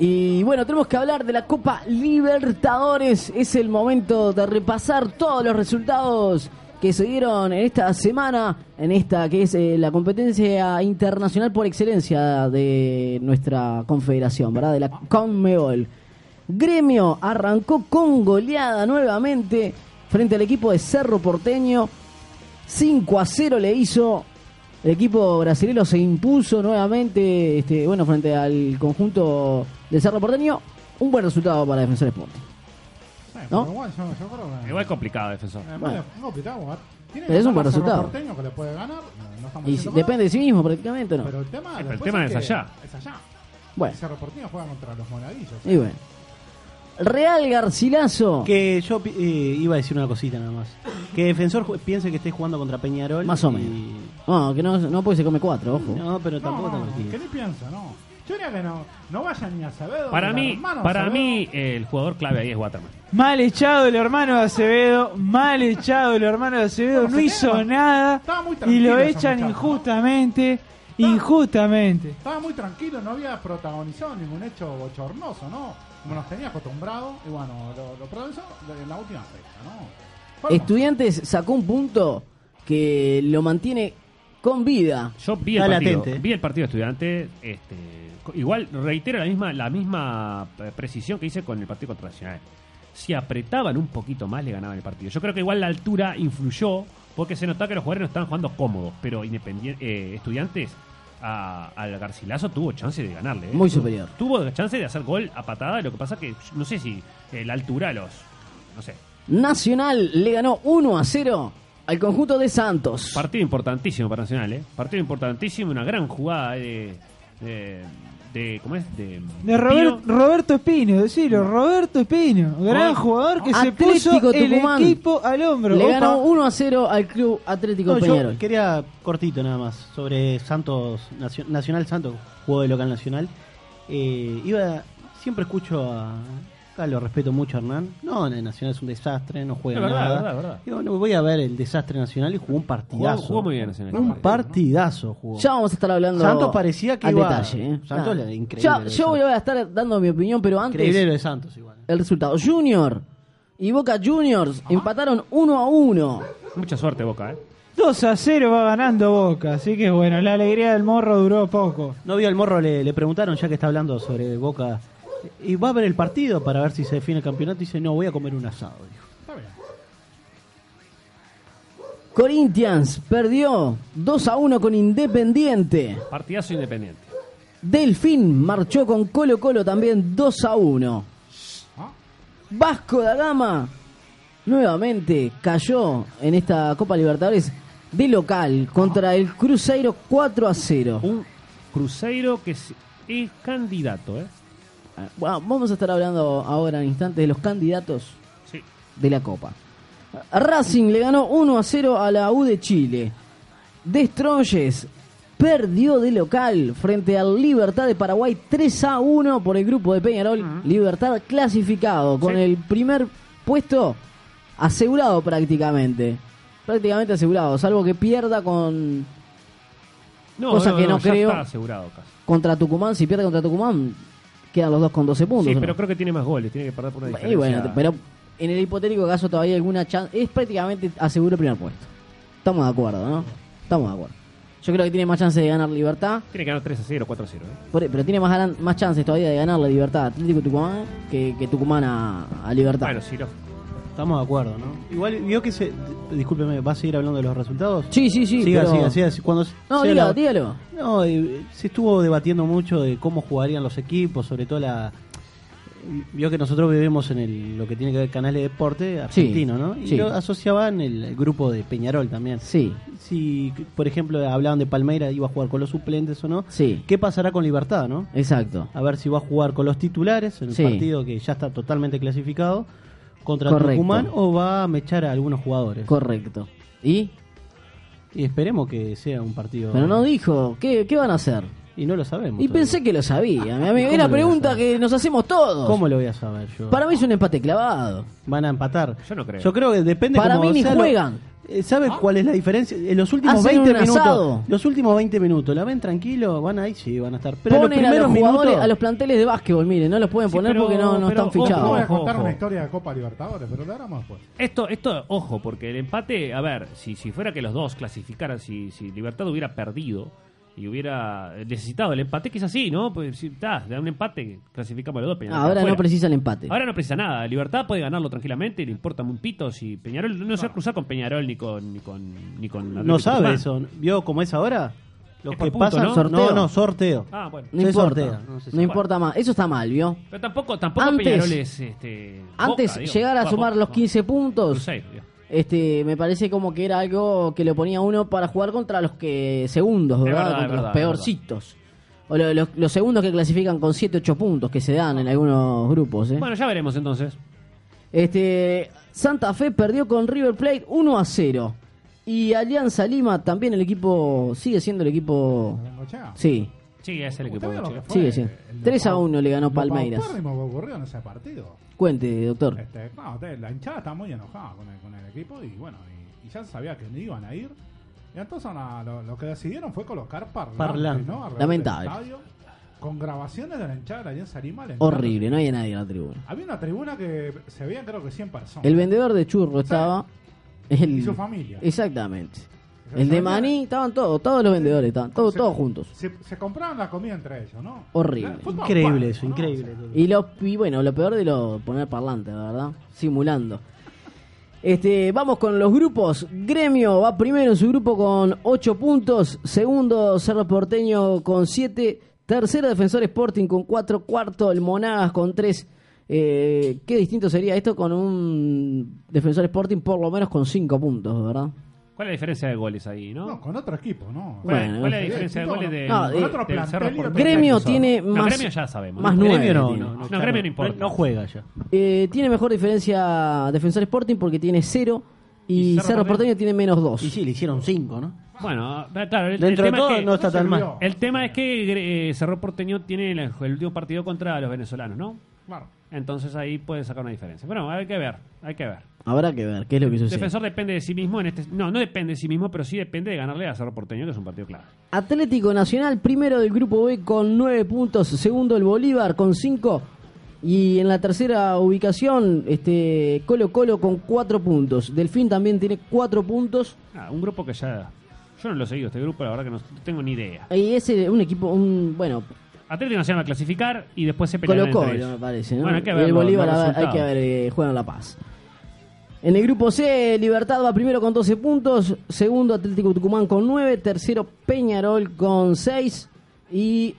Y bueno, tenemos que hablar de la Copa Libertadores. Es el momento de repasar todos los resultados que se dieron en esta semana, en esta que es eh, la competencia internacional por excelencia de nuestra confederación, ¿verdad? De la CONMEBOL. Gremio arrancó con goleada nuevamente frente al equipo de Cerro Porteño. 5 a 0 le hizo. El equipo brasileño se impuso nuevamente, este, bueno, frente al conjunto de Cerro Porteño. Un buen resultado para Defensor Sporting. Eh, ¿No? pero igual, yo, yo creo que. Igual complicado, defensor. Eh, Bueno. no, pitamos, eh. Tiene Pero que es un buen ganar Cerro resultado. Porteño, que le puede ganar. no, no estamos Y si- diciendo nada. depende de sí mismo prácticamente, ¿no? Pero el tema, pero el después tema que es allá. Es allá. Bueno, Cerro Porteño juega contra los moradillos. ¿eh? y bueno. Real Garcilaso, Que yo pi- eh, iba a decir una cosita nada más. Que Defensor ju- piense que esté jugando contra Peñarol. más o y- menos. No, que no, no puede se come cuatro, ojo. No, pero tampoco tan No, tranquilo. ¿qué le pienso? No. Yo diría que no, no vayan ni a Acevedo. Para ni al mí, hermano para Acevedo. mí eh, el jugador clave ahí es Waterman. Mal echado el hermano de Acevedo, mal echado el hermano de Acevedo, Bueno, no se hizo quedaron- nada Estaba muy y tranquilo Ah. lo esos echan muchachos, ¿no? injustamente, Estaban- injustamente. Estaba muy tranquilo, no había protagonizado ningún hecho bochornoso, ¿no? Como nos tenía acostumbrado. Y bueno, lo, lo protagonizó en la última fecha, ¿no? Fue hermoso. Estudiantes sacó un punto que lo mantiene con vida. Yo vi el Está partido, latente. vi el partido de estudiante, este, co- igual reitero la misma, la misma eh, precisión que hice con el partido contra Nacional. Si apretaban un poquito más le ganaban el partido. Yo creo que igual la altura influyó porque se notaba que los jugadores no estaban jugando cómodos, pero independiente eh, estudiantes a- al Garcilaso tuvo chance de ganarle. ¿eh? Muy superior. Tuvo chance de hacer gol a patada, lo que pasa que no sé si eh, la altura los no sé. Nacional le ganó 1 a 0 al conjunto de Santos. Partido importantísimo para Nacional, ¿eh? Partido importantísimo, una gran jugada de. de, de- ¿Cómo es? De, De Robert- Roberto Espino, decirlo, Roberto Espino, gran Bueno, jugador que se Ah, Atlético puso el Tucumán. equipo al hombro. le Opa. ganó 1 a 0 al Club Atlético No, Peñarol. yo quería cortito nada más sobre Santos Nacio- Nacional Santos, juego de local nacional. Eh, iba siempre escucho a acá lo respeto mucho a Hernán. No, en el Nacional es un desastre, no juega Es verdad, nada. es verdad, es verdad. Digo, no, voy a ver el desastre nacional y jugó un Jugó, partidazo. jugó muy bien Nacional. Un partidazo jugó. Ya vamos a estar hablando. Santos parecía que al iba- detalle. ¿eh? Santos Nada. era increíble Ya- lo de yo voy a estar dando mi opinión, pero antes Increíble lo de Santos igual. el resultado. Junior y Boca Juniors empataron 1 a 1. Mucha suerte, Boca, ¿eh? 2 a 0 va ganando Boca, así que bueno, la alegría del morro duró poco. No vio al morro, le, le preguntaron ya que está hablando sobre Boca. Y va a ver el partido para ver si se define el campeonato. Y dice, no, voy a comer un asado. dijo. Está bien. Corinthians perdió 2 a 1 con Independiente. Partidazo independiente. Delfín marchó con Colo Colo también 2 a 1. ¿Ah? Vasco da Gama nuevamente cayó en esta Copa Libertadores de local contra el Cruzeiro 4 a 0. Un Cruzeiro que es, es candidato, ¿eh? Bueno, vamos a estar hablando ahora en instantes de los candidatos Sí. de la Copa. Racing le ganó 1 a 0 a la U de Chile. Destroyes perdió de local frente al Libertad de Paraguay 3 a 1 por el grupo de Peñarol. Libertad clasificado con Sí. el primer puesto asegurado prácticamente. Prácticamente asegurado, salvo que pierda con Cosa que no ya creo. Está asegurado casi. contra Tucumán. Si pierde contra Tucumán, quedan los dos con 12 puntos. Sí, ¿no? pero creo que tiene más goles, tiene que perder por una Y diferencia. bueno, te- pero en el hipotético caso todavía hay alguna chance. Es prácticamente aseguro el primer puesto. Estamos de acuerdo, ¿no? Estamos de acuerdo. Yo creo que tiene más chance de ganar Libertad, Tiene que ganar 3 a 0, 4 a 0. ¿eh? por- pero tiene más, ganan- más chances todavía de ganar la Libertad a Atlético Tucumán que, que Tucumán a, a Libertad. Bueno, sí, lo- Estamos de acuerdo, ¿no? Igual vio que se. Discúlpeme, ¿va a seguir hablando de los resultados? sí, sí, sí. siga, pero- siga, siga, si- Cuando No, sea dígalo, la- dígalo. No, eh, se estuvo debatiendo mucho de cómo jugarían los equipos, sobre todo la. Vio que nosotros vivimos en el, lo que tiene que ver canal de deporte argentino, ¿no? Y sí. lo asociaban el, el grupo de Peñarol también. Sí, Si, por ejemplo, hablaban de Palmeira, iba a jugar con los suplentes o no. sí, ¿Qué pasará con Libertad, no? exacto. A ver si va a jugar con los titulares en el Sí. partido que ya está totalmente clasificado contra Correcto. Tucumán o va a mechar a algunos jugadores. Correcto. ¿Y? y esperemos que sea un partido. Pero no dijo, ¿qué, qué van a hacer? y no lo sabemos. Y todavía. pensé que lo sabía, mi ¿Cómo amigo. lo Es la voy a pregunta saber? que nos hacemos todos. ¿Cómo lo voy a saber yo? Para mí es un empate clavado. Van a empatar. Yo no creo. Yo creo que depende Para cómo mí ni sea lo- juegan. Eh, ¿Sabe cuál es la diferencia? En los últimos Hacen 20 un minutos. asado. Los últimos 20 minutos. ¿La ven tranquilo? Van ahí, sí, van a estar. Pero en los ponen a los primeros jugadores, minutos. a los planteles de básquetbol, miren, no los pueden Sí, poner pero- porque no, no pero están ojo, No voy fichados. a contar Ojo. una historia de Copa Libertadores, pero lo haremos después. Esto, esto, ojo, porque el empate, a ver, si, si fuera que los dos clasificaran, si, si Libertad hubiera perdido y hubiera necesitado el empate, que es así, ¿no? Pues si da, da un empate, clasificamos a los dos. Peñarol Ahora queda no fuera. precisa el empate. Ahora no precisa nada. Libertad puede ganarlo tranquilamente, le importa un pito. Si Peñarol no se va a cruzar con Peñarol ni con. Ni con, ni con No Atlético sabe Tucumán. eso. ¿Vio cómo es ahora? Los Es que por punto, pasan. ¿no? Sorteo. No, no, sorteo. Ah, bueno. no se importa, sortea, no, no se sortea. importa más. Eso está mal, ¿vio? Pero tampoco, tampoco Antes- Peñarol es. Este, Boca, Antes digo. llegar a Va, sumar Boca, los no. 15 puntos, Cruzeiro, digo. este, me parece como que era algo que le ponía uno para jugar contra los que segundos, ¿verdad? verdad, es contra verdad, los es peorcitos. O lo- los, los segundos que clasifican con 7, 8 puntos que se dan en algunos grupos. ¿eh? Bueno, ya veremos entonces. Este, Santa Fe perdió con River Plate 1 a 0. Y Alianza Lima también el equipo sigue siendo el equipo Bengochea. sí, Sí, es el ¿Usted equipo. vio lo che. que fue sigue siendo. el- el 3 a pau- 1 le ganó lo Palmeiras. paupérrimo que ocurrió en ese partido. Cuente, doctor. Este, no, te- la hinchada está muy enojada con el, con el equipo y bueno, y, y ya sabía que no iban a ir. Y entonces nada, lo, lo que decidieron fue colocar parlantes, Parlantes. ¿no? Alrededor del Lamentable. estadio, con grabaciones de la hinchada de la Alianza Lima. alentando. Horrible, no había nadie en la tribuna. Había una tribuna que se veían creo que 100 personas. El vendedor de churro estaba el- y su familia. Exactamente. Esa El de familia. maní estaban todos, todos los vendedores estaban todos Se- todos juntos. Se, se compraban la comida entre ellos, ¿no? Horrible. Pues Fue todo Increíble bárbaro, eso, ¿no? increíble. O sea, Y, lo, y bueno, lo peor de lo poner parlante, la ¿verdad? Simulando. Este, vamos con los grupos. Gremio va primero en su grupo con 8 puntos. Segundo, Cerro Porteño con 7. Tercero, Defensor Sporting con 4. Cuarto, el Monagas con 3. qué distinto sería esto con un Defensor Sporting por lo menos con 5 puntos, ¿verdad? ¿Cuál es la diferencia de goles ahí, no? No, con otro equipo, ¿no? ¿Cuál, Bueno, cuál es la sí, diferencia de sí, goles de, no, del eh, otro del plantel Cerro y otro Porteño? Gremio Defensor. tiene No, más. Gremio ya sabemos. Más ¿no? nueve Gremio no, tiene. no, No, Gremio no importa. No juega ya. Eh, tiene mejor diferencia Defensor Sporting porque tiene 0 y, Cerro, Porteño tiene menos 2. Y sí, le hicieron cinco, ¿no? Bueno, pero claro, el, Dentro el tema de todo es que, no está tan mal. sirvió. el tema es que eh, Cerro Porteño tiene el, el último partido contra los venezolanos, ¿no? Claro. Entonces ahí puede sacar una diferencia. Bueno, hay que ver, hay que ver. Habrá que ver qué es lo que sucede. Defensor depende de sí mismo en este no, no depende de sí mismo, pero sí depende de ganarle a Cerro Porteño, que es un partido clave. Atlético Nacional, primero del grupo B con 9 puntos, segundo el Bolívar con 5 y en la tercera ubicación este Colo Colo con 4 puntos. Delfín también tiene 4 puntos Ah, un grupo que ya yo no lo he seguido este grupo, la verdad que no, no tengo ni idea. y es eh, un equipo un bueno, Atlético Nacional va a clasificar y después se pelearán Colo entre Colo ellos. me parece, ¿no? Bueno, hay que Y ver el los- Bolívar los a ver, hay resultados. que ver eh, juegan La Paz. En el grupo C, Libertad va primero con 12 puntos, segundo Atlético Tucumán con 9, tercero Peñarol con 6 y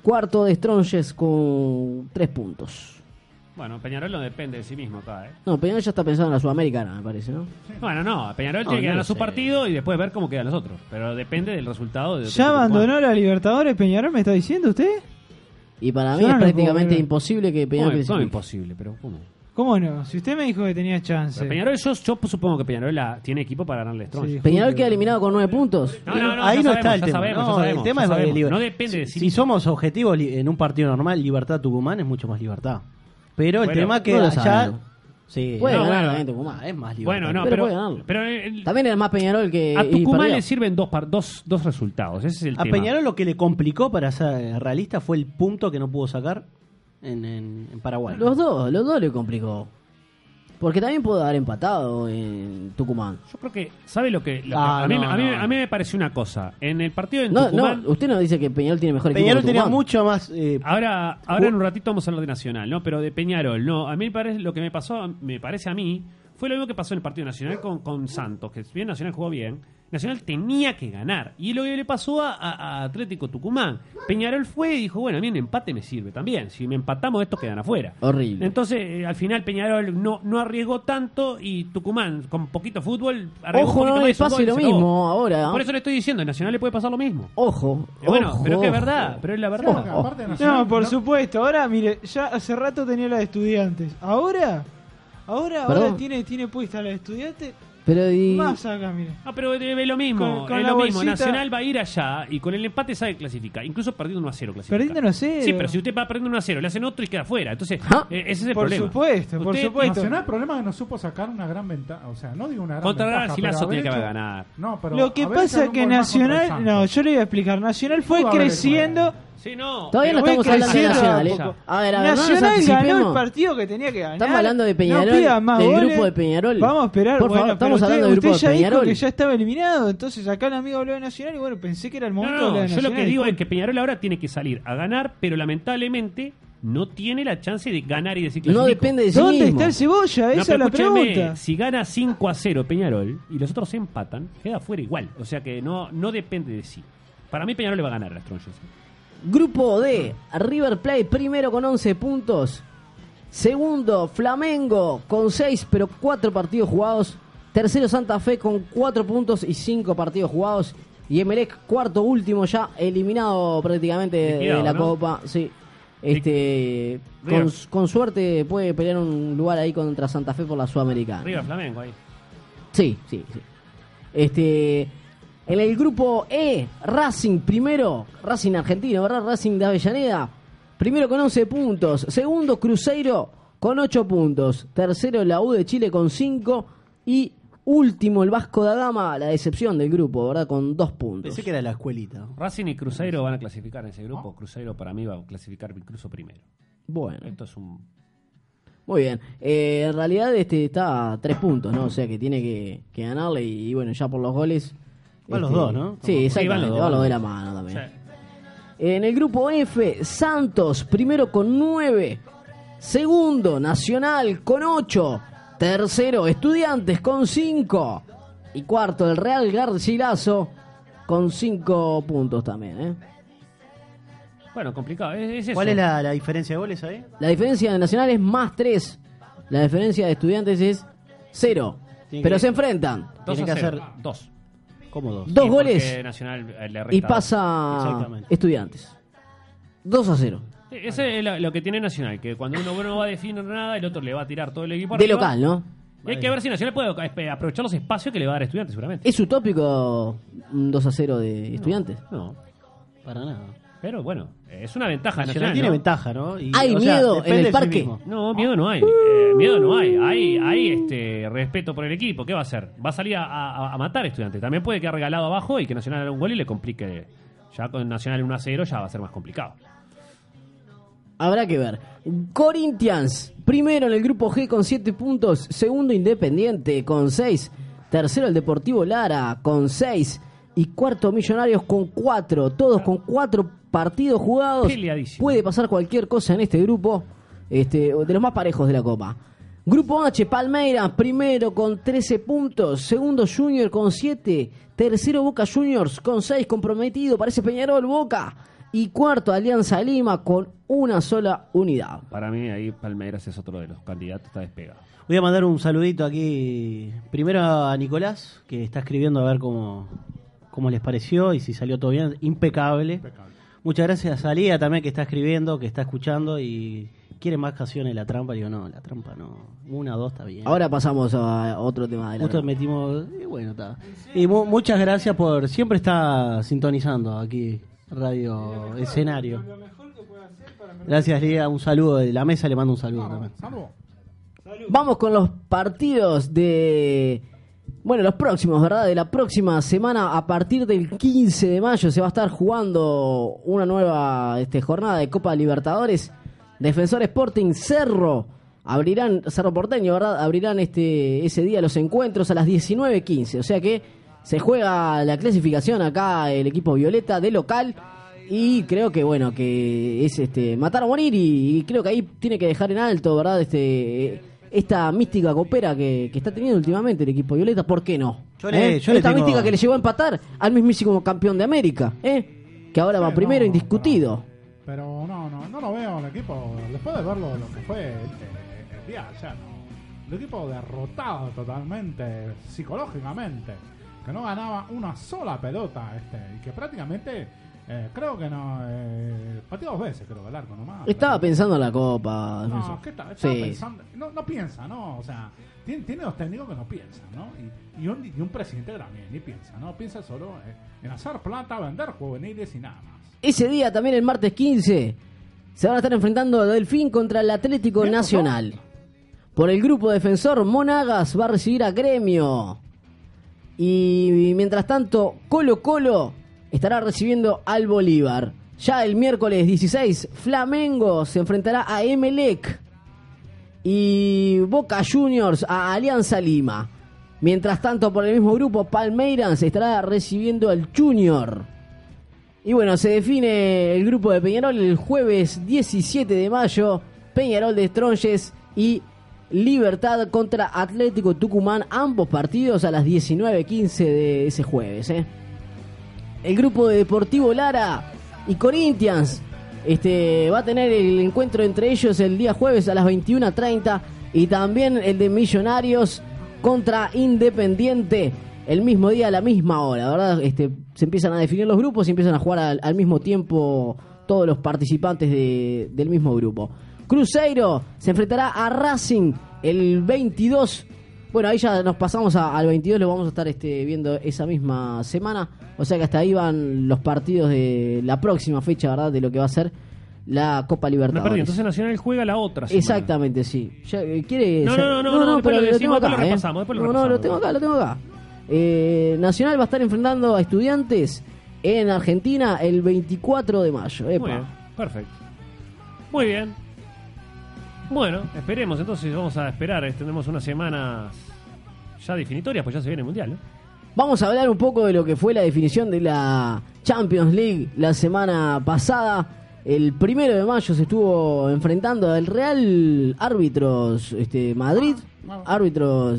cuarto de Stronges con 3 puntos. Bueno, Peñarol no depende de sí mismo acá, ¿eh? No, Peñarol ya está pensando en la Sudamericana, me parece, ¿no? Bueno, no, Peñarol No, tiene que no ganar lo su sé. partido y después ver cómo quedan los otros. Pero depende del resultado. De ¿Ya abandonó la Libertadores Peñarol, me está diciendo usted? Y para Yo mí no es lo puedo prácticamente creer. imposible que ¿Cómo, Peñarol cómo clasifique. imposible? Pero ¿cómo? ¿Cómo no? Si usted me dijo que tenía chance. Pero Peñarol, yo, yo supongo que Peñarol la- tiene equipo para ganarle Strong. Sí. Peñarol queda eliminado con nueve puntos. No, no, no, Ahí ya no sabemos, está el ya tema. sabemos, no, ya sabemos, el tema ya es sabemos. liber- No depende de si, sí si mismo. somos objetivos li- en un partido normal, Libertad Tucumán es mucho más libertad. Pero el Bueno, tema que no lo allá sabemos. sí, Puede No, ganar bueno. también Tucumán. es más libertad. Bueno, no, Pero pero. puede ganarlo. pero el- También era más Peñarol que. a y Tucumán perdió. le sirven dos, par- dos, dos resultados. Ese es el a tema. Peñarol lo que le complicó para ser realista fue el punto que no pudo sacar en, en- en Paraguay. Los dos, los dos le complicó. Ah, Porque también pudo haber empatado en Tucumán. Yo creo que. ¿Sabe lo que.? lo que- Ah, a, mí, no, a, mí, no. a mí me pareció una cosa. En el partido en No, Tucumán. no, usted no dice que Peñarol tiene mejor equipo. Peñarol que tenía Tucumán. mucho más. eh, Ahora, ahora en un ratito vamos a hablar de Nacional, ¿no? Pero de Peñarol, no. A mí me parece, lo que me pasó, me parece a mí, fue lo mismo que pasó en el partido Nacional con, con Santos, que si bien Nacional jugó bien, Nacional tenía que ganar. Y lo que le pasó a, a- a Atlético Tucumán. Peñarol fue y dijo, bueno, a mí un empate me sirve también. Si me empatamos, estos quedan afuera. Horrible. Entonces, eh, al final Peñarol no, no arriesgó tanto y Tucumán, con poquito fútbol, arriesgó un Ojo, poquito no más y le hizo un pase gol y lo se acabó. mismo ahora. Por eso le estoy diciendo, a Nacional le puede pasar lo mismo. Ojo. Eh, Bueno, ojo, pero que es ojo. verdad, pero es la Sí, porque verdad. aparte Nacional No, por no- supuesto. Ahora, mire, ya hace rato tenía la de estudiantes. Ahora, ahora, ahora Perdón. tiene, tiene puesta la de estudiantes. Pero y. Más acá, mire. Ah, pero es lo mismo. Con- con es la lo mismo. bolsita. Nacional va a ir allá y con el empate sabe que clasifica. Incluso perdiendo 1 a 0 clasifica. Perdiendo 1 a 0. Sí, pero si usted va perdiendo 1 a 0, le hacen otro y queda fuera. Entonces, Ah. eh, ese es el Por problema. supuesto, por Usted- supuesto. Nacional el problema es que no supo sacar una gran ventaja. O sea, no digo una gran Contra ventaja. Racing pero Lazo haber tiene que hecho- ganar. No, pero Lo que haber pasa hecho es un que gol más contra el Nacional. Santos. No, yo le voy a explicar. Nacional fue Pudo haber hecho creciendo. algo. Sí, no. Todavía no pero- estamos voy hablando de creciendo Nacional, a ¿eh? poco. A ver, a ver, no nos Nacional ganó anticipemos. el partido que tenía que ganar. Estamos hablando de Peñarol, No pida más del goles. grupo de Peñarol. Vamos a esperar. Por bueno, favor, pero estamos usted, hablando del grupo usted de ya dijo Peñarol. que ya estaba eliminado. Entonces acá el amigo habló de Nacional y bueno, pensé que era el No, momento no, de hablar de yo Nacional. lo que digo es que Peñarol ahora tiene que salir a ganar, pero lamentablemente no tiene la chance de ganar y decir clasifico. No depende de sí ¿Dónde mismo. está el cebolla? No, Esa es pero la escúcheme, pregunta. Si gana 5 a 0 Peñarol y los otros empatan, queda fuera igual. O sea que no, no depende de sí. Para mí Peñarol le va a ganar a las tronchas. Grupo D, River Plate primero con 11 puntos. Segundo, Flamengo con 6, pero 4 partidos jugados. Tercero, Santa Fe con 4 puntos y 5 partidos jugados. Y Emelec, cuarto, último, ya eliminado prácticamente de- de Liquidado, la ¿no? Copa. Sí. Este, River. con, con suerte puede pelear un lugar ahí contra Santa Fe por la Sudamericana. Arriba Flamengo ahí. Sí, sí, sí. Este, en el grupo E, Racing primero, Racing argentino, ¿verdad? Racing de Avellaneda, primero con 11 puntos. Segundo, Cruzeiro con 8 puntos. Tercero, la U de Chile con 5. Y último, el Vasco da Gama, la decepción del grupo, ¿verdad? Con 2 puntos. pensé que era la escuelita. Racing y Cruzeiro van a clasificar en ese grupo. Cruzeiro para mí va a clasificar incluso primero. Bueno, Esto es un. muy bien. Eh, en realidad este está a 3 puntos, ¿no? O sea que tiene que, que ganarle y, bueno, ya por los goles. Van los este, dos, ¿no? Sí, Sí, van los exactamente, dos, van los van de la los mano o también. sea, En el grupo F, Santos primero con 9. Segundo, Nacional con 8. Tercero, Estudiantes con 5. Y cuarto, el Real Garcilaso con 5 puntos también. ¿eh? bueno, complicado. Es, es eso. ¿Cuál es la, la diferencia de goles ahí? La diferencia de Nacional es más 3. La diferencia de Estudiantes es 0. Tiene Pero que- se enfrentan. Dos Tiene a que cero. hacer- dos. Como dos. Dos Sí, goles porque Nacional eh, le resta y dos. pasa Exactamente. Estudiantes. 2 a 0. Sí, Ese es lo, lo que tiene Nacional, que cuando uno no va a definir nada, el otro le va a tirar todo el equipo. De arriba. local, ¿no? Y hay que ver si Nacional puede espe- aprovechar los espacios que le va a dar estudiantes, seguramente. Es utópico un 2 a 0 de Estudiantes. No. Para nada. Pero bueno, eh, es una ventaja de Nacional Nacional. tiene ¿no? ventaja, ¿no? Y, Hay miedo en depende el de sí parque. mismo. No, miedo no hay. Eh, miedo no hay. Hay, hay este, respeto por el equipo. ¿Qué va a hacer? Va a salir a, a- a matar estudiantes. También puede quedar regalado abajo y que Nacional haga un gol y le complique. Ya con Nacional 1 a 0 ya va a ser más complicado. Habrá que ver. Corinthians, primero en el grupo G con 7 puntos. Segundo, Independiente con 6. Tercero, el Deportivo Lara con 6. Y cuarto, Millonarios con 4. Todos con 4 partidos jugados. Peleadísimo. Puede pasar cualquier cosa en este grupo. Este, de los más parejos de la Copa. Grupo H, Palmeiras, primero con 13 puntos. Segundo, Junior con 7. Tercero, Boca Juniors con 6. Comprometido, parece Peñarol, Boca. Y cuarto, Alianza Lima con una sola unidad. Para mí ahí Palmeiras es otro de los candidatos. Está despegado. Voy a mandar un saludito aquí. Primero a Nicolás, que está escribiendo a ver cómo, cómo les pareció y si salió todo bien. Impecable. Muchas gracias a Lía también, que está escribiendo, que está escuchando y ¿Quiere más canciones la trampa? Digo, no, la trampa no. Una, dos está bien. Ahora pasamos a otro tema de la Justo noche. metimos. Y bueno, está. Y mu- muchas gracias por. Siempre está sintonizando aquí Radio Escenario. Gracias, Lía. Un saludo de la mesa. Le mando un saludo también. Salvo. Vamos con los partidos de. Bueno, los próximos, ¿verdad? De la próxima semana, a partir del 15 de mayo, se va a estar jugando una nueva este, jornada de Copa Libertadores. Defensor Sporting Cerro. Abrirán, Cerro Porteño, ¿verdad? Abrirán este, ese día los encuentros a las 19.15. O sea que se juega la clasificación acá el equipo Violeta de local. Y creo que, bueno, que es este matar o morir. Y, y creo que ahí tiene que dejar en alto, ¿verdad? Este, esta mística copera que, que está teniendo últimamente el equipo Violeta. ¿Por qué no? Yo le- ¿Eh? yo le esta tengo- mística que le llegó a empatar al mismísimo campeón de América. ¿eh? Que ahora va Sí, primero, no, indiscutido. Pero no, no, no lo veo el equipo. Después de verlo lo que fue el, el día de ayer, no. El equipo derrotado totalmente, psicológicamente. Que no ganaba una sola pelota este. Y que prácticamente, eh, creo que no. Eh, pateó dos veces, creo, el arco nomás. Estaba pensando en la Copa. No, defensor. ¿qué tal? Estaba Ah, Sí. pensando- no, no piensa, ¿no? O sea, tiene, tiene dos técnicos que no piensan, ¿no? Y, y un, y un presidente también, ni piensa, ¿no? Piensa solo eh, en hacer plata, vender juveniles y nada más. Ese día, también el martes 15, se van a estar enfrentando a Delfín contra el Atlético ¿Qué pasó? Nacional. Por el grupo defensor, Monagas va a recibir a Gremio. Y, mientras tanto, Colo Colo estará recibiendo al Bolívar. Ya el miércoles 16, Flamengo se enfrentará a Emelec. Y Boca Juniors a Alianza Lima. Mientras tanto, por el mismo grupo, Palmeiras estará recibiendo al Junior. Y bueno, se define el grupo de Peñarol el jueves 17 de mayo. Peñarol de Stronges y Libertad contra Atlético Tucumán. Ambos partidos a las 19.15 de ese jueves. ¿eh? El grupo de Deportivo Lara y Corinthians este, va a tener el encuentro entre ellos el día jueves a las 21.30. Y también el de Millonarios contra Independiente. El mismo día, a la misma hora, ¿verdad? Este, se empiezan a definir los grupos y empiezan a jugar al, al mismo tiempo todos los participantes de- del mismo grupo. Cruzeiro se enfrentará a Racing el 22. Bueno, ahí ya nos pasamos a- al 22, lo vamos a estar este, viendo esa misma semana. O sea que hasta ahí van los partidos de la próxima fecha, ¿verdad? De lo que va a ser la Copa Me perdí, Libertadores. entonces Nacional juega la otra. semana. Exactamente, sí. Ya, eh, ¿Quiere No, ser- no, no, no, después lo decimos, después lo ¿eh? repasamos, después lo No, no, repasamos. lo tengo acá, lo tengo acá. Eh, Nacional va a estar enfrentando a estudiantes en Argentina el 24 de mayo. Muy bien, Epa. perfecto. Muy bien. Bueno, esperemos entonces, vamos a esperar, eh, tendremos unas semanas ya definitorias, pues ya se viene el Mundial, ¿no? Vamos a hablar un poco de lo que fue la definición de la Champions League la semana pasada. El primero de mayo se estuvo enfrentando al Real Árbitros este, Madrid, árbitros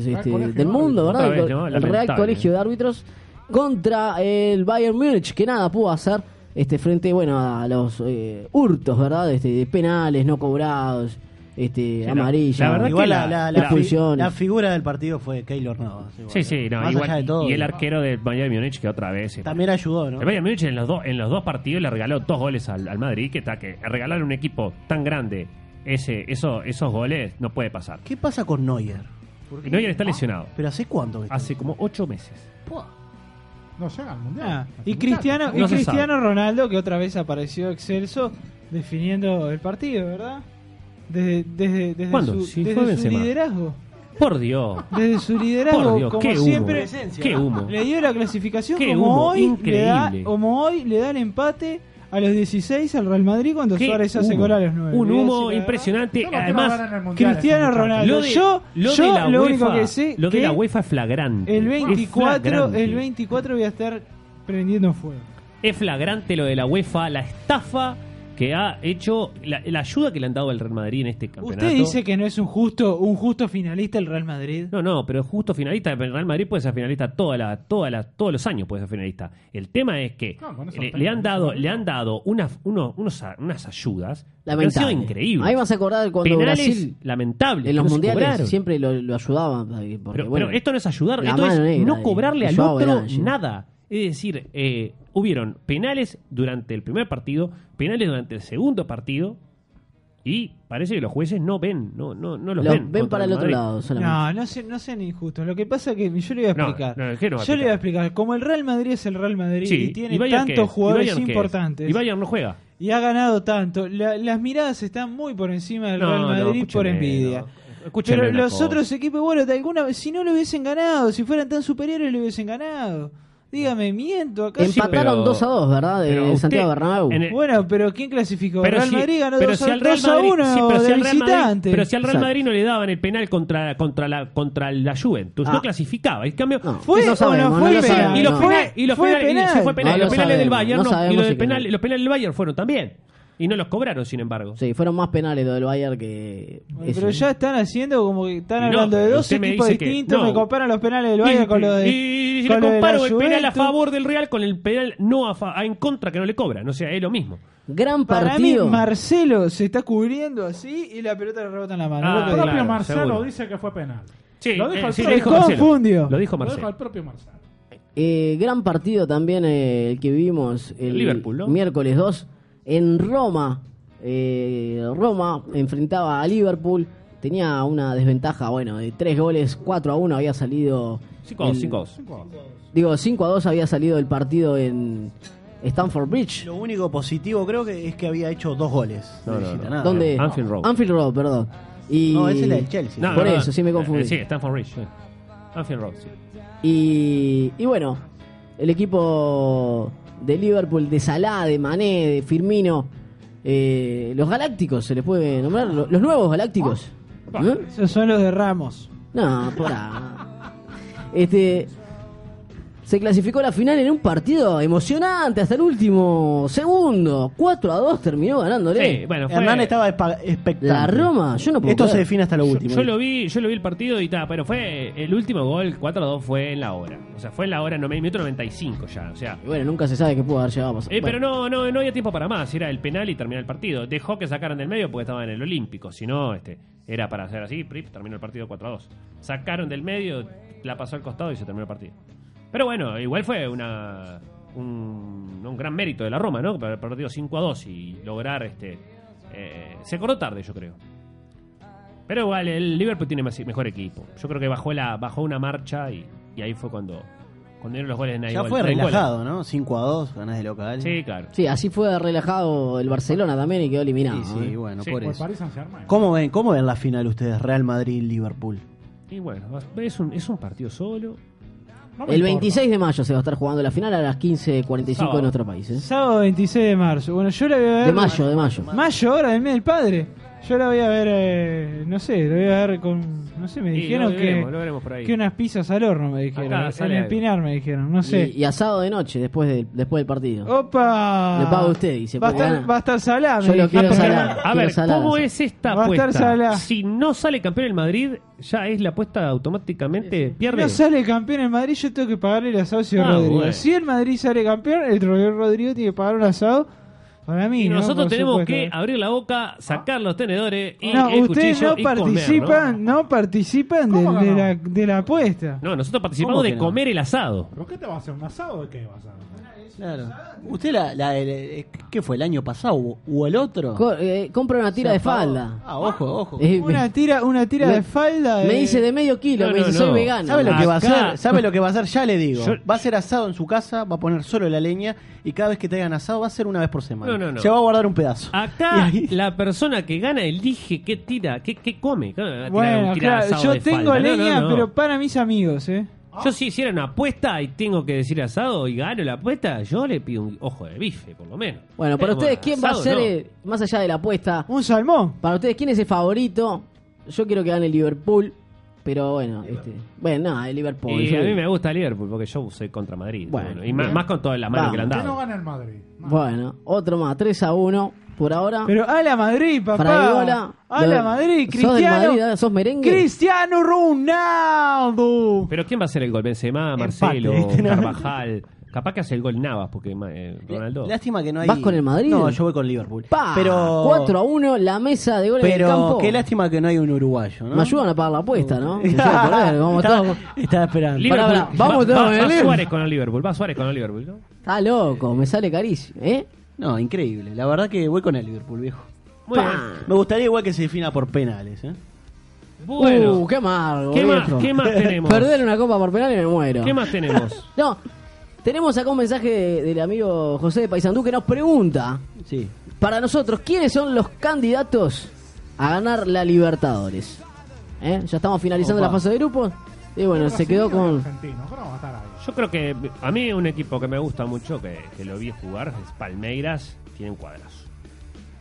Ah, Real este, Colegio del de Árbitros. mundo, ¿verdad? Otra vez, El- ¿no? el Real Lamentable. Colegio de Árbitros contra el Bayern Múnich, que nada pudo hacer este frente bueno a los eh, hurtos, ¿verdad? Este, de penales no cobrados, este la- amarillas. la verdad Igual que la, la- la- la la- fusión. la figura del partido fue Keylor Navas. igual. Sí, sí, no, Más igual. allá de todo, y el arquero del Bayern Múnich que otra vez. eh, también ayudó, ¿no? El Bayern Múnich en los dos, en los dos partidos le regaló dos goles al, al Madrid, que está que regalar un equipo tan grande ese, eso, esos goles no puede pasar. ¿Qué pasa con Neuer? Ah, Y Neuer está lesionado. ¿Pero hace cuánto? que está? Hace como ocho meses. No llega al Ah, mundial. y Cristiano, y No se Cristiano Ronaldo, que otra vez apareció excelso definiendo el partido, ¿verdad? Desde, desde, desde ¿Cuándo? su, Si desde fue su Benzema. liderazgo. Por Dios. Desde su liderazgo, Por Dios. como Qué humo. siempre, Qué humo. le dio la clasificación Qué como humo, hoy, le da, increíble. como hoy le dan empate a los 16 al Real Madrid cuando Qué Suárez hace humo. gol a los 9. Un Voy a humo decir la impresionante. Yo no quiero ver en el Además, verdad. mundial Cristiano este muchacho. Ronaldo, lo de, yo, lo de yo la lo UEFA, único que sé lo de que la UEFA es flagrante. el Es 24, flagrante. el 24 voy a estar prendiendo fuego. Es flagrante lo de la UEFA, la estafa que ha hecho, la, la ayuda que le han dado al Real Madrid en este campeonato. Usted dice que no es un justo, un justo finalista el Real Madrid. No, no, pero justo finalista. El Real Madrid puede ser finalista toda la, toda la- todos los años, puede ser finalista. El tema es que Claro, con eso le, está le bien, han dado, le han dado unas, uno- unos a- unas ayudas que han Lamentable. sido increíbles. Ahí vas a acordar cuando Penales Brasil lamentables, en los que no se mundiales cobraron. siempre lo, lo ayudaban. eh, porque, Pero, bueno, pero esto no es ayudar, la esto es mano negra no de- cobrarle de al Joao otro Belange. nada. Es decir, eh, hubieron penales durante el primer partido, penales durante el segundo partido, Y parece que los jueces no ven, no, no, no los Lo- ven. ven contra para el el otro Madrid. lado solamente. No, no, se- no sean injustos. Lo que pasa es que yo le voy a No, explicar. no, ¿qué no va a yo le voy a explicar? explicar. Como el Real Madrid es el Real Madrid Sí, y tiene Bayern qué tantos es? jugadores Bayern qué es? importantes Y Bayern no juega. y ha ganado tanto, la- las miradas están muy por encima del No, Real no, Madrid por escúcheme, envidia. no. Escúcheme Pero una los cosa. otros equipos, bueno, de alguna si no lo hubiesen ganado, si fueran tan superiores lo hubiesen ganado. Dígame, miento acá. Sí, pero- Empataron 2 a 2, ¿verdad? De pero usted- Santiago Bernabéu. en el- Bueno, pero ¿quién clasificó? Real si- Madrid ganó pero 2 si a, al Real 2 a Madrid- 1 sí, pero si de al Real Madrid- visitante. pero si al Real Exacto. Madrid no le daban el penal contra, contra, la, contra la Juventus, Ah. no clasificaba. En cambio, No. ¿Fue No o sabemos, no no fue lo el penal? sabemos, y los no. penales, y los Fue penales, y penal. sí, fue penal, No y los lo penales del sabemos, Bayern, no no, sabemos y los, del si penal- quedó. los penales del Bayern fueron también. Y no los cobraron, sin embargo. Sí, fueron más penales los del Bayern que. Bueno, ese. Pero ya están haciendo como que están Y no, hablando de pero dos usted me equipos dice que- distintos, no. me comparan los penales del Y- Bayern con los de. y le con los de la comparo el penal a Juventus. favor del Real con el penal no a, fa- a- en contra que no le cobran. O sea, es lo mismo. Gran Para partido. mí, Marcelo se está cubriendo así y la pelota le rebota en la mano. Ah, Lo que- propio claro, Marcelo seguro. dice que fue penal. Sí, lo dijo eh, el sí, propio- lo dijo Se Marcelo. confundió. Lo dijo lo dijo Marcelo. el propio Marcelo. Eh, gran partido también eh, el que vivimos el Liverpool, ¿no? miércoles 2 en Roma. Eh, Roma enfrentaba a Liverpool. Tenía una desventaja, bueno, de 3 goles, 4 a 1 había salido. Cinco a dos, el- cinco a dos. Digo, 5 a 2 había salido el partido en Stamford Bridge. Lo único positivo creo que es que había hecho dos goles. No, de no, visita, no. nada. ¿Dónde? Anfield Road. Anfield Road, perdón. Y... No, ese es el del Chelsea. No, Por no, no. eso, sí me confundí. Eh, Sí, Stanford Ridge. sí. Anfield Road, sí. Y, y bueno, el equipo de Liverpool, de Salah, de Mané, de Firmino, eh, los Galácticos, se les puede nombrar, lo- los nuevos Galácticos. ¿Mm? Ah, Esos son los de Ramos. No, porá. Este, se clasificó a la final en un partido emocionante hasta el último segundo. 4 a 2 terminó ganándole. Sí, bueno, fue- Hernán estaba espa- expectante. La Roma, yo no puedo Esto creer. se define hasta lo Yo- último. Yo, lo vi, yo lo vi el partido y tal, pero fue el último gol 4-2 fue en la hora. O sea, fue en la hora no, minuto 95 ya, o sea. Y bueno, nunca se sabe qué pudo haber llegado a pasar. Eh, Bueno. Pero no, no, no había tiempo para más, era el penal y terminar el partido. Dejó que sacaran del medio porque estaba en el Olímpico, si no, este, era para hacer así, prip, terminó el partido 4-2. Sacaron del medio, la pasó al costado y se terminó el partido. Pero bueno, igual fue una un, un gran mérito de la Roma, ¿no? Para el partido 5-2 y lograr este... eh, se acordó tarde, yo creo. Pero igual, el Liverpool tiene más- mejor equipo. Yo creo que bajó la bajó una marcha y, y ahí fue cuando, cuando dieron los goles de Ya Nahuel. fue Nahuel. relajado, ¿no? 5 a 2, ganás de local. Sí, claro. Sí, así fue relajado el Barcelona también y quedó eliminado. Y sí, ¿eh? bueno, Sí. por Por eso. Paris Saint Germain. ¿Cómo ven, ¿Cómo ven la final ustedes? Real Madrid-Liverpool. Y bueno, es un, es un partido solo. El 26 de mayo se va a estar jugando la final a las 15.45 de Sábado. nuestro país. ¿eh? Sábado 26 de marzo. Bueno, yo la voy a ver. De mayo, de mayo. Mayo, ahora del mes del padre. Yo la voy a ver, eh, no sé, la voy a ver con. No sé, me Sí, dijeron lo que. veremos, lo veremos por ahí. que unas pizzas al horno, me dijeron. Acá sale en el algo. Pinar me dijeron, no sé. Y, y asado de noche, después, del después del partido. ¡Opa! Le pago a usted, dice, Va a porque estar, gana. va a estar salada, me Yo Eh, lo quiero dijeron. salar. A quiero ver, salar, ¿cómo así. es esta Va a estar apuesta? Salah. Si no sale campeón el Madrid, ya es la apuesta automáticamente. Pierde. No sale campeón el Madrid, yo tengo que pagarle el asado si Ah, Rodrigo. bueno. Si el Madrid sale campeón, el Rodrigo Rodrigo tiene que pagar un asado para mí. Y ¿no? nosotros Por tenemos supuesto. que abrir la boca, sacar los tenedores y No, el ustedes cuchillo no y comer, participan, ¿no? participan de, ¿Cómo de ganó? la, de la apuesta. ¿no? No, nosotros ¿Cómo participamos que de no? comer el asado. ¿Pero qué te va a hacer? ¿Un asado de qué vas a hacer? Claro. ¿Usted la, la- el- eh, qué fue? ¿El año pasado o, o el otro? Co- eh, compra una tira de falda. Ah, ojo, ojo. Eh, Una me, tira, una tira me- de falda. me dice de medio kilo, eh, No, me no, dice no. soy vegano. ¿Sabe lo que va a Acá- hacer? ¿Sabe lo que va a hacer? Ya le digo. Yo- Va a ser asado en su casa, va a poner solo la leña y cada vez que traigan asado va a ser una vez por semana. No, no, no. Se va a guardar un pedazo. Acá Y ahí- la persona que gana elige qué tira, qué, qué come. Claro, va a tirar Bueno, un tirado claro, asado yo de tengo falda. No, no, leña, no. pero para mis amigos, ¿eh? Ah. Yo si hiciera una apuesta y tengo que decir asado y gano la apuesta, yo le pido un ojo de bife, por lo menos. Bueno, para Pero, ustedes, ¿quién va a asado, ser, no. eh, más allá de la apuesta? Un salmón. Para ustedes, ¿quién es el favorito? Yo quiero que gane el Liverpool, pero bueno, este, bueno, no, el Liverpool. Y Yo- a mí me gusta Liverpool porque yo soy contra Madrid. Bueno, Bueno, y más, bien. más con todas las manos Vamos. que le han ¿Qué no dado. gana el Madrid? No. Bueno, otro más, 3 a 1 por ahora. Pero a la Madrid, papá. Fraigola, a la lo- Madrid, ¿sos del Cristiano. Madrid, ahora sos merengue? Cristiano Ronaldo. Pero ¿quién va a ser el gol? Benzema, Marcelo, ¿viste? No. Carvajal. Capaz que hace el gol Navas porque eh, Ronaldo. Lástima que no hay. ¿Vas con el Madrid? Ah, No, yo voy con Liverpool. Pa, Pero. 4 a 1, la mesa de goles del Pero campo. qué lástima que no hay un uruguayo, ¿no? Me ayudan a pagar la apuesta, Uh. ¿no? Que se va a poner, vamos Estaba- todos- estaba esperando. Liverpool- Pará, pará, vamos va, todos ¿eh? va- en va el- Suárez con el Liverpool, va Suárez con el Liverpool. ¿no? Está loco, me sale carísimo, ¿eh? No, increíble. La verdad que voy con el Liverpool, viejo. Muy Pa. bien. Me gustaría igual que se defina por penales. ¿eh? Bueno, Uh, qué amargo. ¿qué, más, viejo. ¿qué más tenemos? Perder una copa por penal y me muero. ¿Qué más tenemos? No, tenemos acá un mensaje de- del amigo José de Paisandú que nos pregunta Sí. para nosotros quiénes son los candidatos a ganar la Libertadores. ¿Eh? Ya estamos finalizando Opa. la fase de grupos. Y bueno, se quedó con. Argentino, ¿cómo va a estar ahí? Yo creo que a mí un equipo que me gusta mucho, que, que lo vi jugar, es Palmeiras, tiene un cuadrazo.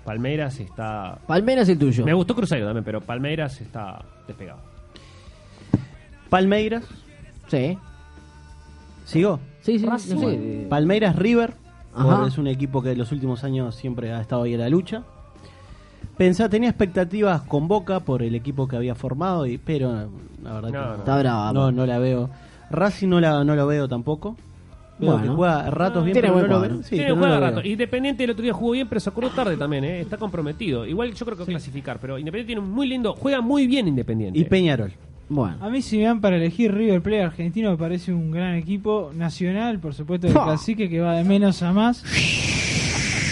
Palmeiras está... Palmeras el tuyo. Me gustó Cruzeiro también, pero Palmeiras está despegado. Palmeiras. Sí. ¿Sigo? Sí, sí, no sé. eh, Palmeiras River. Ajá. por- Es un equipo que en los últimos años siempre ha estado ahí en la lucha. Pensá, tenía expectativas con Boca por el equipo que había formado, y, pero la verdad No, no. que Está brava. no, no la veo. Racing no la, no lo veo tampoco. Veo Bueno. que juega a ratos bien, Tiene pero buen no lo cuadro. veo. Sí, Tiene pero un no juego lo de rato. veo. Independiente el otro día jugó bien, pero se acordó tarde también, ¿eh? está comprometido. Igual yo creo que va a clasificar, pero Independiente tiene un muy lindo, juega muy bien Independiente. Y Peñarol. Bueno. A mí si me dan para elegir River Plate argentino me parece un gran equipo nacional, por supuesto, de ¡Pah! cacique que va de menos a más.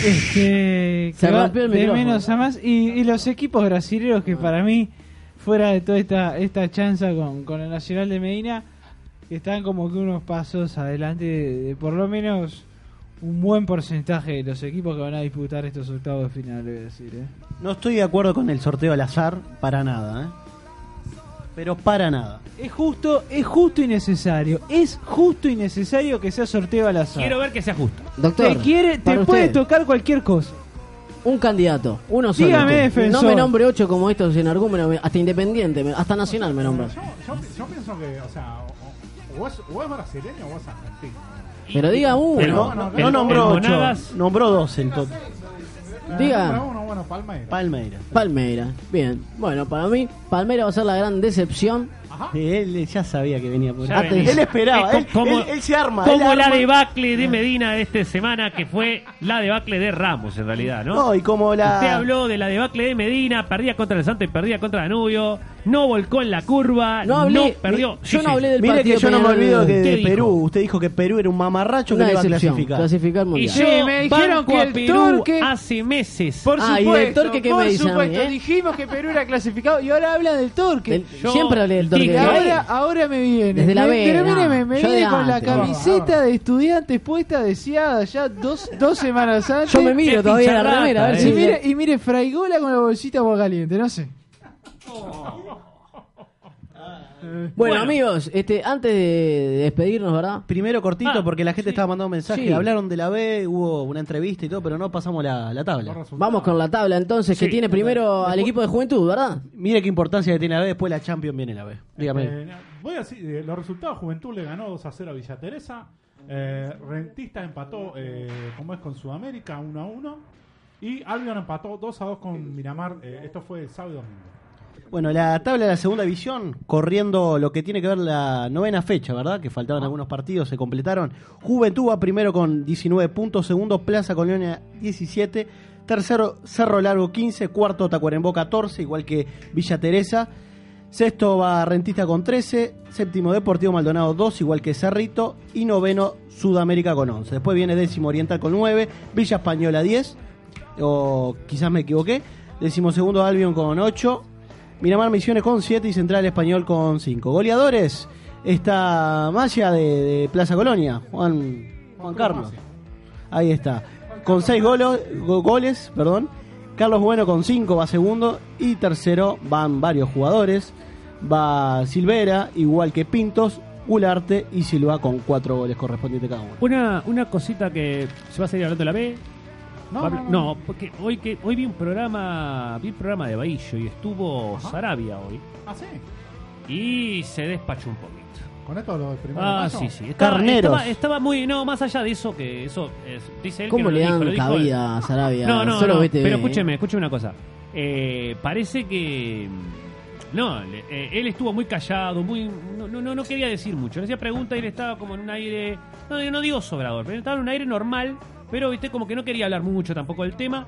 Este, que Se va rompió el de micrófono. menos a más y, y los equipos brasileños que para mí fuera de toda esta esta chanza con, con el Nacional de Medina que están como que unos pasos adelante de, de por lo menos un buen porcentaje de los equipos que van a disputar estos octavos de final, voy a decir, ¿eh? No estoy de acuerdo con el sorteo al azar, para nada. ¿eh? Pero para nada. Es justo, es justo y necesario. Es justo y necesario que sea sorteo al azar. Quiero ver que se ajusta. Doctor, te quiere, te para puede usted, tocar cualquier cosa. un candidato, uno solo. Dígame, usted. defensor. No me nombre ocho como estos en argumento, me- hasta independiente, me- hasta nacional me nombra. Yo, yo, yo pienso que, o sea, o, o es, o es brasileño o es argentino. Pero diga uno, Pero- No, no- el- no el nombró ocho, Monagas- nombró dos en total. diga. Pero uno, bueno, Palmeiras. Palmeiras. Palmeiras, bien. Bueno, para mí, Palmeiras va a ser la gran decepción. Ajá. Sí, Él ya sabía que venía por Ya ahí. venía. Él esperaba, ¿eh? Es él, como- él- él se arma. él Como la arma. debacle de Medina de esta semana, que fue la debacle de Ramos, en realidad, ¿no? No, y como la. Usted habló de la debacle de Medina, perdía contra el Santo y perdía contra Danubio, no volcó en la curva, no, No hablé. perdió. yo no hablé del Mire partido que yo no me Peñarol- olvido que de ¿Qué dijo? Perú. Usted dijo que Perú era un mamarracho que una no iba a decepción, clasificar. clasificar. Y mundial. yo Sí, me dijeron banco que a el Perú Torque- hace meses. Por Ah, y supuesto, del Torque, ¿qué por me dicen a mí, supuesto. eh? Dijimos que Perú era clasificado y ahora habla del Torque. Del- yo- siempre hablé del Y torneo. ahora, ahora me viene. Desde la Me- B, Pero no, míreme, me yo de viene con la antes. camiseta de estudiantes puesta deseada ya dos, dos semanas antes. Yo me miro Qué todavía la pincharrata, remera, a ver eh. si Y Sí, mire, y mire, Fraigola con la bolsita agua caliente, no sé. Bueno, amigos, este, antes de despedirnos, ¿verdad? Primero cortito, Ah, porque la gente estaba mandando mensajes. Sí. Hablaron de la B, hubo una entrevista y todo, pero no pasamos la, la tabla. Vamos con la tabla entonces, que Sí. tiene primero al equipo de juventud, ¿verdad? Mire qué importancia que tiene la B, después la Champions viene la B. Dígame. Eh, voy a decir, eh, los resultados, Juventud le ganó 2 a 0 a Villa Teresa, eh, Rentista empató, eh, como es, con Sudamérica 1 a 1, y Albion empató 2 a 2 con Miramar, eh, esto fue sábado y domingo. Bueno, la tabla de la segunda división, corriendo lo que tiene que ver la novena fecha, ¿verdad? Que faltaban algunos partidos, se completaron. Juventud va primero con 19 puntos, segundo Plaza Colonia 17, tercero Cerro Largo 15, cuarto Tacuarembó 14, igual que Villa Teresa. Sexto va Rentista con 13, séptimo Deportivo Maldonado 2, igual que Cerrito, y noveno Sudamérica con 11. Después viene décimo Oriental con 9, Villa Española 10, o quizás me equivoqué, décimo segundo Albion con 8, Miramar Misiones con 7 y Central Español con 5. Goleadores, esta malla de, de Plaza Colonia, Juan, Juan Carlos. Ahí está. Con 6 goles, perdón. Carlos Bueno con 5 va segundo. Y tercero van varios jugadores. Va Silvera, igual que Pintos, Ularte y Silva con 4 goles correspondientes cada uno. Una, una cosita que se va a seguir hablando de la B. No, Va- no, no. porque hoy que hoy vi un programa, vi un programa de Bahillo y estuvo Ajá. Sarabia hoy Ah, sí, y se despachó un poquito. con esto lo del primero. de Ah, mayo. sí, sí. Estaba, Carneros. Estaba, estaba muy. No, más allá de eso, que eso. es- dice él ¿Cómo que lo le dijo, dan lo dijo él. cabida a Sarabia? No, no, Solo no, BTV, pero ¿eh? escúcheme, escúcheme una cosa. Eh, parece que. mm, No, le- eh, él estuvo muy callado, muy no, no- no, no quería decir mucho. Le hacía preguntas y él estaba como en un aire. No, no digo sobrador, pero estaba en un aire normal. Pero viste, como que no quería hablar mucho tampoco del tema.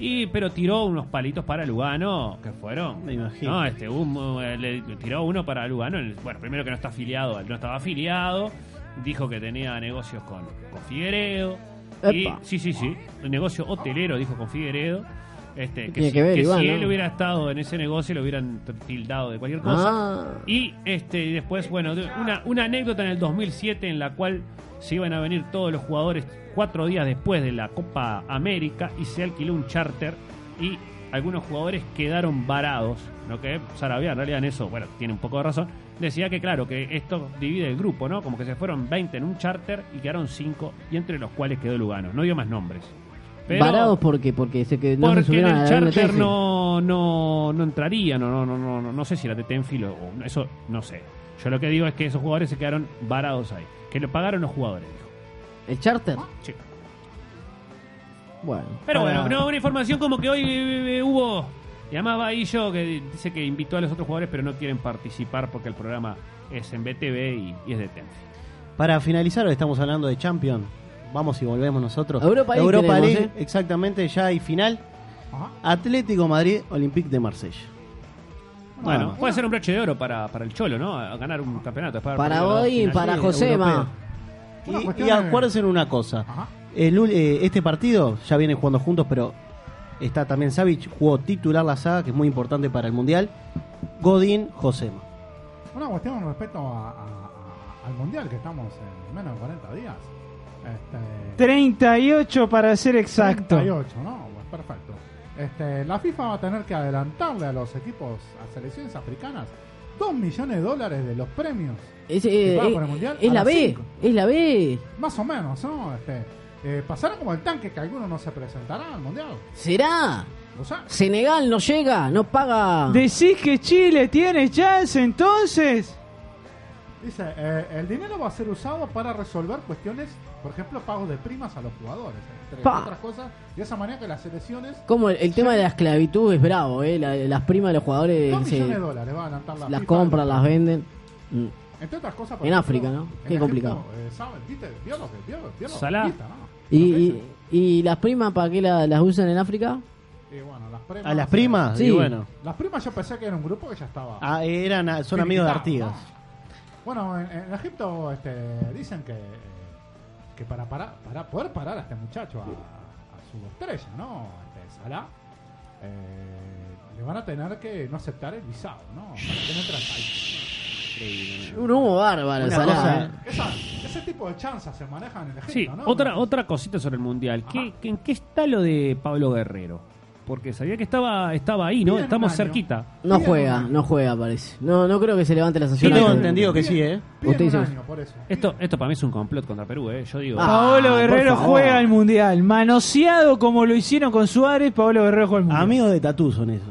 Y, pero tiró unos palitos para Lugano, que fueron. Me imagino. No, este, un- eh, le tiró uno para Lugano. el- Bueno, primero que no está afiliado, él no estaba afiliado. Dijo que tenía negocios con, con Figueredo. Y- Epa. sí, sí, sí. El negocio hotelero, dijo con Figueredo. Este, que, tiene si- que ver, que Iván, si no? él hubiera estado en ese negocio lo hubieran t- tildado de cualquier cosa. Ah, Y este y después, bueno, de- una, una anécdota en el 2007 en la cual se iban a venir todos los jugadores cuatro días después de la Copa América y se alquiló un charter y algunos jugadores quedaron varados. ¿no? Que Sarabia, en realidad, en eso, bueno, tiene un poco de razón. Decía que, claro, que esto divide el grupo, ¿no? Como que se fueron 20 en un charter y quedaron 5, y entre los cuales quedó Lugano. No dio más nombres. Pero- varados porque porque se que no se porque en subieron a el la charter MTS. no, no, no entraría, no, no, no, no, no, no sé si la TT en filo, o eso no sé. Yo lo que digo es que esos jugadores se quedaron varados ahí, que lo pagaron los jugadores, dijo. ¿El charter? Sí. Bueno. Pero para- bueno, no, una información como que hoy eh, eh, hubo, llamaba ahí yo, que dice que invitó a los otros jugadores, pero no quieren participar porque el programa es en BTV y, y es de Tenfi. Para finalizar, hoy estamos hablando de Champions. Vamos y volvemos nosotros. Europa League queremos, ¿eh? exactamente, ya hay final. Ajá. Atlético Madrid, Olympique de Marsella. Ah, Bueno, Vamos. puede ser un broche de oro para, para el Cholo, ¿no? A ganar un campeonato. después de haber Para perdido la Godín, final. para Sí, Josema. europeo. Una Y, cuestión y de- acuérdense una cosa. Ajá. El ul- eh, este partido ya vienen jugando juntos, pero está también Savic, jugó titular la saga, que es muy importante para el Mundial. Godín, Josema. Una cuestión con respecto a- a- a- al mundial que estamos en menos de 40 días. Este, 38 para ser exacto. 38, ¿no? Pues perfecto. Este, la FIFA va a tener que adelantarle a los equipos, a selecciones africanas, 2 millones de dólares de los premios. Es, eh, ¿Y para eh, por el Mundial? es A la las B, cinco. es la B. Más o menos, ¿no? Este, eh, pasará como el tanque que algunos no se presentarán al mundial. ¿Será? O sea, Senegal no llega, no paga. ¿Decís que Chile tiene chance entonces? dice, eh, el dinero va a ser usado para resolver cuestiones, por ejemplo, pagos de primas a los jugadores, entre Pa. otras cosas, de esa manera que las selecciones. Como el, el tema de la esclavitud es bravo, ¿eh? La- las primas de los 2 jugadores se- millones de dólares va a adelantar la las FIFA. compran, las venden. Mm. Entre otras cosas, por En África, ¿no? en Qué Egipto, complicado. eh, ¿Saben? ¿Viste? Vio lo que vio, lo- vio lo- Salah. vista, ¿no? ¿Y, Lo que y, dicen. y las primas para qué la- las usan en África? Y bueno, las primas. A las primas, Sí. y bueno. Las primas yo pensé que era un grupo que ya estaba. Ah, eran, ah, son amigos de finiquitado, Artigas. ¿no? Bueno, en, en Egipto este, dicen que, eh, que para, para, para poder parar a este muchacho, a, a su estrella, ¿no? Este, Salah, eh, le van a tener que no aceptar el visado, ¿no? Para que no entre al país. Un humo bárbaro, Una Salah, cosa- ¿eh? Esa- ese tipo de chanzas se manejan en Egipto, Sí, ¿no? otra, otra cosita sobre el mundial. ¿Qué, Ajá. qué- ¿En qué está lo de Pablo Guerrero? Porque sabía que estaba, estaba ahí, ¿no? Bien, Estamos Mario. cerquita. No Bien, juega, Mario. no juega, parece. No, no creo que se levante la Yo sanción. tengo Ahí. entendido que sí, ¿eh? Piden Usted un hizo- año por eso. Esto, esto para mí es un complot contra Perú, ¿eh? Yo digo. Ah, Paolo por Guerrero favor. juega al mundial. Manoseado como lo hicieron con Suárez, Paolo Guerrero juega al mundial. Amigos de Tatú son esos.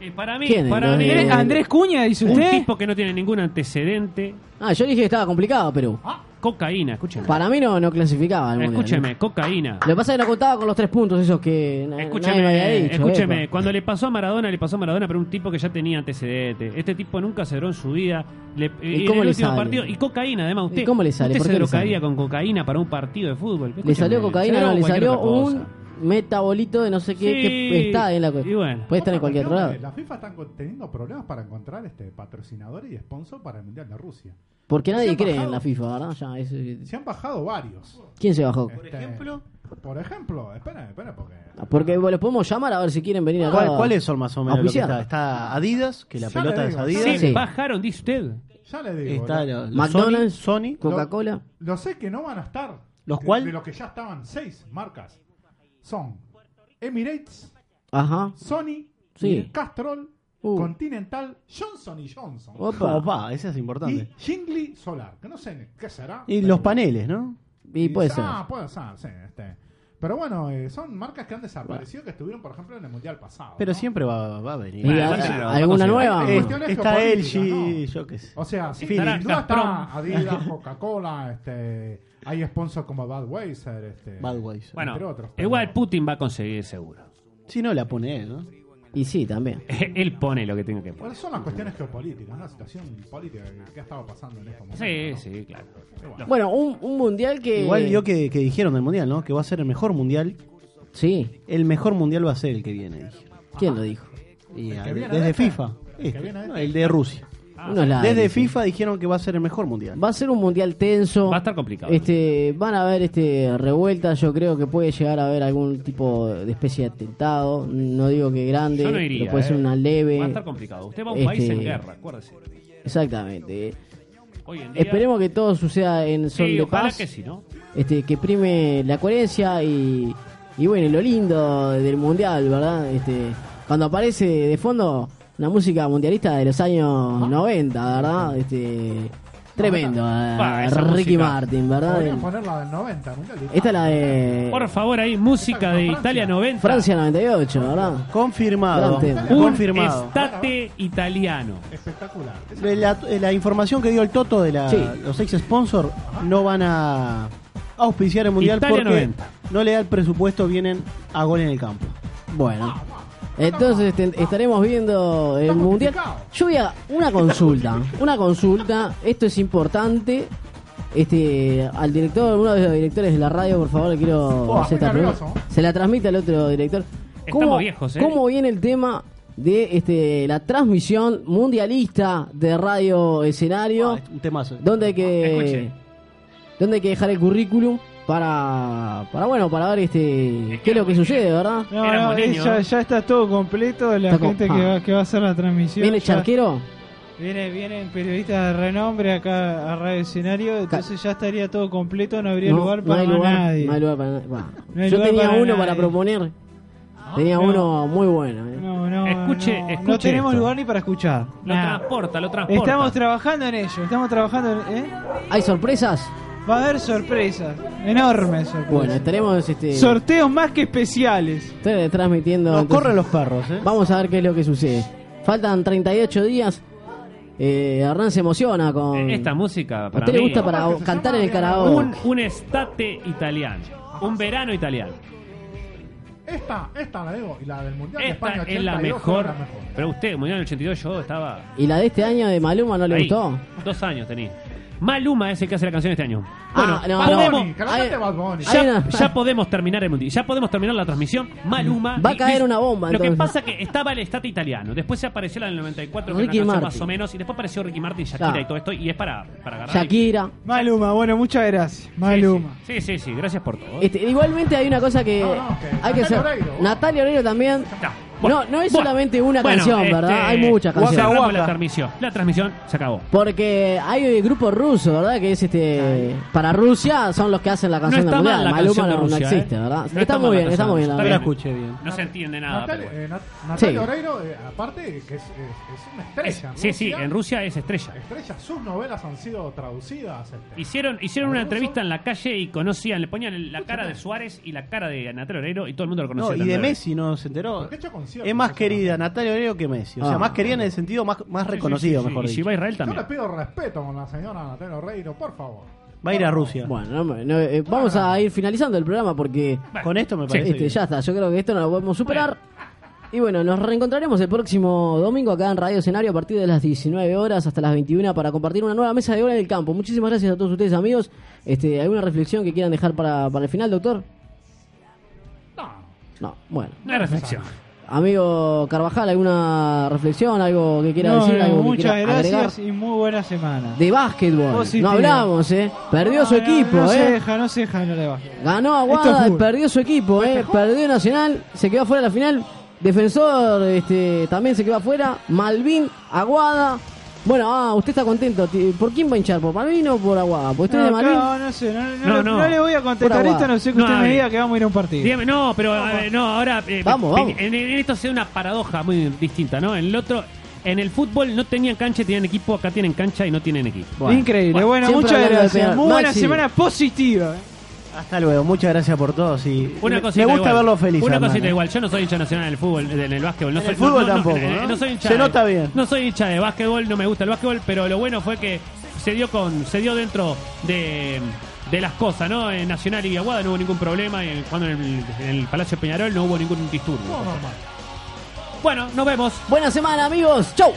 Eh, para mí, ¿Quién es? para mí, Eh, Andrés, Andrés Cuña, dice un usted. tipo que no tiene ningún antecedente. Ah, yo dije que estaba complicado, Perú. Ah. Cocaína, escúcheme. Para mí no, no clasificaba. al Mundial, Escúcheme, cocaína. ¿no? Lo que pasa es que no contaba con los tres puntos esos que na- nadie me había Escúcheme, dicho. escúcheme. epa. Cuando le pasó a Maradona, le pasó a Maradona, pero un tipo que ya tenía antecedentes. Este tipo nunca cedró en su vida. Le- en cómo el le último sale? partido. Y cocaína, además. Usted, ¿Y cómo le sale? usted ¿Por se qué le drogaría sale? con cocaína para un partido de fútbol. ¿Le Escúcheme, salió cocaína? cedró No, le cualquier salió otra cosa. un metabolito de no sé qué que Sí. está en la. Y bueno. Puede estar Otra en cualquier cuestión lado. que La FIFA está con- teniendo problemas para encontrar este patrocinador y sponsor para el Mundial de Rusia. Porque nadie se han cree en bajado. la FIFA, ¿verdad? Ya, es- Se han bajado varios. ¿Quién se bajó? Por ejemplo. Por ejemplo, espera, espera, porque. Porque bueno, los podemos llamar a ver si quieren venir acá. ¿Cuál- ¿Cuáles son más o menos? lo que Auspiciar. está? está Adidas, que la Ya pelota le es digo, Adidas. Sí, Sí. bajaron, dice usted. Ya le digo. Está lo, lo- lo McDonald's, Sony, Sony, Coca-Cola. lo sé que no van a estar. ¿Los de- cuál? De lo que ya estaban seis marcas. Son Emirates, Ajá. Sony, Sí. Castrol, Uh. Continental, Johnson y Johnson. Opa. Opa, esa es importante. Y Jingli Solar, que no sé qué será. Y los paneles, ¿no? Y puede ser. Ah, puede ser, sí. este. Pero bueno, eh, son marcas que han desaparecido, que estuvieron, por ejemplo, en el Mundial pasado. Pero ¿no? siempre va, va a venir. ¿Y Bueno, a- no sé, no, no ¿Alguna sé. nueva? Eh, cuestiones está geopolíticas, LG, ¿no? yo qué sé. O sea, sí, Philips, sin duda Gazprom. está Adidas, Coca-Cola, este, hay sponsors como Budweiser, este, Bad Ways. Entre Bueno, otros, pero- igual Putin va a conseguir seguro. Si no, la pone él, ¿no? Y sí, también. Él pone lo que tenga que poner. ¿Cuáles son las cuestiones geopolíticas, la situación política que- que ha estado pasando en estos momentos? Sí, ¿no? sí, claro. Bueno, un, un mundial que. Igual vio que, que dijeron del mundial, ¿no? Que va a ser el mejor mundial. Sí. El mejor mundial va a ser el que viene, dijeron. ¿Quién lo dijo? Y a- viene desde de- FIFA. el que Este, viene de- Ah. no, el de Rusia. Unos ladres, Desde sí. FIFA dijeron que va a ser el mejor mundial. Va a ser un mundial tenso. Va a estar complicado. Este, van a haber este revueltas. Yo creo que puede llegar a haber algún tipo de especie de atentado. No digo que grande, Yo no iría, pero puede ser eh. una leve. Va a estar complicado. Usted va a un Este- país en guerra, acuérdese. Exactamente. Hoy en día. Esperemos que todo suceda en Sí, son de ojalá paz. que sí, ¿no? Este, que prime la coherencia y, y bueno, lo lindo del mundial, ¿verdad? Este, cuando aparece de fondo la música mundialista de los Ah. años 90, ¿verdad? Este, tremendo, Pa, eh, esa Ricky música. Martin, ¿verdad? Podrían El- poner la del 90, nunca le- Esta es la de Por favor, ahí música de Francia. Italia 90. Francia 98, ¿verdad? Gran Confirmado. tema. Un Confirmado. estate italiano. Espectacular. De La, de la información que dio el Toto de la- Sí. los ex sponsors no van a auspiciar el mundial Italia porque 90. no le da el presupuesto, vienen a gol en el campo. Bueno. Entonces este, estaremos viendo el mundial. Yo voy a una consulta, una consulta, esto es importante. Este, al director, uno de los directores de la radio, por favor, le quiero Oh, hacer esta muy pregunta. nervioso. Se la transmite al otro director. ¿eh? Estamos viejos, ¿eh? ¿Cómo viene el tema de este la transmisión mundialista de radio escenario? Ah, es un temazo. donde hay que Escuche. donde hay que dejar el currículum para para bueno para ver este qué es lo que sucede verdad No, Éramos no, eh, niños. ya, ya está todo completo. La Está co- gente que ah. va, que va a hacer la transmisión. viene ya- charquero Viene, vienen periodistas de renombre acá a Radio Escenario. Entonces ya estaría todo completo. No habría lugar no para hay lugar nadie. no hay lugar para nadie. Bah, No hay yo lugar tenía para uno para nadie. proponer tenía No. uno muy bueno eh. No, no, Escuche, no, escuche no tenemos esto. lugar ni para escuchar. Lo Nada. transporta, lo transporta. Estamos trabajando en ello. Estamos trabajando en. ¿eh? hay sorpresas Va a haber sorpresas. Enormes sorpresas. bueno estaremos este Sorteos más que especiales. estaré transmitiendo Nos entonces. corren los perros, ¿eh? vamos a ver qué es lo que sucede faltan 38 días eh, Hernán se emociona con Eh, Esta música a para usted le mí, gusta para ¿Cómo es que se cantar en llama? el karaoke un, un estate italiano, un verano italiano. Esta, esta la digo, y la del Mundial de Esta España es la 82 mejor. fue la mejor. Pero usted, Mundial del 82, yo estaba y la de este año de Maluma no le ahí. gustó Dos años tenía. Maluma es el que hace la canción este año. Bueno, Ah, no, Bad podemos- Bunny, que la Hay- cante Bad Bunny. Hay Ya, una- ya podemos terminar el mundial. Ya podemos terminar la transmisión. Maluma. Va a y- caer y- una bomba, Lo que entonces. pasa que estaba el estate italiano. Después se apareció la del 94, que Ricky era una canción Martin. más o menos. Y después apareció Ricky Martin, Shakira Ya. y todo esto. Y es para, para agarrar. Shakira. Maluma, bueno, muchas gracias. Maluma. Sí, sí, sí. Gracias por todo. Este, igualmente hay una cosa que No, no, que hay que Natalia hacer. Oreiro. Natalia Oreiro también. Ya, bueno, no, no es bueno, solamente una bueno, canción, este, ¿verdad? Hay muchas cerramos canciones. La transmisión. La transmisión se acabó. Porque hay el grupo ruso, ¿verdad? Que es este. Para Rusia son los que hacen la canción no está de mundial. mal la Maluma canción de no, no Rusia, ¿eh? existe, ¿verdad? No está, muy mal bien, está canción, muy bien. la está verdad. bien. escuché bien. No se entiende nada. Natalia, pero eh, Nat- Natalia Sí. Oreiro, eh, aparte, que es, es- es una bueno. estrella. Es- sí, sí, en Rusia es estrella. Estrellas, sus novelas han sido traducidas. este, Hicieron, hicieron una ¿Ruso? entrevista en la calle y conocían, le ponían la cara de Suárez y la cara de Natalia Oreiro y todo el mundo lo No, conocía. y de Messi no se enteró. ¿Por qué hecho concierto? Es más querida Natalia Oreiro que Messi. O sea, Ah. más querida en el sentido más, más reconocido, mejor Y si dicho. va a Israel Yo también. le pido respeto con la señora Natalia Oreiro, por favor. Va a ir a Rusia. Bueno, no me- no, eh, vamos a ir finalizando el programa porque. Con esto me Sí. parece. este, bien. ya está, yo creo que esto no lo podemos superar. Y bueno, nos reencontraremos el próximo domingo acá en Radio Escenario a partir de las 19 horas hasta las 21 para compartir una nueva mesa de hora en el campo. Muchísimas gracias a todos ustedes, amigos. Este, ¿Alguna reflexión que quieran dejar para, para el final, doctor? No. No, bueno. No hay reflexión. Amigo Carvajal, ¿alguna reflexión? ¿Algo que quiera No, eh, decir? no, ¿Algo que muchas quiera agregar? gracias y muy buena semana. De básquetbol. Positivo. No hablamos, ¿eh? Perdió su No, no, equipo, no, ¿eh? se deja, no se deja, no le baja. Ganó Esto es Aguada, fútbol. perdió su equipo, eh, perdió Nacional, se quedó fuera de la final. Defensor este, también se quedó afuera. Malvin, Aguada. Bueno, ah, usted está contento. Ti- ¿Por quién va a hinchar? ¿Por Malvin o por Aguada? ¿Por usted es de No, Malvin? no, no sé, no, no, No, no, no. no le voy a contestar Por esto, abajo. no sé que No, usted a me ver. diga que vamos a ir a un partido. Dígame, no, pero a ver, no, ahora. eh, Vamos, en- vamos. En, en esto se da una paradoja muy distinta, ¿no? En el otro, en el fútbol no tenían cancha y tenían equipo, acá tienen cancha y no tienen equipo. Increíble, bueno, siempre muchas hablando de gracias. pegar. Muy buena Maxi. semana positiva. Hasta luego. Muchas gracias por todo. sí. Una me, cosita me gusta igual. verlo feliz. eh. Una hermano. cosita igual. Yo no soy hincha nacional en el fútbol, en el básquetbol. No En soy, el fútbol no- no- tampoco, eh, ¿no? soy hincha. Se de- nota bien. No soy hincha de básquetbol, no me gusta el básquetbol, pero lo bueno fue que se dio con, se dio dentro de, de las cosas, ¿no? En Nacional y Aguada no hubo ningún problema. Y en- cuando en el, en el Palacio Peñarol no hubo ningún disturbio. Todo normal. Bueno, nos vemos. Buena semana, amigos. Chau.